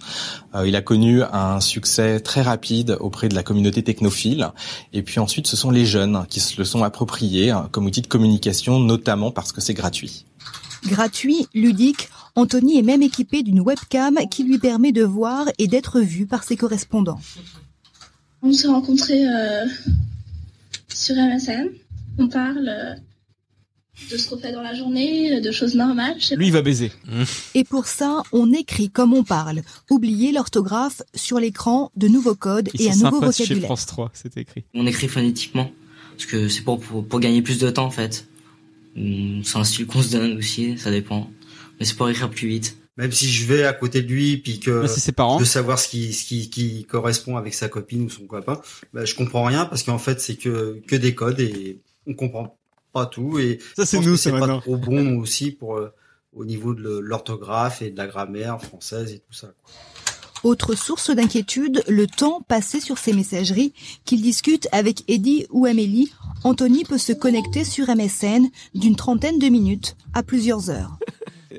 Euh, il a connu un succès très rapide auprès de la communauté technophile. Et puis ensuite, ce sont les jeunes qui se le sont appropriés euh, comme outil de communication, notamment parce que c'est gratuit.
Gratuit, ludique, Anthony est même équipé d'une webcam qui lui permet de voir et d'être vu par ses correspondants.
On s'est rencontrés euh, sur MSN. On parle euh, de ce qu'on fait dans la journée, de choses normales. je sais
Lui, il va baiser.
Mmh.
Et pour ça, on écrit comme on parle. Oubliez l'orthographe sur l'écran, de nouveaux codes et, un nouveau
chez
vocabulaire.
France 3, c'était écrit.
On écrit phonétiquement. Parce que c'est pour, pour, pour gagner plus de temps en fait. Hum, C'est un style qu'on se donne aussi, ça dépend. Mais c'est pour écrire plus vite.
Même si je vais à côté de lui, puis que
Bah, c'est ses parents.
je veux savoir ce qui, ce qui, qui correspond avec sa copine ou son copain, bah, je comprends rien parce qu'en fait c'est que, que des codes et on comprend pas tout. Et
Ça,
je
c'est
pense que
nous, ça,
c'est pas
maintenant.
trop bon aussi pour euh, au niveau de le- l'orthographe et de la grammaire française et tout ça. quoi.
Autre source d'inquiétude, le temps passé sur ces messageries, qu'il discute avec Eddie ou Amélie, Anthony peut se connecter sur MSN d'une trentaine de minutes à plusieurs heures.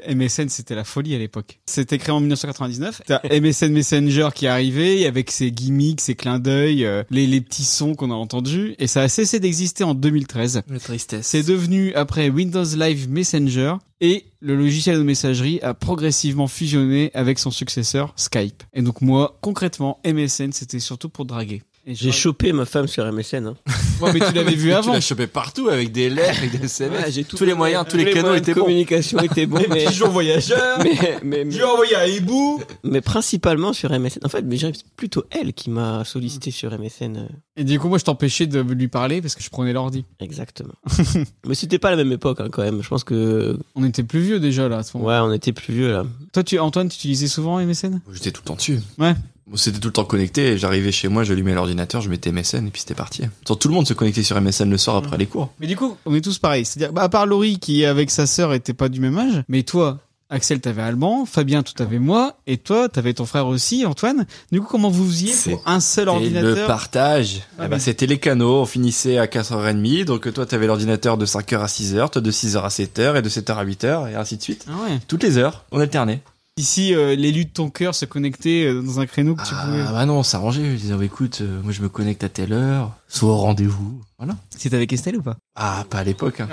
MSN, c'était la folie à l'époque. C'était créé en 1999. T'as MSN Messenger qui est arrivé avec ses gimmicks, ses clins d'œil, euh, les, les petits sons qu'on a entendus. Et ça a cessé d'exister en 2013.
La tristesse.
C'est devenu après Windows Live Messenger et le logiciel de messagerie a progressivement fusionné avec son successeur Skype. Et donc moi, concrètement, MSN, c'était surtout pour draguer.
J'ai chopé ma femme sur MSN. Hein.
Ouais, mais tu l'avais vu avant.
Tu l'as chopé partout avec des lettres, avec des SMS.
Ouais, j'ai tout
tous les
fait.
moyens, tous les,
Les
canaux
moyens de
étaient bons.
communication étaient bons,
Les
mais-
pigeons voyageurs.
Mais- mais- mais- J'ai envoyé
un hibou.
Mais principalement sur MSN. En fait, mais j'ai- c'est plutôt elle qui m'a sollicité sur MSN. euh,
Et du coup, moi, je t'empêchais de lui parler parce que je prenais l'ordi.
Exactement. mais c'était pas la même époque hein, quand même. Je pense que
on était plus vieux déjà là. À ce moment.
Ouais, on était plus vieux là.
Toi, tu, Antoine, tu utilisais souvent MSN
J'étais tout le temps dessus.
Ouais.
Bon, C'était tout le temps connecté. et J'arrivais chez moi, j'allumais l'ordinateur, je mettais MSN et puis c'était parti. Tant, tout le monde se connectait sur MSN le soir après les cours.
Mais du coup, on est tous pareils. C'est-à-dire, bah, à part Laurie qui, avec sa sœur, était pas du même âge, mais toi, Axel, t'avais Allemand, Fabien, tu t'avais moi, et toi, t'avais ton frère aussi, Antoine. Du coup, comment vous faisiez pour un seul
Et
ordinateur
le partage,
Ah,
eh ben,
mais-
c'était les canaux. On finissait à 4h30. Donc toi, t'avais l'ordinateur de 5h à 6h, toi de 6h à 7h et de 7h à 8h et ainsi de suite.
Ah ouais.
Toutes les heures, on alternait.
Ici, euh, l'élu de ton cœur se connectait euh, dans un créneau que tu pouvais.
Ah bah non, on s'arrangeait. Je disais, Ah bah, écoute, euh, moi je me connecte à telle heure, soit au rendez-vous. Voilà.
C'était avec Estelle ou pas
Ah, pas à l'époque. hein.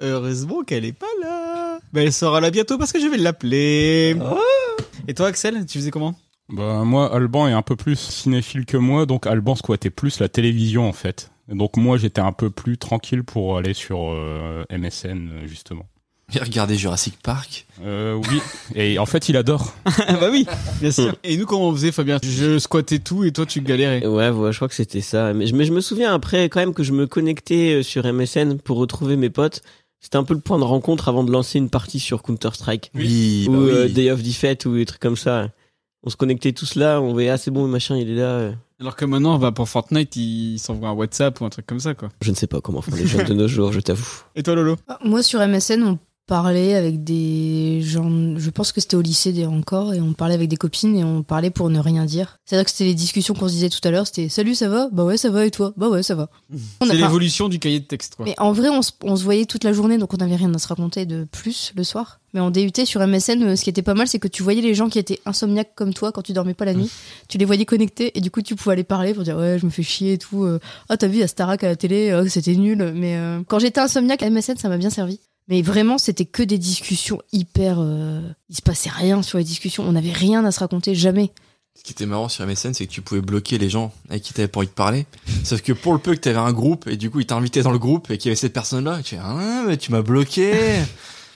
Heureusement qu'elle est pas là. Bah, elle sera là bientôt parce que je vais l'appeler.
Oh.
Et toi, Axel, tu faisais comment
Bah moi, Alban est un peu plus cinéphile que moi, donc Alban squattait plus la télévision en fait. Et Donc moi, j'étais un peu plus tranquille pour aller sur euh, MSN euh, justement.
Il regardait Jurassic Park.
Euh, oui. Et en fait, il adore.
bah oui, bien sûr. Et nous, comment on faisait, Fabien Je squattais tout et toi, tu galérais.
Ouais, ouais, je crois que c'était ça. Mais je, mais je me souviens après quand même que je me connectais euh, sur MSN pour retrouver mes potes. C'était un peu le point de rencontre avant de lancer une partie sur Counter-Strike.
Oui,
Ou
bah oui.
euh, Day of Defeat ou des trucs comme ça. On se connectait tous là, on voyait, ah c'est bon, le machin, il est là. euh.
Alors que maintenant, bah, pour Fortnite, ils s'envoient un WhatsApp ou un truc comme ça, quoi.
Je ne sais pas comment font les gens de nos jours, je t'avoue.
Et toi, Lolo
Ah, Moi, sur MSN, on parlait avec des gens. Je pense que c'était au lycée des- encore, et on parlait avec des copines et on parlait pour ne rien dire. C'est-à-dire que c'était les discussions qu'on se disait tout à l'heure. C'était Salut, ça va Bah ouais, ça va. Et toi Bah ouais, ça va. On a-
C'est
enfin,
l'évolution du cahier de texte, quoi.
Mais en vrai, on se, on se voyait toute la journée, donc on n'avait rien à se raconter de plus le soir. Mais en DUT sur MSN, euh, ce qui était pas mal, c'est que tu voyais les gens qui étaient insomniaques comme toi quand tu dormais pas la nuit.
Mmh.
Tu les voyais connectés et du coup, tu pouvais aller parler pour dire ouais, je me fais chier et tout. euh, ah, t'as vu, il y a Starak à la télé, euh, c'était nul. Mais euh, quand j'étais insomniaque, MSN, ça m'a bien servi. Mais vraiment, c'était que des discussions hyper. euh, Il se passait rien sur les discussions. On n'avait rien à se raconter, jamais.
Ce qui était marrant sur MSN, c'est que tu pouvais bloquer les gens avec qui t'avais pas envie de parler. Sauf que pour le peu que t'avais un groupe, et du coup, ils t'invitaient dans le groupe, et qu'il y avait cette personne-là, et tu fais, ah, mais tu m'as bloqué.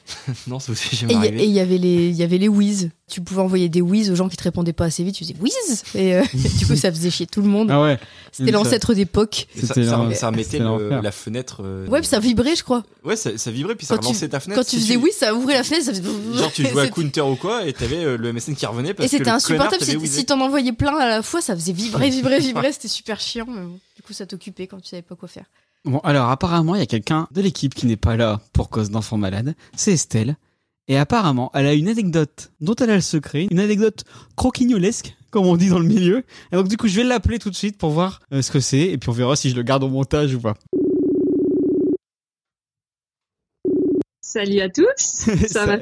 non, ça aussi,
Et
jamais
il y- et il
arrivé.
y avait les, il y avait les whiz. Tu pouvais envoyer des whiz aux gens qui te répondaient pas assez vite. Tu faisais whiz et euh, du coup ça faisait chier tout le monde.
Ah ouais.
C'était l'ancêtre des POC.
Et Ça,
C'était
ça-
l'enfer.
ça remettait
C'était
le-
l'enfer.
la fenêtre. euh,
Ouais, puis ça vibrait, je crois.
ouais, ça, ça vibrait, puis ça
Quand tu-
relançait ta fenêtre.
Quand tu
Si
faisais whiz, ça ouvrait la fenêtre. Ça faisait...
Genre, tu jouais à
C'était-
Counter ou quoi, et t'avais euh, le MSN qui revenait parce
Et
que.
c'était
le
insupportable.
connard t'avait
Si,
whizzé.
si t'en envoyais plein à la fois, ça faisait vibrer, vibrer, vibrer. C'était super chiant. mais bon. Du coup, ça t'occupait quand tu savais pas quoi faire.
Bon, alors apparemment, il y a quelqu'un de l'équipe qui n'est pas là pour cause d'enfants malades. C'est Estelle. Et apparemment, elle a une anecdote dont elle a le secret, une anecdote croquignolesque, comme on dit dans le milieu. Et donc du coup, je vais l'appeler tout de suite pour voir euh, ce que c'est, et puis on verra si je le garde au montage ou pas.
Salut à tous. Ça va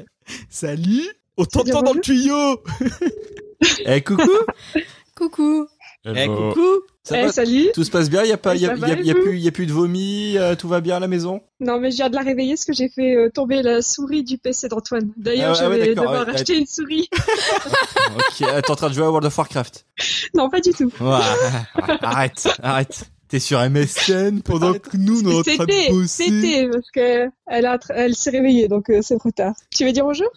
Salut On t'entend dans le tuyau
Eh, coucou
Coucou.
Eh, coucou
Eh, salut.
Tout se passe bien, y a pas,
Eh,
y a,
ça va,
y a-
et
y a
vous
plus, y a plus de vomi, euh, tout va bien à la maison.
Non, mais je viens de la réveiller parce que j'ai fait euh, tomber la souris du PC d'Antoine. D'ailleurs,
Ah ouais,
je
ah ouais,
vais
d'accord,
devoir
ouais,
acheter
ouais.
une souris.
Ok, euh, t'es en train de jouer à World of Warcraft.
non, pas du tout.
Ouah, arrête, arrête. T'es sur MSN pendant que
nous,
on est en train de
C'était,
bosser.
c'était parce que elle, a, tra- elle s'est réveillée, donc euh, c'est trop tard. Tu veux dire bonjour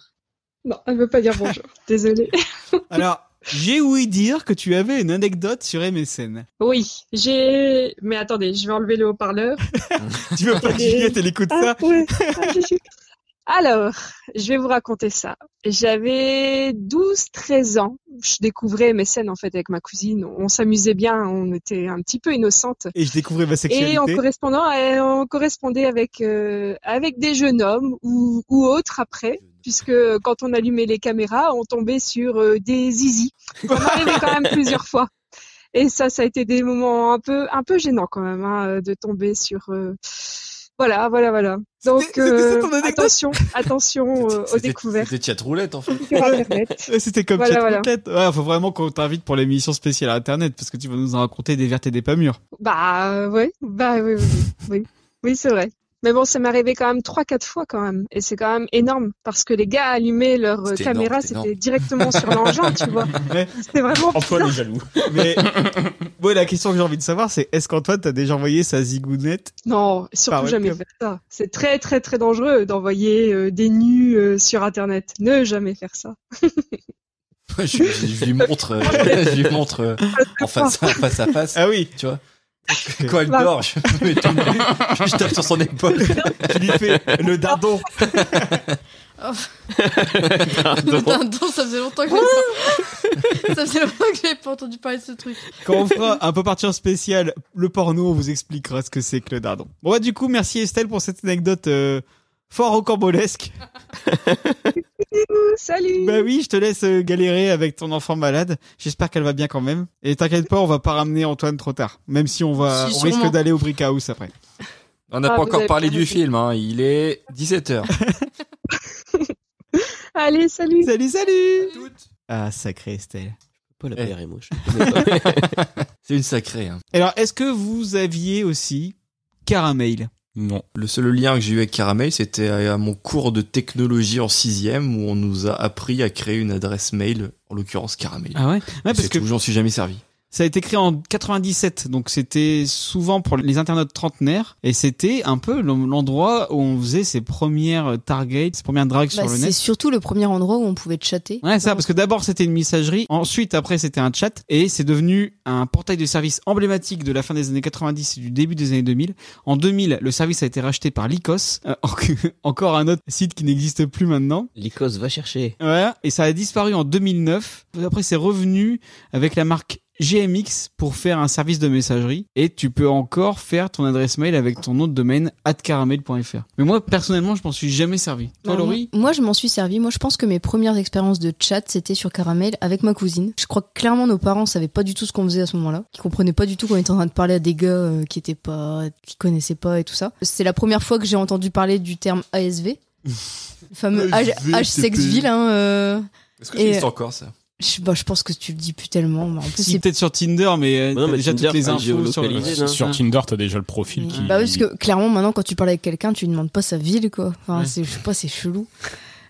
Non, elle veut pas dire bonjour. Désolée.
Alors, J'ai ouï dire que tu avais une anecdote sur MSN.
Oui, j'ai. Mais attendez, je vais enlever le haut-parleur.
Tu veux pas que
J'ai-
Juliette elle écoute
Ah,
ça
ouais. Ah, je suis- Alors, je vais vous raconter ça. J'avais 12-13 ans. Je découvrais mes scènes en fait avec ma cousine. On s'amusait bien, on était un petit peu innocente.
Et je découvrais ma sexualité.
Et en correspondant, euh, on correspondait avec euh, avec des jeunes hommes ou, ou autres après, puisque quand on allumait les caméras, on tombait sur euh, des zizi. On arrivait quand même plusieurs fois. Et ça, ça a été des moments un peu un peu gênants quand même, hein, euh, de tomber sur. euh, Voilà, voilà, voilà. Donc euh, attention, attention euh, aux découvertes
C'était chat roulette, en fait.
sur Internet.
Ouais, C'était comme
Voilà,
chat
voilà.
roulette. Ouais, faut vraiment qu'on t'invite pour l'émission spéciale à Internet parce que tu vas nous en raconter des vertes et des pas mûres.
Bah euh, ouais, bah oui, oui, oui, oui, oui c'est vrai. Mais bon, ça m'est arrivé quand même trois, quatre fois quand même, et c'est quand même énorme parce que les gars allumaient leur euh,
C'était énorme,
caméra,
c'était énorme.
c'était directement sur l'engin, tu vois. C'était vraiment.
Antoine est jaloux. Mais ouais, la question que j'ai envie de savoir, c'est est-ce qu'Antoine t'a déjà envoyé sa zigounette
Non,
Par
surtout jamais
webcam.
faire ça. C'est très, très, très dangereux d'envoyer euh, des nus euh, sur Internet. Ne jamais faire ça.
je, je lui montre, euh, je lui montre euh, en face, en face à face.
Ah oui.
Tu vois. Quand elle
Bah.
dort, je, mets tout le- je tape sur son épaule.
Je lui fais le dardon.
Ah,
Dindon, Oh. ça faisait longtemps que j'ai pas... ça faisait longtemps que j'avais pas entendu parler de ce truc.
Quand on fera un peu partir spécial, le porno, on vous expliquera ce que c'est que le dardon. Bon bah du coup, merci Estelle pour cette anecdote euh, fort rocambolesque.
Salut
Bah oui, je te laisse euh, galérer avec ton enfant malade. J'espère qu'elle va bien quand même. Et t'inquiète pas, on va pas ramener Antoine trop tard. Même si on va,
Si,
on
sûrement.
risque d'aller au Brick House après.
On n'a
Ah,
pas
vous
encore
avez
parlé
pas
du
raison.
film, hein. Il est 17h.
Allez, salut
Salut, salut Ah, sacré Estelle.
Pas la paire et mouche.
C'est une sacrée, hein.
Alors, est-ce que vous aviez aussi Caramel
Non. Le seul lien que j'ai eu avec Caramel, c'était à à mon cours de technologie en sixième où on nous a appris à créer une adresse mail, en l'occurrence Caramel.
Ah ouais Ouais,
Et
parce
c'est
que-
tout, j'en suis jamais servi.
Ça a été créé en 97, donc c'était souvent pour les internautes trentenaires, et c'était un peu l'en- l'endroit où on faisait ses premières targets, ses premières dragues
Bah,
sur le
c'est
net.
surtout le premier endroit où on pouvait chatter.
Ouais, ça, parce que d'abord c'était une messagerie, ensuite après c'était un chat, et c'est devenu un portail de services emblématique de la fin des années 90 et du début des années 2000. En 2000, le service a été racheté par Lycos, euh, encore un autre site qui n'existe plus maintenant.
Lycos va chercher.
Ouais, et ça a disparu en 2009. Après, c'est revenu avec la marque GMX pour faire un service de messagerie. Et tu peux encore faire ton adresse mail avec ton nom de domaine atcaramel.fr. Mais moi, personnellement, je m'en suis jamais servi. Toi,
Non,
Laurie
Bah, moi, moi, je m'en suis servi. Moi, je pense que mes premières expériences de chat, c'était sur Caramel avec ma cousine. Je crois que clairement nos parents savaient pas du tout ce qu'on faisait à ce moment-là. Ils comprenaient pas du tout qu'on était en train de parler à des gars euh, qui étaient pas, qui connaissaient pas et tout ça. C'est la première fois que j'ai entendu parler du terme ASV. Le fameux H,
ASV,
Sexville, hein. euh,
Est-ce que
et-
ça existe encore, ça?
je, bah, je pense que tu le dis plus tellement. mais en plus,
Si,
c'est-
peut-être sur Tinder, mais, euh,
Bah non,
t'as
mais
déjà
Tinder,
toutes les
c'est
infos sur le-
géolocalisé, non
Sur Tinder, t'as déjà le profil qui.
Bah oui, parce que clairement, maintenant, quand tu parles avec quelqu'un, tu lui demandes pas sa ville, quoi. Enfin,
Ouais.
c'est, je sais pas, c'est chelou.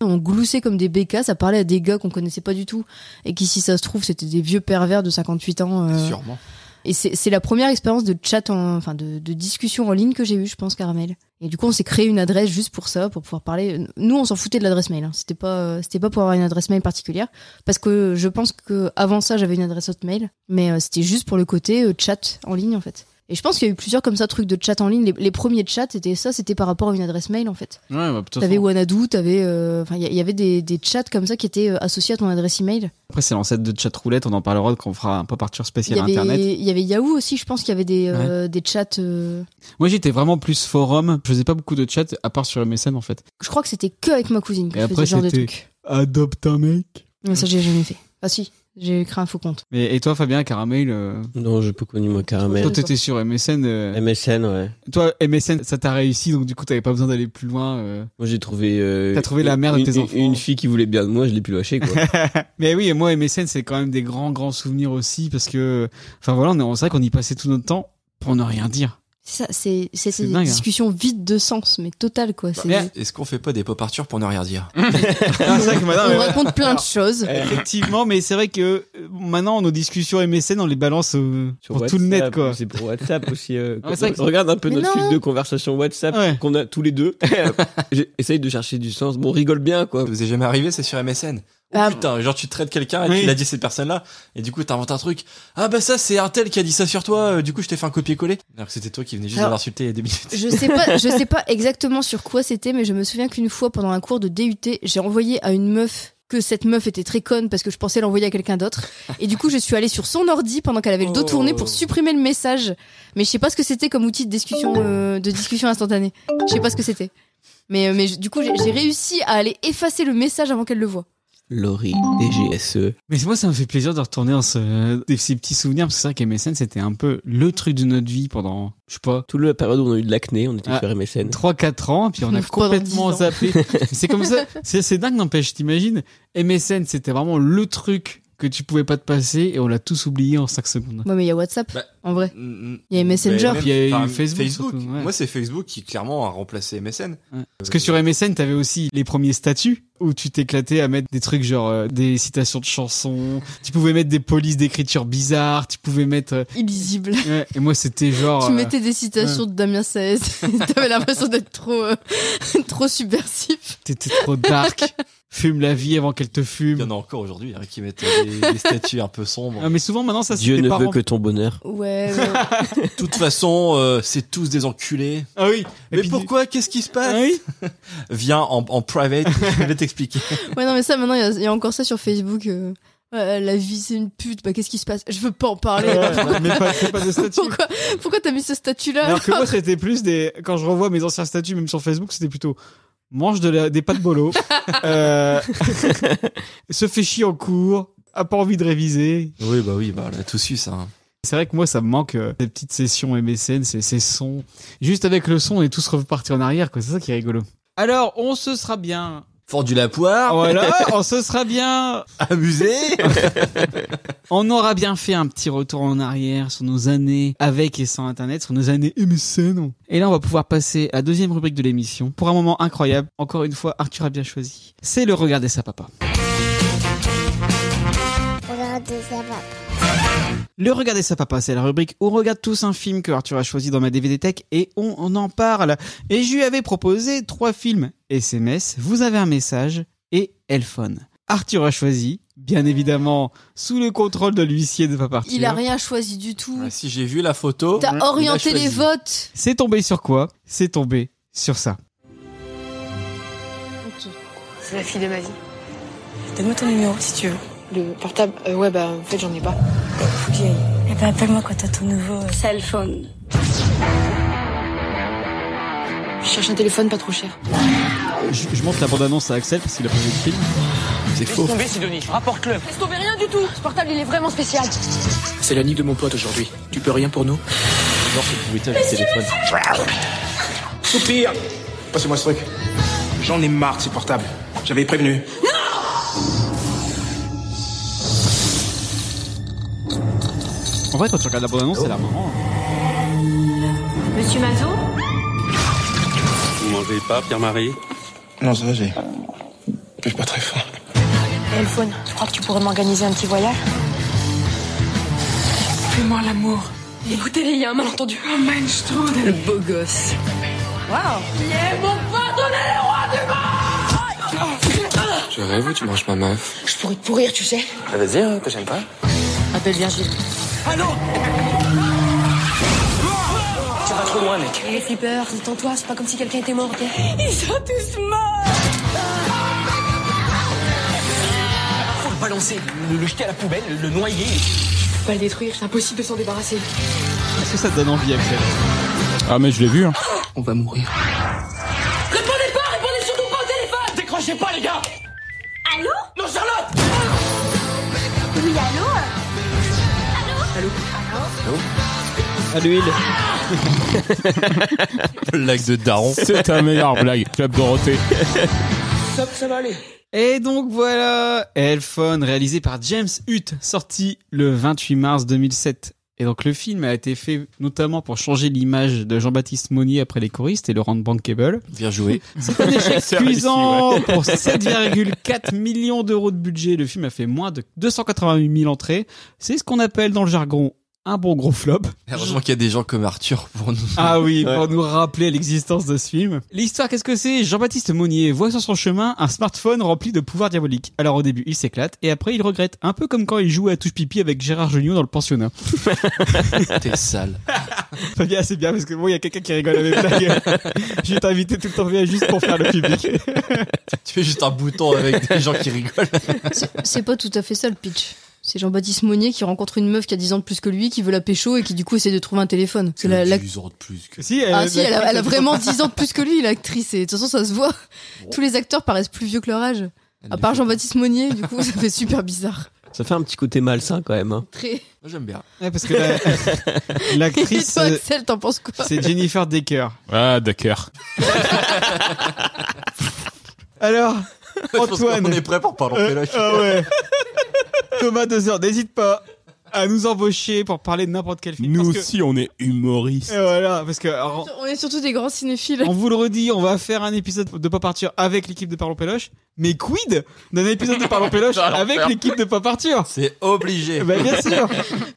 On gloussait comme des bécasses à parler à des gars qu'on connaissait pas du tout et qui, si ça se trouve, c'était des vieux pervers de 58 ans. euh.
Sûrement.
Et c'est, c'est la première expérience de chat, en- enfin de, de discussion en ligne que j'ai eue, je pense, Caramel. Et du coup, on s'est créé une adresse juste pour ça, pour pouvoir parler. Nous, on s'en foutait de l'adresse mail. hein. C'était pas, euh, c'était pas pour avoir une adresse mail particulière, parce que je pense que avant ça, j'avais une adresse hotmail, mais euh, c'était juste pour le côté euh, chat en ligne, en fait. Et je pense qu'il y a eu plusieurs comme ça trucs de chat en ligne. Les, les premiers chats, c'était ça, c'était par rapport à une adresse mail, en fait.
Ouais, bah, de toute
T'avais
façon.
Wanadu, t'avais, euh, enfin, il y a- il y, avait des, des chats comme ça qui étaient euh, associés à ton adresse email.
Après, c'est l'ancêtre de chatroulette, on en parlera quand on fera un peu partir
Il y
spécial
avait,
Internet.
il y avait Yahoo aussi, je pense qu'il y avait des, euh, des chats. euh,
Moi, j'étais vraiment plus forum. Je faisais pas beaucoup de chat, à part sur MSN, en fait.
Je crois que c'était que avec ma cousine que
Et
je faisais
après,
ce genre de
c'était
truc.
adopte un mec.
Non, ça, j'ai jamais fait. Ah si, j'ai créé un faux compte.
Et, et toi, Fabien, Caramel euh,
Non, j'ai pas connu moi Caramel.
Toi, t'étais sur MSN.
MSN, ouais.
Toi, MSN, ça t'a réussi, donc du coup, t'avais pas besoin d'aller plus loin. euh.
Moi, j'ai trouvé. euh,
T'as trouvé la merde de
une-
tes
une-
enfants.
Une fille qui voulait bien de moi, je l'ai plus lâché, quoi.
Mais oui, et moi, MSN, c'est quand même des grands, grands souvenirs aussi, parce que, enfin voilà, on est- c'est vrai qu'on y passait tout notre temps pour ne rien dire.
Ça, c'est c'était
dingue, hein. Bah,
des discussions vides de sens, mais totales quoi. C'est-
Bah, Est-ce qu'on fait pas des pop Arthur pour ne rien dire?
Ah, c'est vrai que maintenant,
on
mais-
raconte plein de
Alors,
choses.
Effectivement, mais c'est vrai que euh, maintenant, nos discussions MSN, on les balance euh,
Sur
pour tout le net,
WhatsApp,
quoi.
C'est pour WhatsApp aussi. euh,
Ah, c'est vrai que-
Regarde un peu
Mais
notre
non.
fil de conversation WhatsApp qu'on a tous les deux. J'essaye de chercher du sens. Bon, on rigole bien, quoi.
Vous est jamais arrivé, c'est sur MSN. Oh,
Ah.
Putain, genre tu traites quelqu'un et
Oui.
tu l'as dit cette personne-là, et du coup t'inventes un truc. Ah bah ça c'est un tel qui a dit ça sur toi, euh, du coup je t'ai fait un copier-coller. Alors que c'était toi qui venais juste de
Alors,
l'insulter il y a deux minutes.
Je sais pas, je sais pas exactement sur quoi c'était, mais je me souviens qu'une fois pendant un cours de DUT, j'ai envoyé à une meuf que cette meuf était très conne parce que je pensais l'envoyer à quelqu'un d'autre. Et du coup, je suis allée sur son ordi pendant qu'elle avait
Oh.
le dos tourné pour supprimer le message. Mais je sais pas ce que c'était comme outil de discussion, euh, de discussion instantanée. Je sais pas ce que c'était. Mais, euh, mais je- du coup, j'ai j'ai réussi à aller effacer le message avant qu'elle le voie.
Laurie, DGSE.
Mais moi, ça me fait plaisir de retourner dans ce- euh, des- ces petits souvenirs, parce que c'est vrai qu'MSN, c'était un peu le truc de notre vie pendant, je sais pas.
Toute la période où on a eu de l'acné, on était
Ah,
sur MSN.
3-4 ans, puis on a
Pendant
complètement
10 ans.
zappé. c'est comme ça, c'est c'est dingue, n'empêche, t'imagines. MSN, c'était vraiment le truc que tu pouvais pas te passer, et on l'a tous oublié en 5 secondes.
Ouais, mais il y a WhatsApp, en vrai.
Il
y a Messenger.
Bah, mm, Mais même-
Puis il y a eu
enfin,
Facebook, surtout, ouais.
Moi c'est Facebook qui clairement a remplacé MSN.
Parce que sur MSN, t'avais aussi les premiers statuts où tu t'éclatais à mettre des trucs genre euh, des citations de chansons. Tu pouvais mettre des polices d'écriture bizarres. Tu pouvais mettre. euh,
Illisible.
ouais, et moi, c'était genre.
Tu
euh,
mettais des citations de Damien Saez. T'avais l'impression d'être trop, euh, trop subversif.
T'étais trop dark. Fume la vie avant qu'elle te fume.
Il y en a encore aujourd'hui hein, qui mettent euh, des, des statues un peu sombres.
Ah, mais souvent maintenant, ça c'est
Dieu
tes
ne veut
parents.
que
ton bonheur.
Ouais,
De toute façon, euh, c'est tous des enculés.
Ah oui. Ah
Mais pourquoi Qu'est-ce qui se passe Viens en, en private, je vais t'expliquer.
Ouais, non, mais ça, maintenant, il y a- il y, a encore ça sur Facebook. euh, ouais, la vie, c'est une pute. Bah, qu'est-ce qui se passe Je veux pas en parler.
mais pas, c'est pas de statut.
pourquoi pourquoi t'as mis ce statut-là
Alors que moi, c'était plus des. Quand je revois mes anciens statuts, même sur Facebook, c'était plutôt. Mange de la... des pâtes bolo. euh, Se fait chier en cours. A pas envie de réviser.
Oui, bah oui, bah, on a tous eu ça. hein.
C'est vrai que moi, ça me manque euh, des petites sessions MSN, ces, ces sons. Juste avec le son, on est tous repartis en arrière, quoi. C'est ça qui est rigolo. Alors, on se sera bien.
Fort du la
Ah.
poire.
Voilà, on se sera bien.
Amusé.
on aura bien fait un petit retour en arrière sur nos années avec et sans Internet, sur nos années MSN. Et là, on va pouvoir passer à la deuxième rubrique de l'émission pour un moment incroyable. Encore une fois, Arthur a bien choisi. C'est le regarder ça, papa. Le Regardez ça papa, c'est la rubrique où on regarde tous un film que Arthur a choisi dans ma DVD Tech et on, on en parle. Et je lui avais proposé trois films. SMS, Vous avez un message et Elphone. Arthur a choisi, bien évidemment, sous le contrôle de l'huissier de Papa Arthur.
Il a rien choisi du tout.
Si j'ai vu la photo.
T'as
il a
orienté les
choisi.
votes.
C'est tombé sur quoi C'est tombé sur ça.
C'est la fille de ma vie. Donne-moi ton numéro si tu veux. Le portable euh, Ouais, bah en fait j'en ai pas. Faut que j'y aille. Eh bah appelle-moi quand t'as ton nouveau. euh, Cell phone. Je cherche un téléphone pas trop cher.
Je, je montre la bande-annonce à Axel parce qu'il a pas vu le film.
C'est
faux. tomber,
Sidonie.
Rapporte-le. Laisse tomber rien du tout. Ce portable il est vraiment spécial.
C'est la nuit de mon pote aujourd'hui. Tu peux rien pour nous
J'adore ce bruitage du téléphone.
Soupir Passez-moi ce truc. J'en ai marre de ces portables. J'avais prévenu.
En vrai, quand tu regardes la bande-annonce, c'est la marrant.
Monsieur Mazot
Vous mangez pas, Pierre-Marie Non, ça va, j'ai. Je suis pas très fort.
Elphone, Eh, tu crois que tu pourrais m'organiser un petit voyage Fais-moi l'amour. Écoutez les, il y a un malentendu. Oh, Mainstrud Le beau gosse. Waouh Qui est mon pote On est le roi du monde
Je rêve ou tu manges ma meuf
Je pourrais te pourrir, tu sais.
Ça veut dire hein, que j'aime pas
Appelle Virgile. Allô
Tu vas trop loin, mec.
Les flippers, détends-toi, c'est pas comme si quelqu'un était mort, ok Ils sont tous morts
Faut le balancer, le, le jeter à la poubelle, le noyer.
Faut pas le détruire, c'est impossible de s'en débarrasser.
Est-ce que ça te donne envie, Axel
Ah, mais je l'ai vu. Hein.
On va mourir.
Répondez pas, répondez surtout pas au téléphone Décrochez pas, les gars Allô Non, Charlotte Oui, allô Allô
À l'huile.
blague de daron.
C'est ta meilleure blague. Club Dorothée.
Stop, ça va aller.
Et donc voilà, Elphone, réalisé par James Hutt, sorti le 28 mars 2007. Et donc le film a été fait notamment pour changer l'image de Jean-Baptiste Monnier après les choristes et le rendre bankable.
Bien joué.
C'est un échec
C'est
Ah,
cuisant
réussi, ouais.
pour 7,4 millions d'euros de budget. Le film a fait moins de 288 000 entrées. C'est ce qu'on appelle dans le jargon un bon gros flop.
Heureusement qu'il y a des gens comme Arthur pour nous.
Ah oui, pour
Ouais.
nous rappeler l'existence de ce film. L'histoire, qu'est-ce que c'est Jean-Baptiste Monnier voit sur son chemin un smartphone rempli de pouvoirs diaboliques. Alors au début, il s'éclate et après, il regrette. Un peu comme quand il jouait à touche pipi avec Gérard Jugnot dans le pensionnat.
T'es sale.
Fabien, c'est bien parce que bon, il y a quelqu'un qui rigole à mes blagues. Je vais t'inviter tout le temps, Fabien, juste pour faire le public.
tu fais juste un bouton avec des gens qui rigolent.
C'est pas tout à fait ça le pitch. C'est Jean-Baptiste Monnier qui rencontre une meuf qui a 10 ans de plus que lui, qui veut la pécho et qui du coup essaie de trouver un téléphone. C'est la, la-
ans de plus que.
Si,
Ah si, elle a, elle a vraiment 10 ans de plus que lui, l'actrice. Et de toute façon, ça se voit. Tous les acteurs paraissent plus vieux que leur âge. À part Jean-Baptiste Monnier, du coup, ça fait super bizarre.
Ça fait un petit côté malsain quand même. hein.
Très.
J'aime bien.
Ouais, parce que la- l'actrice,
Et toi,
euh,
Axel, t'en penses quoi
c'est Jennifer Decker.
Ah, d'accord.
Alors, Antoine.
On est prêt pour parler en
Euh,
péloche.
ah ouais. Thomas Dezer, n'hésite pas à nous embaucher pour parler de n'importe quel film.
Nous
parce que-
aussi, on est humoristes.
Et voilà, parce que alors,
On est surtout des grands cinéphiles.
on vous le redit, on va faire un épisode de Pas Partir avec l'équipe de Parlons Péloche, mais quid d'un épisode de Parlons Péloche
Dans l'enfer.
avec l'équipe de Pas Partir
C'est obligé.
Bah bien sûr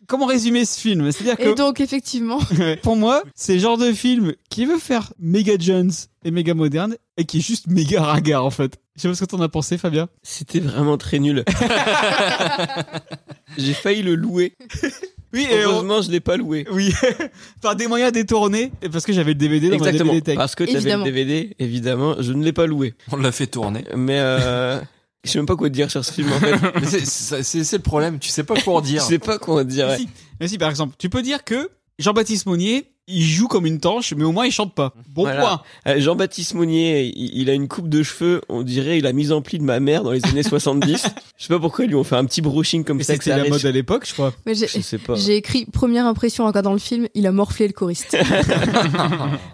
Comment résumer ce film C'est-à-dire
Et
que
donc, effectivement,
Ouais. pour moi, c'est le genre de film qui veut faire méga Jones et méga moderne et qui est juste méga ragard en fait. Je sais pas ce que t'en as pensé Fabien.
C'était vraiment très nul. J'ai failli le louer.
Oui, et on-
Heureusement, je l'ai pas loué.
Oui, par des moyens détournés, et parce que j'avais le DVD dans
Exactement.
ma DVD tech.
Parce que t'avais le DVD, évidemment, je ne l'ai pas loué.
On l'a fait tourner.
Mais euh, je sais même pas quoi dire sur ce film en fait.
Mais c'est- C'est c'est- c'est le problème, tu sais pas quoi en dire.
Je sais pas quoi en dire.
Mais si, mais si, par exemple, tu peux dire que Jean-Baptiste Monnier, il joue comme une tanche, mais au moins il chante pas. Bon
Voilà.
point.
Euh, Jean-Baptiste Monnier, il, il a une coupe de cheveux, on dirait il a mis en pli de ma mère dans les années 70. Je sais pas pourquoi ils lui ont fait un petit brushing comme
Mais
ça. que
c'était
ça
la
reste-
mode à l'époque, je crois.
mais j'ai
Je sais pas.
j'ai écrit première impression en regardant le film, il a morflé le choriste.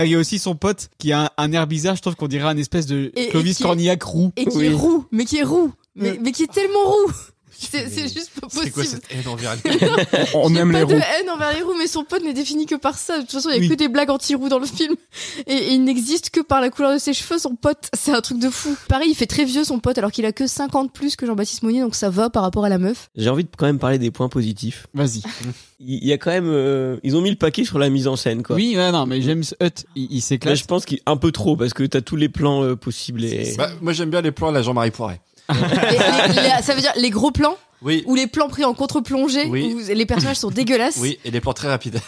Il y a aussi son pote qui a un, un air bizarre, je trouve qu'on dirait un espèce de
Et- et
Clovis
qui est-
Cornillac roux.
Et qui est roux, mais qui est roux, mais, mais qui est tellement roux. C'est Mm. c'est juste pas possible.
C'est quoi cette haine envers les-
On aime les
pas de
roues.
haine envers les roues, mais son pote n'est défini que par ça. De toute façon, il y a
Oui.
que des blagues anti-roues dans le film. Et, et il n'existe que par la couleur de ses cheveux, son pote. C'est un truc de fou. Pareil, il fait très vieux, son pote, alors qu'il a que 50 plus que Jean-Baptiste Monnier, donc ça va par rapport à la meuf.
J'ai envie de quand même parler des points positifs.
Vas-y.
Il il y a quand même, euh, ils ont mis le paquet sur la mise en scène quoi.
Oui, ouais, non, mais James Hutt, il, il
Là,
s'éclate.
je pense qu'il un peu trop parce que t'as tous les plans euh, possibles et
Bah, moi j'aime bien les plans à la Jean-Marie Poiret.
Et les- les- ça veut dire les gros plans
Oui,
ou les plans pris en contre-plongée
Oui.
où les personnages sont dégueulasses.
oui, et les plans très rapides.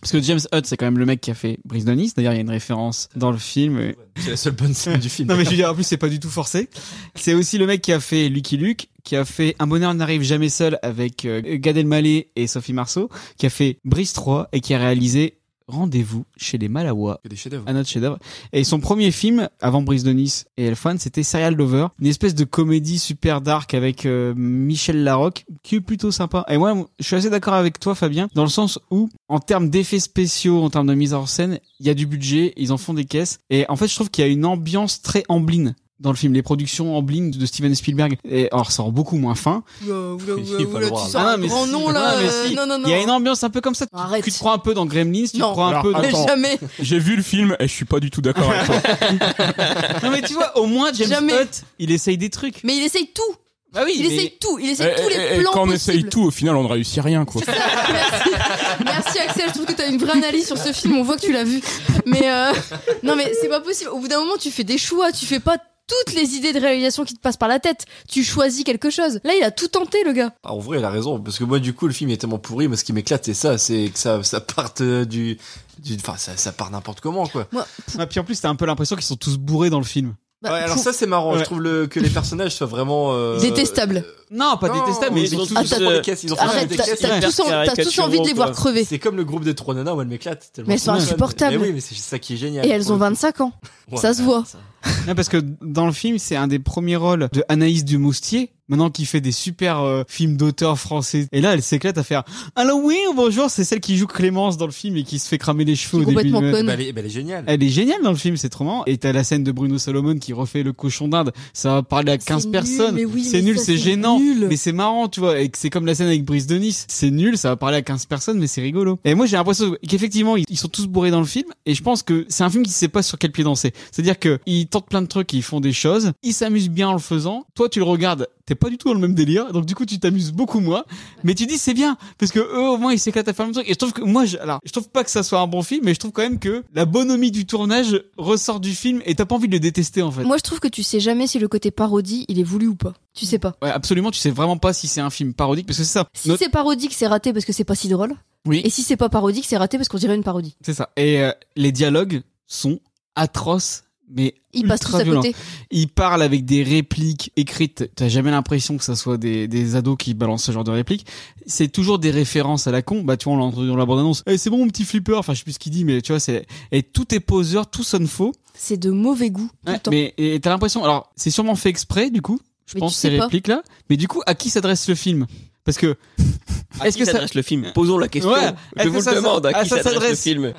Parce que James Hutt, c'est quand même le mec qui a fait Brise de Nice. D'ailleurs, il y a une référence dans le film.
C'est la seule bonne scène du film.
Non mais je veux dire, en plus c'est pas du tout forcé. C'est aussi le mec qui a fait Lucky Luke, qui a fait Un bonheur n'arrive jamais seul avec euh, Gad Elmaleh et Sophie Marceau, qui a fait Brise 3 et qui a réalisé Rendez-vous chez les Malawa.
Que des chefs-d'œuvre.
Un autre chef-d'œuvre. Et son premier film, avant Brise de Nice et Elfan, c'était Serial Lover, une espèce de comédie super dark avec euh, Michel Larocque, qui est plutôt sympa. Et moi, je suis assez d'accord avec toi, Fabien, dans le sens où, en termes d'effets spéciaux, en termes de mise en scène, il y a du budget, ils en font des caisses. Et en fait, je trouve qu'il y a une ambiance très ambline dans le film, les productions ambline de Steven Spielberg. Et alors, ça rend beaucoup moins fin.
Oula, oula,
Il
oula,
va
oula,
le
tu
voir.
sors
Ah,
un
mais
grand
si.
nom
Ah,
là.
mais
euh,
si.
Non, non, non.
Il y a une ambiance un peu comme ça. Tu-
Arrête.
Tu te prends un peu dans Gremlins, tu
Non.
te prends un peu
Alors,
dans...
attends.
Jamais.
J'ai vu le film et je suis pas du tout d'accord avec toi.
Non mais tu vois, au moins James
Jamais.
Hutt, il essaye des trucs.
Mais il essaye tout.
Bah oui,
Il
mais-
essaye tout. Il
Et,
essaye tous
et-
les
et
plans
quand on
possibles.
essaye tout, au final, on ne réussit rien, quoi.
Merci Axel, je trouve que t'as une vraie analyse sur ce film, on voit que tu l'as vu. Mais euh, non mais c'est pas possible, au bout d'un moment tu fais des choix, tu fais pas toutes les idées de réalisation qui te passent par la tête, tu choisis quelque chose. Là il a tout tenté le gars.
Ah, en vrai, il a raison, parce que moi, du coup, le film est tellement pourri, mais ce qui m'éclate, c'est ça, c'est que ça, ça parte euh, du, du, enfin, ça, ça part n'importe comment, quoi.
Ah, puis en plus, t'as un peu l'impression qu'ils sont tous bourrés dans le film.
Bah,
ouais, alors
pour-
ça, c'est marrant,
Ouais.
je trouve le, que les personnages soient vraiment, euh,
Détestable.
Non, pas
Non,
détestable, mais
ils ont
ils euh,
tous
Ah,
euh, ils ont
t'as-
des caisses, ils ont fait
Arrête,
des
t'as
caisses.
t'as tous, en- t'as tous envie de les voir crever.
C'est comme le groupe des trois nanas, moi, elle m'éclate. tellement
Mais elles sont
c'est fun.
insupportables.
Mais oui, mais c'est ça qui est génial.
Et elles ont 25 ans. ça se voit.
Non, parce que dans le film, c'est un des premiers rôles de Anaïs Dumoustier, maintenant qui fait des super euh, films d'auteurs français. Et là, elle s'éclate à faire Alors oui, oh, bonjour, c'est celle qui joue Clémence dans le film et qui se fait cramer les cheveux au
C'est
début.
complètement
du-
conne.
Bah, elle est, bah, elle est géniale.
Elle est géniale dans le film, c'est trop marrant. Et t'as la scène de Bruno Salomon qui refait le cochon d'Inde. Ça va parler à 15
nul,
personnes.
mais oui,
c'est
mais
nul,
ça,
c'est
c'est
gênant.
nul.
Mais c'est marrant, tu vois. Et que c'est comme la scène avec Brice de Nice. C'est nul, ça va parler à 15 personnes, mais c'est rigolo. Et moi, j'ai l'impression qu'effectivement, ils ils sont tous bourrés dans le film. Et je pense que c'est un film qui sait pas sur quel pied danser. C'est-à-dire que ils tentent plein de trucs, ils font des choses, ils s'amusent bien en le faisant. Toi, tu le regardes, t'es pas du tout dans le même délire, donc du coup tu t'amuses beaucoup moins, mais tu dis c'est bien parce que eux au moins ils s'éclatent à faire le même truc. Et je trouve que moi, je, alors je trouve pas que ça soit un bon film, mais je trouve quand même que la bonhomie du tournage ressort du film et t'as pas envie de le détester en fait.
Moi, je trouve que tu sais jamais si le côté parodie, il est voulu ou pas. Tu sais pas.
Ouais, absolument, tu sais vraiment pas si c'est un film parodique parce que c'est ça.
Si
Notre-
c'est parodique, c'est raté parce que c'est pas si drôle.
Oui.
Et si c'est pas parodique, c'est raté parce qu'on dirait une parodie.
C'est ça. Et euh, les dialogues sont atroces, mais
Ils passent
ultra
tous à
violents.
côté.
Ils parlent avec des répliques écrites. T'as jamais l'impression que ça soit des, des ados qui balancent ce genre de répliques. C'est toujours des références à la con. Bah, tu vois, on l'a entendu dans la bande-annonce. Eh, c'est bon, mon petit flipper. Enfin, je sais plus ce qu'il dit, mais tu vois, c'est, et tout est poseur, tout sonne faux.
C'est de mauvais goût. tout le
Ouais,
temps.
mais et t'as l'impression. Alors, c'est sûrement fait exprès, du coup. Je
Mais
pense
tu
ces
sais pas.
répliques-là. Mais du coup, à qui s'adresse le film Parce que
À qui s'adresse le film Posons la question.
Ouais.
Je
Est-ce
vous
que ça-
le demande, à
ah,
qui
ça
s'adresse le
s'adresse
film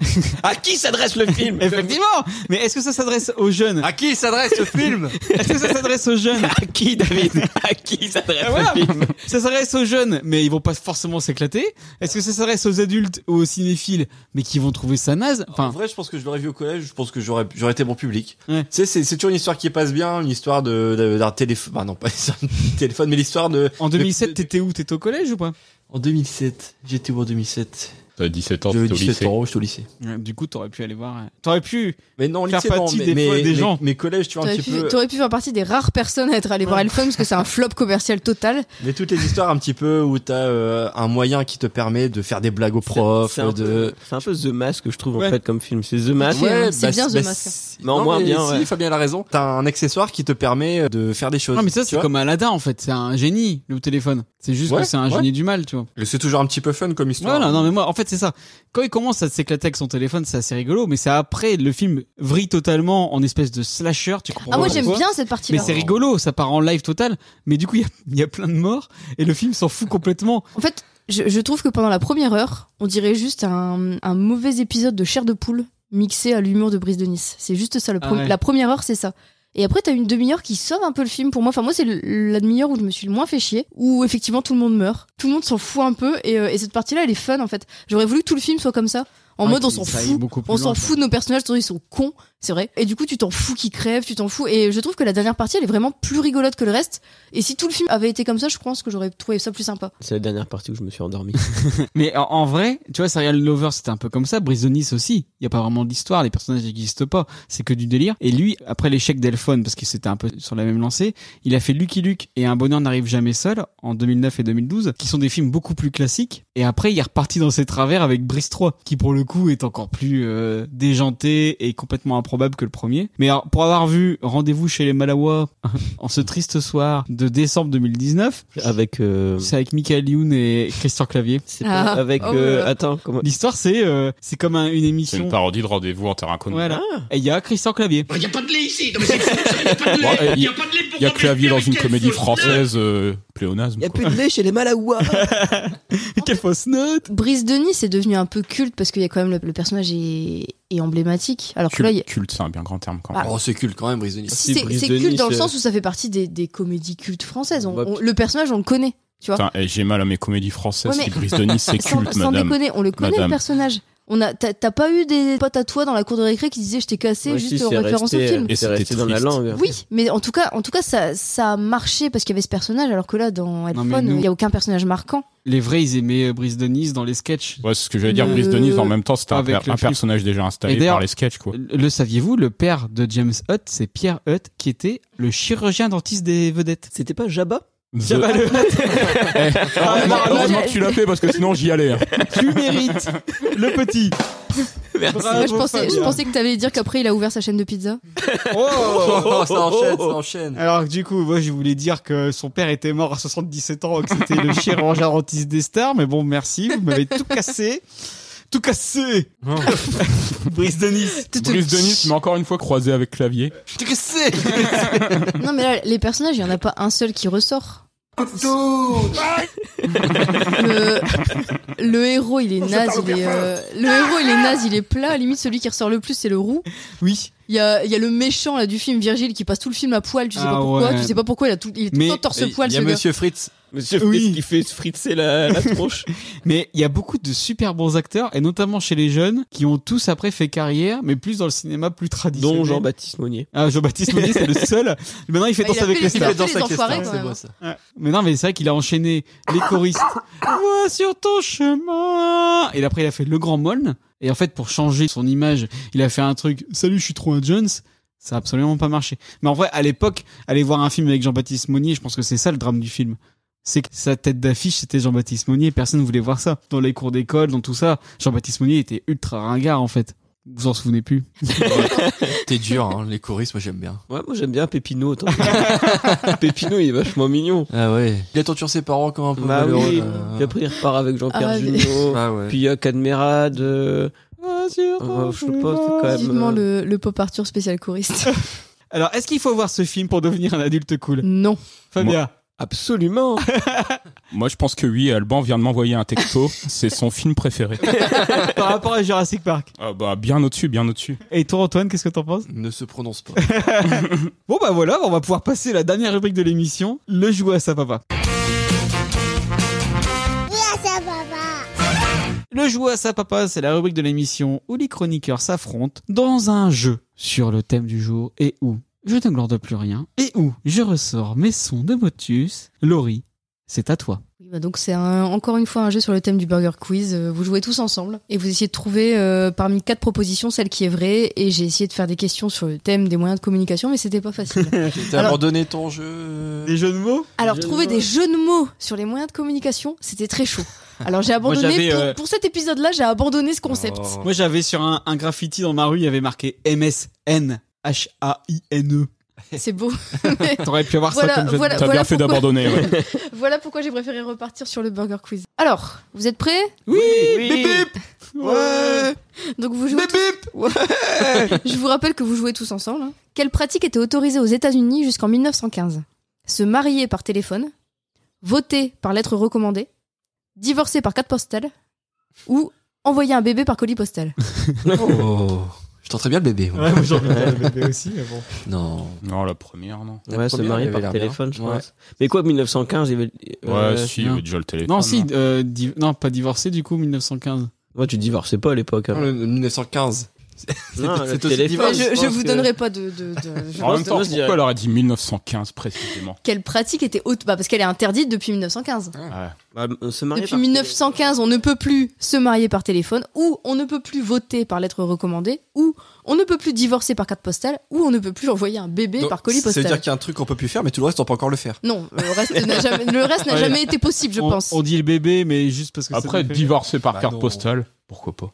À qui s'adresse le film
Effectivement Mais est-ce que ça s'adresse aux jeunes À
qui s'adresse le film
Est-ce que ça s'adresse aux jeunes À
qui, David À qui s'adresse
le film Ça s'adresse aux jeunes, mais ils vont pas forcément s'éclater. Est-ce que ça s'adresse aux adultes ou aux cinéphiles, mais qui vont trouver ça naze
En
Enfin,
vrai, je pense que je l'aurais vu au collège, je pense que j'aurais j'aurais été bon public. Tu sais, c'est c'est toujours une histoire qui passe bien, une histoire de de- d'un téléphone, bah non pas un téléphone, mais l'histoire de
en 2007, t'étais où T'étais au collège ou pas
En 2007, j'étais où en 2007
T'as 17 ans,
J'avais
t'étais au
17
lycée.
ans, j'étais au lycée.
Ouais, Du coup, t'aurais pu aller voir. euh, T'aurais pu
mais non,
faire
lycée, non,
partie
mais-
des,
mais-
fois des
mais-
gens.
mais collège, tu vois,
T'aurais pu, t'aurais pu faire partie des rares personnes à être allé voir Elfun parce que c'est un flop commercial total.
Mais toutes les histoires un petit peu où t'as euh, un moyen qui te permet de faire des blagues aux profs,
C'est un,
de
peu, c'est un peu The Mask que je trouve
Ouais.
en fait comme film. C'est The Mask.
Ouais, bah, bah,
Mais en
non,
moins
mais
bien.
Si,
ouais.
Fabien a raison. T'as un accessoire qui te permet euh, de faire des choses.
Non, mais ça,
tu
c'est
vois.
comme Aladdin en fait. C'est un génie, le téléphone. C'est juste
Ouais,
que c'est un
ouais.
génie du mal, tu vois.
Et c'est toujours un petit peu fun comme histoire.
Voilà, non, mais moi, en fait, c'est ça. Quand il commence à s'éclater avec son téléphone, c'est assez rigolo, mais c'est après, le film vrille totalement en espèce de slasher, tu comprends
Ah, moi,
pas
j'aime
pourquoi.
bien cette partie-là.
Mais c'est rigolo, ça part en live total, mais du coup, il y a, il y a plein de morts, et le film s'en fout complètement.
En fait, je, je trouve que pendant la première heure, on dirait juste un, un mauvais épisode de chair de poule mixé à l'humour de Brise de Nice. C'est juste ça. le
Ah
premier-
ouais.
La première heure, c'est ça. Et après, t'as une demi-heure qui sauve un peu le film pour moi. Enfin, moi, c'est le- la demi-heure où je me suis le moins fait chier, où effectivement tout le monde meurt. Tout le monde s'en fout un peu, et, euh, et cette partie-là, elle est fun en fait. J'aurais voulu que tout le film soit comme ça. En
Ouais,
mode, on
qui-
s'en
ça aille
fout.
beaucoup plus
On s'en
loin,
fout de nos personnages, ils sont cons, c'est vrai. Et du coup, tu t'en fous qu'ils crèvent, tu t'en fous. Et je trouve que la dernière partie, elle est vraiment plus rigolote que le reste. Et si tout le film avait été comme ça, je pense que j'aurais trouvé ça plus sympa.
C'est la dernière partie où je me suis endormi.
mais en, en vrai, tu vois, Serial Lover, c'était un peu comme ça. Brise de Nice aussi. Il y a pas vraiment d'histoire. Les personnages n'existent pas. C'est que du délire. Et lui, après l'échec d'Elphone, parce que c'était un peu sur la même lancée, il a fait Lucky Luke et Un bonheur n'arrive jamais seul en 2009 et 2012, qui sont des films beaucoup plus classiques. Et après, il est reparti dans ses travers avec Brise 3, qui pour le coup est encore plus euh, déjanté et complètement improbable que le premier. Mais alors, pour avoir vu Rendez-vous chez les Malawa en ce triste soir de décembre 2019,
avec euh,
c'est avec Michael Youn et Christian Clavier.
C'est pas- Ah. avec, Oh, euh, euh. attends, comment-
L'histoire, c'est euh, c'est comme un- une
C'est
émission.
une parodie de rendez-vous en terre inconnue.
Voilà. Et il y a Christian Clavier.
Il n'y a pas de lait ici Non mais c'est fou, ça, y a pas de
Bon,
lait
euh,
Il
y-
n'y a pas de lait pour
Il y a
remplacer
Clavier dans
avec
une
quel
comédie
sauce
française, euh, pléonasme. quoi.
lait chez les Malawa.
Quelle fausse note
Brice Denis est devenu un peu culte parce qu'il y a quand même le, le personnage est, est emblématique. Alors que
Culte,
là, il y a-
culte, c'est un bien grand terme quand
Ah.
même.
Oh,
c'est culte quand même, Brise de
si c'est c'est culte
euh.
dans le sens où ça fait partie des, des comédies cultes françaises. On- on- le personnage, on le connaît, tu vois.
Putain, eh, j'ai mal à mes comédies françaises
Ouais,
qui
mais-
brisent de Nice, c'est
sans,
culte,
sans
madame.
déconner, on le connaît
Madame.
le personnage. On a, t'as t'as pas eu des potes à toi dans la cour de récré qui disaient je t'ai cassé juste en référence au film.
Et c'est resté dans la langue.
Oui, mais en tout cas, en tout cas, ça, ça a marché parce qu'il y avait ce personnage, alors que là, dans
mais
Elphone,
nous-
il y a aucun personnage marquant.
Les vrais, ils aimaient euh, Brice de Nice dans les sketchs.
Ouais, c'est ce que j'allais dire,
Le-
Brise de
euh,
Nice, en même temps, c'était un,
Avec
per-
le
un
film.
personnage déjà
Et
installé
d'ailleurs,
par les sketchs, quoi.
Le, le saviez-vous, le père de James Hutt, c'est Pierre Hutt, qui était le chirurgien dentiste des vedettes.
C'était pas Jabba
Jabba le
Heureusement Ah heureusement que tu l'as fait, parce que sinon j'y allais. hein.
Tu mérites le petit.
Moi, je pensais, je pensais que t'allais dire qu'après, il a ouvert sa chaîne de pizza.
Oh, ça enchaîne, ça enchaîne.
Alors que du coup, moi je voulais dire que son père était mort à 77 ans, et que c'était le chirurgien dentiste des stars, mais bon, merci, vous m'avez tout cassé. Tout cassé Brice de Nice
Brise de Nice, mais encore une fois croisé avec Clavier.
Tout cassé
non, mais là, les personnages, il y en a pas un seul qui ressort. le, le héros, il est naze, il est, euh, le héros, il est naze, il est plat. À la limite, celui qui ressort le plus, c'est le roux.
Oui.
Il y a, il y a le méchant là du film Virgile qui passe tout le film à poil. Tu sais
Ah
pas pourquoi,
ouais. euh,
tu sais pas pourquoi il a tout, il est tout le temps torse poil.
Il y a
ce gars.
Monsieur Fritz.
Monsieur Fritz qui fait se fritzer la, la tronche.
mais il y a beaucoup de super bons acteurs, et notamment chez les jeunes, qui ont tous après fait carrière, mais plus dans le cinéma plus traditionnel.
Dont Jean-Baptiste Monnier.
Ah, Jean-Baptiste Monnier, c'est le seul. Maintenant, il fait
Ah,
Bah,
Bah,
danser avec
il a fait-
les
il fait
stars.
danser avec les stars,
stars,
c'est
hein.
beau,
ça. Ouais. Mais non, mais c'est vrai qu'il a enchaîné les choristes. Vois sur ton chemin. Et après, il a fait Le Grand Moln. Et en fait, pour changer son image, il a fait un truc. Salut, je suis trop un Jones. Ça a absolument pas marché. Mais en vrai, à l'époque, aller voir un film avec Jean-Baptiste Monnier, je pense que c'est ça le drame du film. C'est que sa tête d'affiche, c'était Jean-Baptiste Monnier. Personne voulait voir ça. Dans les cours d'école, dans tout ça, Jean-Baptiste Monnier était ultra ringard, en fait. Vous en souvenez plus.
T'es dur, hein, les choristes, moi j'aime bien.
Ouais, moi j'aime bien Pépino. Autant Pépino, il est vachement mignon.
Ah ouais. Il a torturé ses parents comme un peu
Bah
malheureux.
oui.
là.
Puis après, il repart avec Jean-Pierre
Ah,
Junot.
Ah ouais.
Puis il y a Cadmerade. euh, euh, je sais pas, c'est quand même.
Vivement
euh,
le, le pop Arthur spécial choriste.
Alors, est-ce qu'il faut voir ce film pour devenir un adulte cool
Non.
Fabien
Absolument.
Moi, je pense que oui, Alban vient de m'envoyer un texto. C'est son film préféré.
Par rapport à Jurassic Park.
Ah bah, bien au-dessus, bien au-dessus.
Et toi, Antoine, qu'est-ce que t'en penses
Ne se prononce pas.
Bon, bah voilà, on va pouvoir passer la dernière rubrique de l'émission le jouet à sa papa. Le jouet à sa papa, c'est la rubrique de l'émission où les chroniqueurs s'affrontent dans un jeu sur le thème du jour et où je ne glande plus rien et où je ressors mes sons de motus. Laurie, c'est à toi.
Oui, bah donc c'est un- encore une fois un jeu sur le thème du Burger Quiz. Euh, Vous jouez tous ensemble et vous essayez de trouver euh, parmi quatre propositions celle qui est vraie. Et j'ai essayé de faire des questions sur le thème des moyens de communication, mais c'était pas facile.
T'as
Alors-
abandonné ton jeu.
Des jeux de mots
Alors trouver des jeux de mots sur les moyens de communication, c'était très chaud. Alors j'ai
Moi,
abandonné
j'avais,
pour,
euh, Oh.
pour cet épisode-là, j'ai abandonné ce concept.
Oh.
Moi, j'avais sur un, un graffiti dans ma rue, il y avait marqué MSN. H-A-I-N-E.
C'est beau.
E. T'aurais pu avoir
Voilà,
ça comme jeu.
voilà, T'as voilà bien fait pourquoi- d'abandonner,
ouais.
voilà pourquoi j'ai préféré repartir sur le Burger Quiz. Alors, vous êtes prêts
Oui,
bip,
bip Ouais
Donc vous jouez. tous- Je vous rappelle que vous jouez tous ensemble. hein. Quelle pratique était autorisée aux États-Unis jusqu'en 1915 Se marier par téléphone, voter par lettre recommandée, divorcer par carte postale ou envoyer un bébé par colis postal.
Oh. Je tenterais bien le bébé. moi.
Ouais, moi, j'aurais bien le bébé aussi,
mais bon.
Non.
Non, la première, non.
La
Ouais, se
première,
marier
elle avait l'air
par téléphone,
bien.
je
Ouais.
pense. Mais quoi, 1915, il y avait. euh,
Ouais, si, il y avait déjà le téléphone. hein.
Non, si, euh, di- non, pas divorcé du coup, 1915.
Moi, tu divorçais pas à l'époque. hein.
Non, le
1915.
Non,
c'est-
le
c'est aussi
téléphone.
divin,
je
pense
je vous
que-
donnerai pas de. de- de- je
En même
pense-
temps,
moi, je dirais-
pourquoi elle aurait dit 1915 précisément
Quelle pratique était haute bah, Parce qu'elle est interdite depuis 1915.
Bah, euh, se marier
Depuis
par-
1915, on ne peut plus se marier par téléphone, ou on ne peut plus voter par lettre recommandée, ou on ne peut plus divorcer par carte postale, ou on ne peut plus envoyer un bébé
Donc,
par colis
Ça veut dire
postal.
qu'il y a un truc qu'on peut plus faire, mais tout le reste, on peut encore le faire.
Non, le reste n'a jamais, le reste n'a
Ouais.
jamais été possible, je
on,
pense.
on dit le bébé, mais juste parce que ça
Après,
nous fait-
divorcer par
Bah
carte
non.
postale.
Pourquoi pas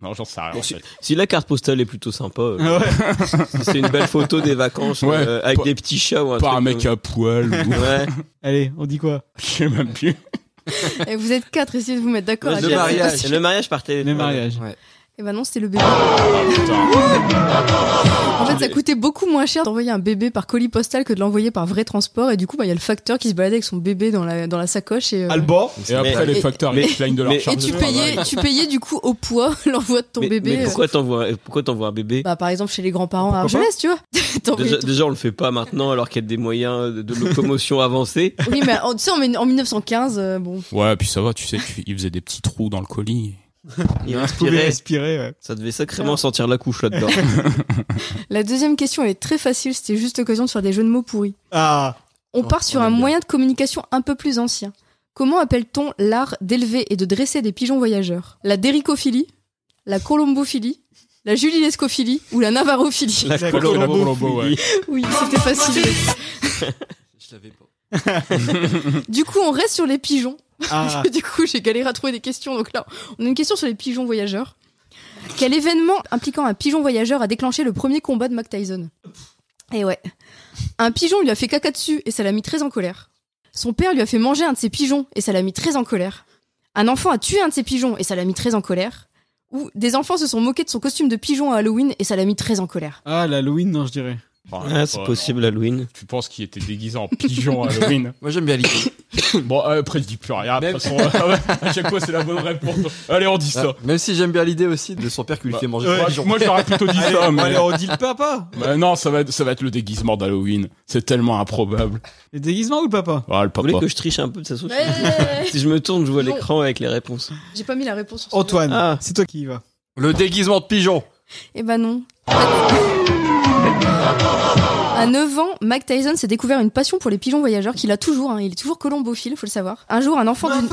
Non, j'en sais rien. en
si,
fait.
si la carte postale est plutôt sympa, euh,
Ah,
si c'est une belle photo des vacances
Ouais,
euh, avec
pas-
des petits chats ou un
Par un
truc
mec
comme-
à poil. ou-
Ouais.
Allez, on dit quoi
Je sais même plus.
Et vous êtes quatre, essayez de vous mettre d'accord. à dire-
Le mariage par téléphone.
Le mariage. Ouais.
Eh ben non, c'était le bébé. En fait, ça coûtait beaucoup moins cher d'envoyer un bébé par colis postal que de l'envoyer par vrai transport. Et du coup, bah, il y a le facteur qui se baladait avec son bébé dans la, dans la sacoche. Et, euh,
Alban.
Et après, les
Et-
facteurs
mais-
déclinent de leur
mais-
charge
et tu
de travail.
payais, tu payais du coup au poids l'envoi de ton
Mais,
bébé. euh,
mais pourquoi t'envoies euh, pourquoi t'envoies un bébé
Bah, par exemple, chez les grands-parents à Argelès, tu vois. T'envoyais
déjà,
ton-
déjà, on le fait pas maintenant alors qu'il y a des moyens de, de locomotion avancés.
Oui, mais en- tu sais, en, mille- en 1915, euh, bon.
Ouais, puis ça va, tu sais, tu- il faisait des petits trous dans le colis.
Il
pouvait
respirait.
respirer, ouais.
Ça devait sacrément sentir la couche là-dedans.
La deuxième question elle est très facile, c'était juste l'occasion de faire des jeux de mots pourris.
Ah
On
Oh,
part sur un moyen de communication un peu plus ancien. Comment appelle-t-on l'art d'élever et de dresser des pigeons voyageurs La déricophilie, la colombophilie, la julilescophilie ou la navarrophilie
La colombo- la colombo, ouais.
Oui, c'était facile.
Je l'avais pas.
Du coup, on reste sur les pigeons.
Ah.
Parce que du coup, j'ai galéré à trouver des questions. Donc là, on a une question sur les pigeons voyageurs. Quel événement impliquant un pigeon voyageur a déclenché le premier combat de Mac Tyson Et ouais. Un pigeon lui a fait caca dessus et ça l'a mis très en colère. Son père lui a fait manger un de ses pigeons et ça l'a mis très en colère. Un enfant a tué un de ses pigeons et ça l'a mis très en colère. Ou des enfants se sont moqués de son costume de pigeon à Halloween et ça l'a mis très en colère.
Ah, l'Halloween, non, je dirais.
Enfin,
Ah, c'est
ouais,
possible Halloween.
non. Tu penses qu'il était déguisé en pigeon à Halloween
Moi, j'aime bien l'idée.
bon, euh, après, je dis plus rien. De toute façon, euh, à chaque fois, c'est la bonne réponse. Allez, on dit ça.
Même si j'aime bien l'idée aussi de son père qui lui fait manger
Bah, Ouais,
trois
je-
jours.
Moi, j'aurais plutôt dit
Allez,
ça, mais.
allez, on dit le papa.
Bah non, ça va être, ça va être le déguisement d'Halloween. C'est tellement improbable.
Les déguisements ou le papa
Ah, le
Vous
papa.
voulez que je triche un peu de toute façon je-
Ouais.
Si je me tourne, je vois
Non.
l'écran avec les réponses.
J'ai pas mis la réponse sur ce
Antoine,
Ah.
doigt.
c'est toi qui y vas.
Le déguisement de pigeon.
Eh ben non. À 9 ans, Mike Tyson s'est découvert une passion pour les pigeons voyageurs qu'il a toujours. hein. Il est toujours colombophile, faut le savoir. Un jour, un enfant d'une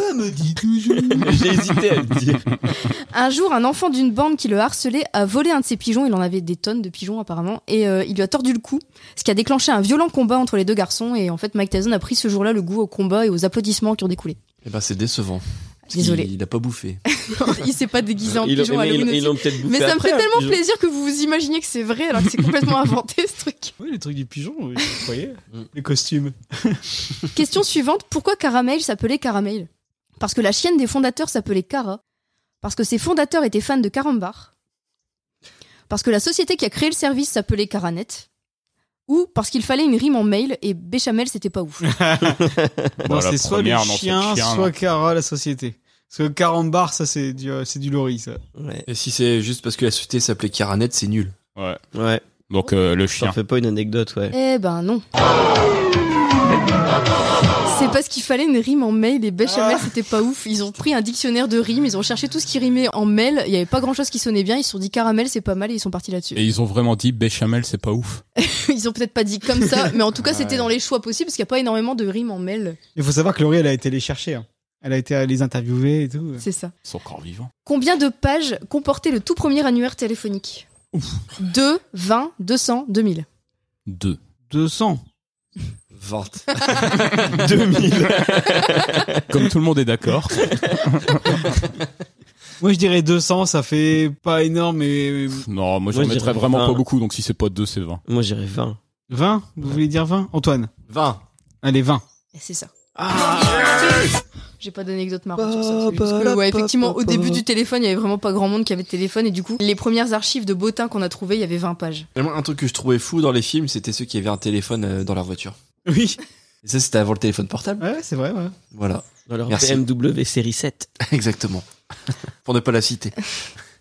J'ai hésité à le dire.
un jour, un enfant d'une bande qui le harcelait a volé un de ses pigeons. Il en avait des tonnes de pigeons apparemment, et euh, il lui a tordu le cou, ce qui a déclenché un violent combat entre les deux garçons. Et en fait, Mike Tyson a pris ce jour-là le goût au combat et aux applaudissements qui ont découlé.
Eh ben, c'est décevant. Parce
Désolé.
qu'il- Il a pas bouffé.
il s'est pas déguisé en
Ils l'ont-
pigeon. à
mais ils-
Halloween
ils
aussi.
l'ont peut-être bouffé
Mais ça me
après,
fait
un
tellement
pigeon.
plaisir que vous vous imaginiez que c'est vrai alors que c'est complètement inventé ce truc.
Oui, les trucs du pigeon, oui, vous voyez Les costumes.
Question suivante, pourquoi Caramel s'appelait Caramel Parce que la chienne des fondateurs s'appelait Cara. Parce que ses fondateurs étaient fans de Carambar. Parce que la société qui a créé le service s'appelait Caranet. Ou parce qu'il fallait une rime en mail et béchamel c'était pas ouf.
non,
Bah, la
c'est soit
première,
le
non, c'est
chien,
le chien,
soit
non.
Cara, la société. Parce que Carambar, ça, c'est du, euh, c'est du lorry, ça.
Et si c'est juste parce que la société s'appelait Caranet, c'est nul.
Ouais.
Ouais.
Donc, euh, le chien.
Ça fait pas une anecdote, ouais.
eh ben non. C'est parce qu'il fallait une rime en mail et béchamel c'était pas ouf. Ils ont pris un dictionnaire de rimes, ils ont cherché tout ce qui rimait en mail, il y avait pas grand chose qui sonnait bien, ils se sont dit caramel c'est pas mal et ils sont partis là-dessus.
Et ils ont vraiment dit béchamel, c'est pas ouf.
Ils ont peut-être pas dit comme ça, mais en tout cas,
Ouais.
c'était dans les choix possibles parce qu'il n'y a pas énormément de rimes en mail.
Il faut savoir que Laurie, elle a été les chercher. hein. Elle a été euh, les interviewer et tout.
C'est ça.
Ils sont encore vivants.
Combien de pages comportait le tout premier annuaire téléphonique 2, 20, 200, 2000.
2.
200.
20.
2000. Comme tout le monde est d'accord.
Moi, je dirais 200, ça fait pas énorme, mais.
Non, moi, j'en
je
mettrais
dirais
vraiment
20.
pas beaucoup. Donc, si c'est pas 2, c'est 20.
Moi, j'irais 20.
20 Vous voulez dire 20 Antoine
20.
Allez, 20.
Et c'est ça. J'ai pas d'anecdote marrante sur ça. parce que- parce que, ouais, effectivement, au début du téléphone, il y avait vraiment pas grand monde qui avait de téléphone. Et du coup, les premières archives de Botin qu'on a trouvées, il y avait 20 pages.
Et moi, un truc que je trouvais fou dans les films, c'était ceux qui avaient un téléphone euh, dans leur voiture.
Oui.
Et ça, c'était avant le téléphone portable.
Ouais, c'est vrai, ouais.
Voilà.
Dans leur
Merci.
BMW série 7.
Exactement. Pour ne pas la citer.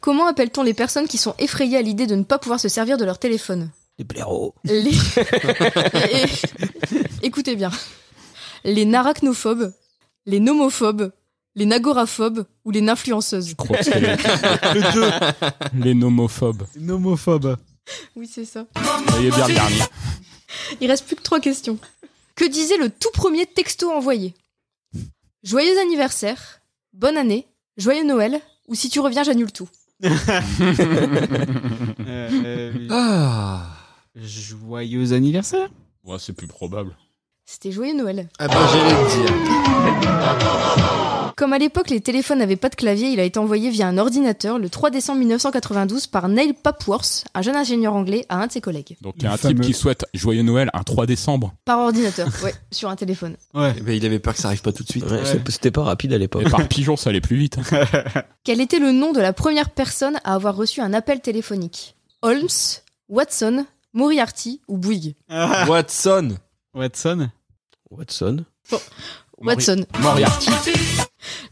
Comment appelle-t-on les personnes qui sont effrayées à l'idée de ne pas pouvoir se servir de leur téléphone
Les blaireaux.
Les- Écoutez bien. Les narachnophobes, les nomophobes, les nagoraphobes ou les ninfluenceuses.
crois que c'est les- Les nomophobes.
Nomophobes.
Oui, c'est ça.
Soyez bien le dernier.
Il reste plus que trois questions. Que disait le tout premier texto envoyé Joyeux anniversaire, bonne année, joyeux Noël, ou si tu reviens, j'annule tout.
Euh,
Ah.
Joyeux anniversaire.
Ouais, c'est plus probable.
C'était joyeux Noël.
Ah bah, j'allais le dire.
Comme à l'époque, les téléphones n'avaient pas de clavier, il a été envoyé via un ordinateur le 3 décembre 1992 par Neil Papworth, un jeune ingénieur anglais, à un de ses collègues.
Donc, il y a un type qui souhaite Joyeux Noël un 3 décembre.
Par ordinateur, ouais, sur un téléphone.
Ouais.
Eh ben, il avait peur que ça arrive pas tout de suite.
c'est-
C'était pas rapide à l'époque.
Et par pigeon, ça allait plus vite. hein.
Quel était le nom de la première personne à avoir reçu un appel téléphonique Holmes, Watson, Moriarty ou Bouygues
Ah,
Watson.
Ah. Watson. Oh.
Watson.
Watson.
Moriarty.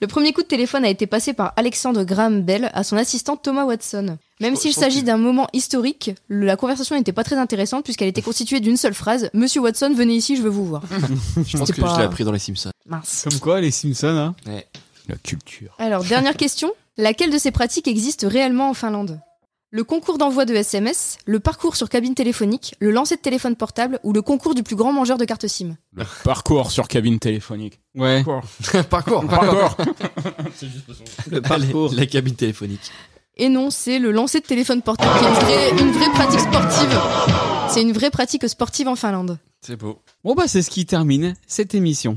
Le premier coup de téléphone a été passé par Alexandre Graham Bell à son assistant Thomas Watson. Même s'il s'agit d'un moment historique, le- la conversation n'était pas très intéressante puisqu'elle était constituée d'une seule phrase Monsieur Watson, venez ici, je veux vous voir.
Je pense
C'était
que
pas-
je l'ai appris dans les Simpsons.
Mince.
Comme quoi, les Simpsons, hein
La culture.
Alors, dernière question. Laquelle de ces pratiques existe réellement en Finlande Le concours d'envoi de SMS, le parcours sur cabine téléphonique, le lancer de téléphone portable ou le concours du plus grand mangeur de cartes SIM
Le parcours sur cabine téléphonique.
Ouais.
Parcours.
Parcours.
Le parcours. La, cabine téléphonique.
Et non, c'est le lancer de téléphone portable qui est une vraie, une vraie pratique sportive. C'est une vraie pratique sportive en Finlande.
C'est beau.
Bon bah c'est ce qui termine cette émission.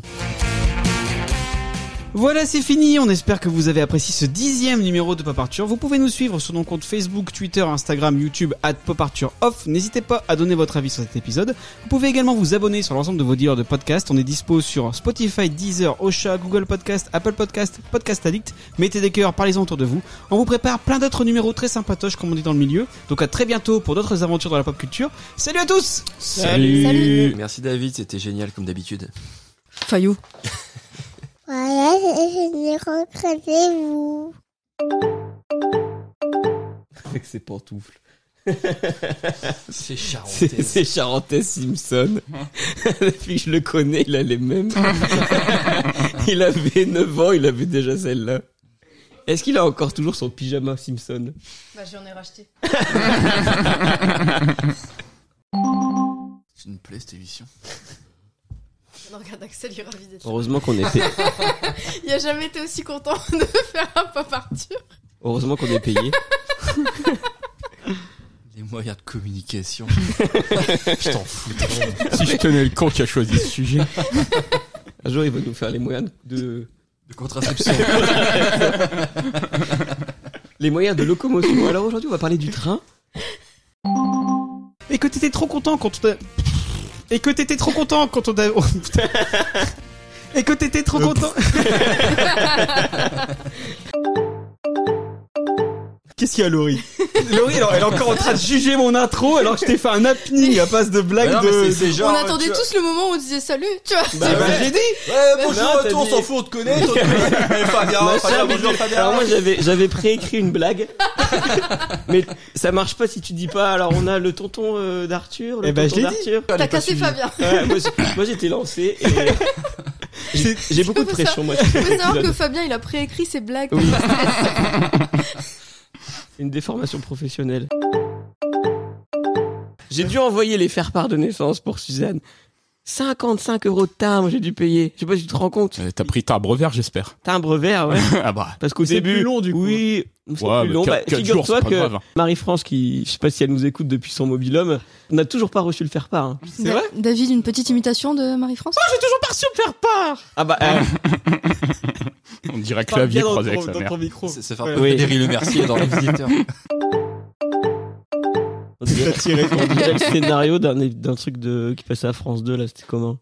Voilà, c'est fini. On espère que vous avez apprécié ce dixième numéro de Pop Arthur. Vous pouvez nous suivre sur nos comptes Facebook, Twitter, Instagram, YouTube, at Pop Arthur Off. N'hésitez pas à donner votre avis sur cet épisode. Vous pouvez également vous abonner sur l'ensemble de vos dealers de podcasts. On est dispo sur Spotify, Deezer, Ocha, Google Podcast, Apple Podcast, Podcast Addict. Mettez des cœurs, parlez-en autour de vous. On vous prépare plein d'autres numéros très sympatoches, comme on dit dans le milieu. Donc à très bientôt pour d'autres aventures dans la pop culture. Salut à tous
Merci David, c'était génial comme d'habitude.
Fayot.
Voilà, je vais rencontrer vous.
Avec ses pantoufles.
C'est charentaise.
C'est c'est Charentais Simpson. Depuis que je le connais, il a les mêmes. il avait 9 ans, il avait déjà celle-là. Est-ce qu'il a encore toujours son pyjama Simpson
Bah, j'en ai racheté.
Tu me plais cette émission.
Non, regarde, Axel, il est ravi
Oh,
d'être là.
Heureusement qu'on était-
il a jamais été aussi content de faire un pop Arthur.
Heureusement qu'on est payé.
Les moyens de communication. je t'en fous.
Si je tenais le con qui a choisi ce sujet.
Un jour, il va nous faire les moyens de.
De contraception.
les moyens de locomotion. Alors aujourd'hui, on va parler du train.
Et que t'étais trop content quand on t'a... Et que t'étais trop content quand on t'a... Oh, putain. Et que t'étais trop content... Qu'est-ce qu'il y a, Laurie Laurie, elle, elle est encore en train de juger mon intro alors que je t'ai fait un happening à base de blagues
Bah non, mais
de...
c'est- c'est genre,
on attendait tous le moment où on disait salut, tu vois.
Bah, bah, j'ai dit
Ouais, bonjour
Non,
à
t'as
tous, on
dit-
s'en fout, on te connaît, toi, tu connais. Eh, Fabien,
Machin,
Fabien,
mais
bonjour
je-
Fabien.
Alors moi j'avais j'avais préécrit une blague, mais ça marche pas si tu dis pas. Alors on a le tonton euh, d'Arthur, le
Eh ben, je
tonton
l'ai dit.
d'Arthur.
T'as Elle a pas cassé suivi. Fabien.
Ouais, moi, j'ai- moi, j'étais lancé. Et... j'ai- J'ai beaucoup de
Faut sa-
pression moi.
faut savoir
Épisode.
que Fabien, il a préécrit ses blagues.
Oui.
pour
C'est une déformation professionnelle. J'ai dû envoyer les faire-part de naissance pour Suzanne. 55 euros de timbre, j'ai dû payer. Je sais pas si tu te rends compte.
Euh, T'as pris timbre vert, j'espère.
Timbre vert, ouais.
Ah bah.
Parce qu'au
C'est
début.
plus long,
du coup. Oui, c'est
Ouais,
plus
mais
long.
quatre-
Bah,
quatre jours,
Figure-toi
c'est pas
que
grave. hein.
Marie-France, qui, je sais pas si elle nous écoute depuis son mobilhome, n'a toujours pas reçu le faire-part. hein.
Da- David, une petite imitation de Marie-France Moi,
j'ai toujours pas reçu le faire-part Ah bah. euh,
On dirait
Parle
clavier
bien dans
croisé
ton-
avec sa
dans
mère.
ton micro.
C'est- c'est faire un
Oui.
peu Thierry Le Mercier dans les visiteurs.
on dirait-
T'as tiré ton-
on dirait le scénario d'un d'un truc de, qui passait à France 2, là, c'était comment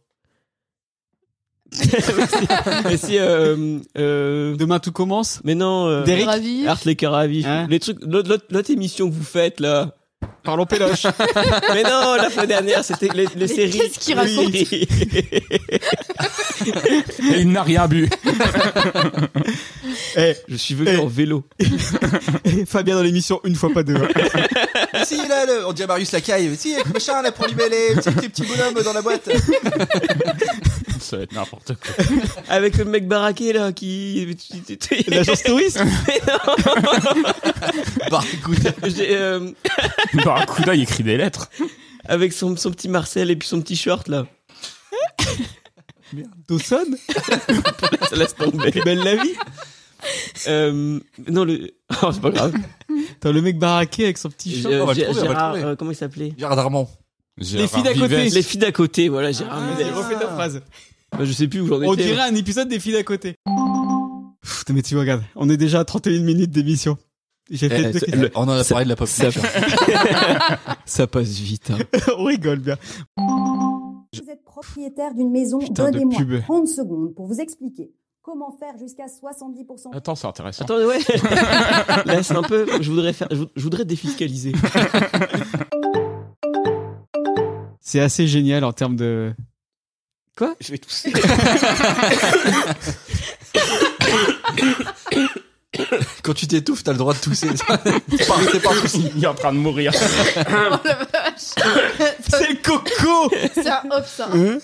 Mais si, euh, euh,
Demain tout commence
Mais non, euh,
Derrick Hein Ravi.
Art les Caravis, les trucs, l'autre l'autre- l'autre émission que vous faites là.
Parlons péloche.
mais non, la fois dernière, c'était les, les
Mais
séries.
qu'est-ce qu'il raconte
Et il n'a rien bu.
je suis venu en vélo.
Eh, Fabien dans l'émission une fois pas deux. hein.
si, là, le- on dit à Marius Lacaille, si, avec le machin, là, pour libeller, les petits, les petits bonhommes dans la boîte.
Ça va être n'importe quoi.
Avec le mec baraqué là qui.
L'agence touriste
Mais non
Barracuda
J'ai. euh,
Barracuda, il écrit des lettres.
Avec son, son petit Marcel et puis son petit short là.
Dawson
Ça laisse tomber.
Plus belle la vie.
Euh, non, le. Oh, c'est pas grave.
T'as le mec baraqué avec son petit
J'ai-
chat.
euh, Gé- Gérard, euh, comment il s'appelait
Gérard Darmon.
Gérard filles d'à côté. Vives.
Les filles d'à côté, voilà, Gérard Mudel.
Refais ta phrase.
Bah, je sais plus où j'en étais.
On dirait un épisode des filles d'à côté. Pff, mais tu vois, regarde, on est déjà à 31 minutes d'émission. J'ai fait
Eh,
deux
c'est-
questions.
le- on en a parlé de la pop
ça-
culture. Ça passe vite. hein.
on rigole bien.
Vous êtes propriétaire d'une maison,
Putain, de
donnez-moi
pub.
30 secondes pour vous expliquer comment faire jusqu'à 70%.
Attends, c'est intéressant.
Attends, ouais. Laisse un peu. Je voudrais faire. Je, je voudrais défiscaliser.
C'est assez génial en termes de.
Quoi Je vais tousser.
Quand tu t'étouffes, t'as le droit de tousser. C'est pas- c'est pas possible.
Il est en train de mourir.
C'est le coco
C'est un hop ça.
Hein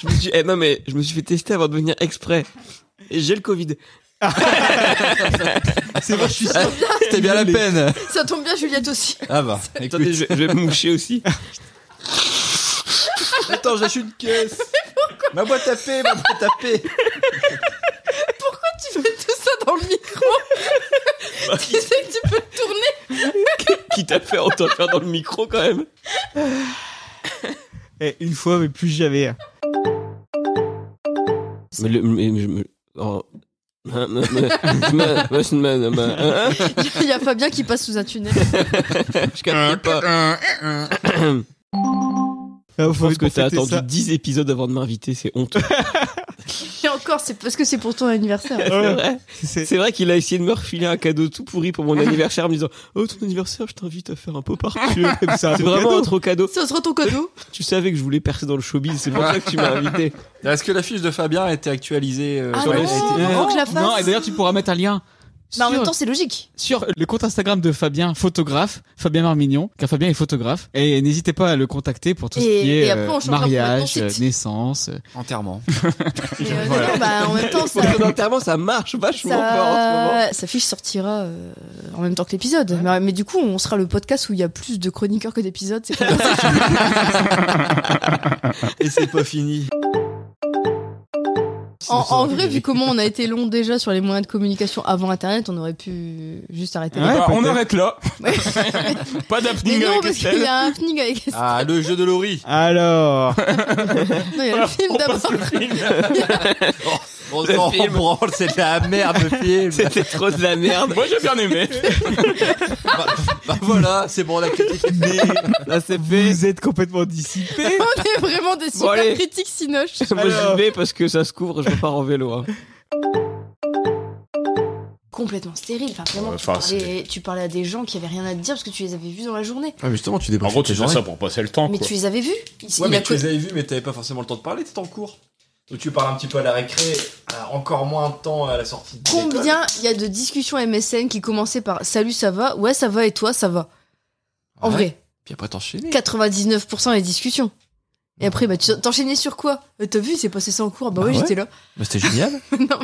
Je me suis. eh, non mais je me suis fait tester avant de venir exprès. Et J'ai le Covid.
C'est vrai, je suis
sûr.
C'était bien la peine.
Ça tombe bien, Juliette aussi.
Ah bah,
Attendez, je, je vais me moucher aussi.
Attends, j'achète une caisse. Ma boîte à paix, ma boîte à paix.
Pourquoi tu fais tout ça dans le micro Tu sais que tu peux le tourner.
Qui t'a fait entendre faire dans le micro quand même
Eh, une fois, mais plus hein. j'avais.
Mais le. mais- mais je me- oh. Ma- ma- ma- ma- ma- ma- ma- hein, hein
Il y a Fabien qui passe sous un tunnel.
Je capte pas.
Ah,
Je pense que t'as attendu 10 épisodes avant de m'inviter, c'est honteux.
Et en
encore, c'est parce que c'est pour ton
Ah,
anniversaire.
C'est vrai. C'est vrai qu'il a essayé de me refiler un cadeau tout pourri pour mon anniversaire en me disant Oh, ton anniversaire, je t'invite à faire un pop art.
Ah, C'est un
C'est
beau
vraiment
cadeau.
un trop cadeau.
Ça sera ton cadeau.
Tu savais que je voulais percer dans le showbiz, c'est pour ça que tu m'as invité.
Est-ce que la fiche de Fabien a été actualisée euh,
Ah
sur
non,
les-
faut que je la fasse.
Non, et d'ailleurs, tu pourras mettre un lien.
Bah, en
sur-
même temps, c'est logique.
sur le compte Instagram de Fabien, photographe, Fabien Marmignon, car Fabien est photographe. Et n'hésitez pas à le contacter pour tout ce
Et-
qui est
et après,
euh,
on changera
mariage,
complètement de
euh,
site.
naissance,
enterrement.
Euh, non, bah, en même temps, ça,
Volontairement, ça marche vachement fort en ce moment.
ça, sa fiche sortira euh, en même temps que l'épisode. Mais, mais du coup, on sera le podcast où il y a plus de chroniqueurs que d'épisodes. C'est pas possible.
Et c'est pas fini.
En, en vrai, vu comment on a été long déjà sur les moyens de communication avant Internet, on aurait pu juste arrêter. là.
Bah, on arrête là. Pas
Mais
d'happening
non,
avec
parce qu'il y
Estelle.
a un happening avec. Non,
Ah, le jeu de Laurie.
Alors.
il y a le film d'abord.
Oh, On s'en branle, c'est de la merde le film.
C'était trop de la merde.
Moi j'ai bien aimé.
Bah voilà, c'est bon, la critique est finie.
Là, c'est fait.
Vous êtes complètement dissipé.
on est vraiment des super
allez.
critiques sinoches.
Moi, j'y vais parce que ça se couvre, je repars en vélo. hein.
Complètement stérile. Enfin, vraiment,
Ouais,
tu,
enfin,
parlais, tu parlais à des gens qui avaient rien à te dire parce que tu les avais vus dans la journée.
Ah, mais justement, tu
En
débriefes
gros,
tes
tu fais
journées.
ça pour passer le temps.
Mais
quoi.
tu les avais vus Il-
Ouais,
il a
mais tu
co-
les avais vus, mais t'avais pas forcément le temps de parler, t'étais en cours. Donc tu parles un petit peu à la récré, à encore moins de temps à la sortie de l'école.
Combien il y a de discussions MSN qui commençaient par Salut, ça va Ouais, ça va et toi, ça va En
Ouais.
vrai,
Puis après t'enchaînes.
99% des discussions. Et après, bah, tu t'enchaînais sur quoi Euh, T'as vu, il s'est passé ça en cours Bah,
Bah
ouais,
ouais.
j'étais là.
Bah, c'était génial.
Non,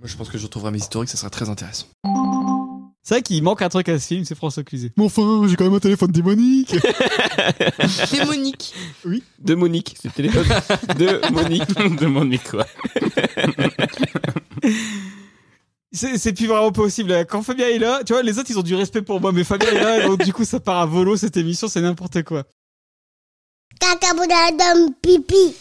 Moi, je pense que je retrouverai mes historiques, ça sera très intéressant.
C'est vrai qu'il manque un truc à ce film, c'est François Cluzet. Mais enfin, j'ai quand même un téléphone démonique.
Démonique.
Oui.
De Monique, c'est le téléphone de Monique.
de Monique, quoi.
C'est c'est plus vraiment possible. hein. Quand Fabien est là, tu vois, les autres ils ont du respect pour moi, mais Fabien est là, donc du coup ça part à volo cette émission, c'est n'importe quoi.
Caca, boudin, dum, pipi.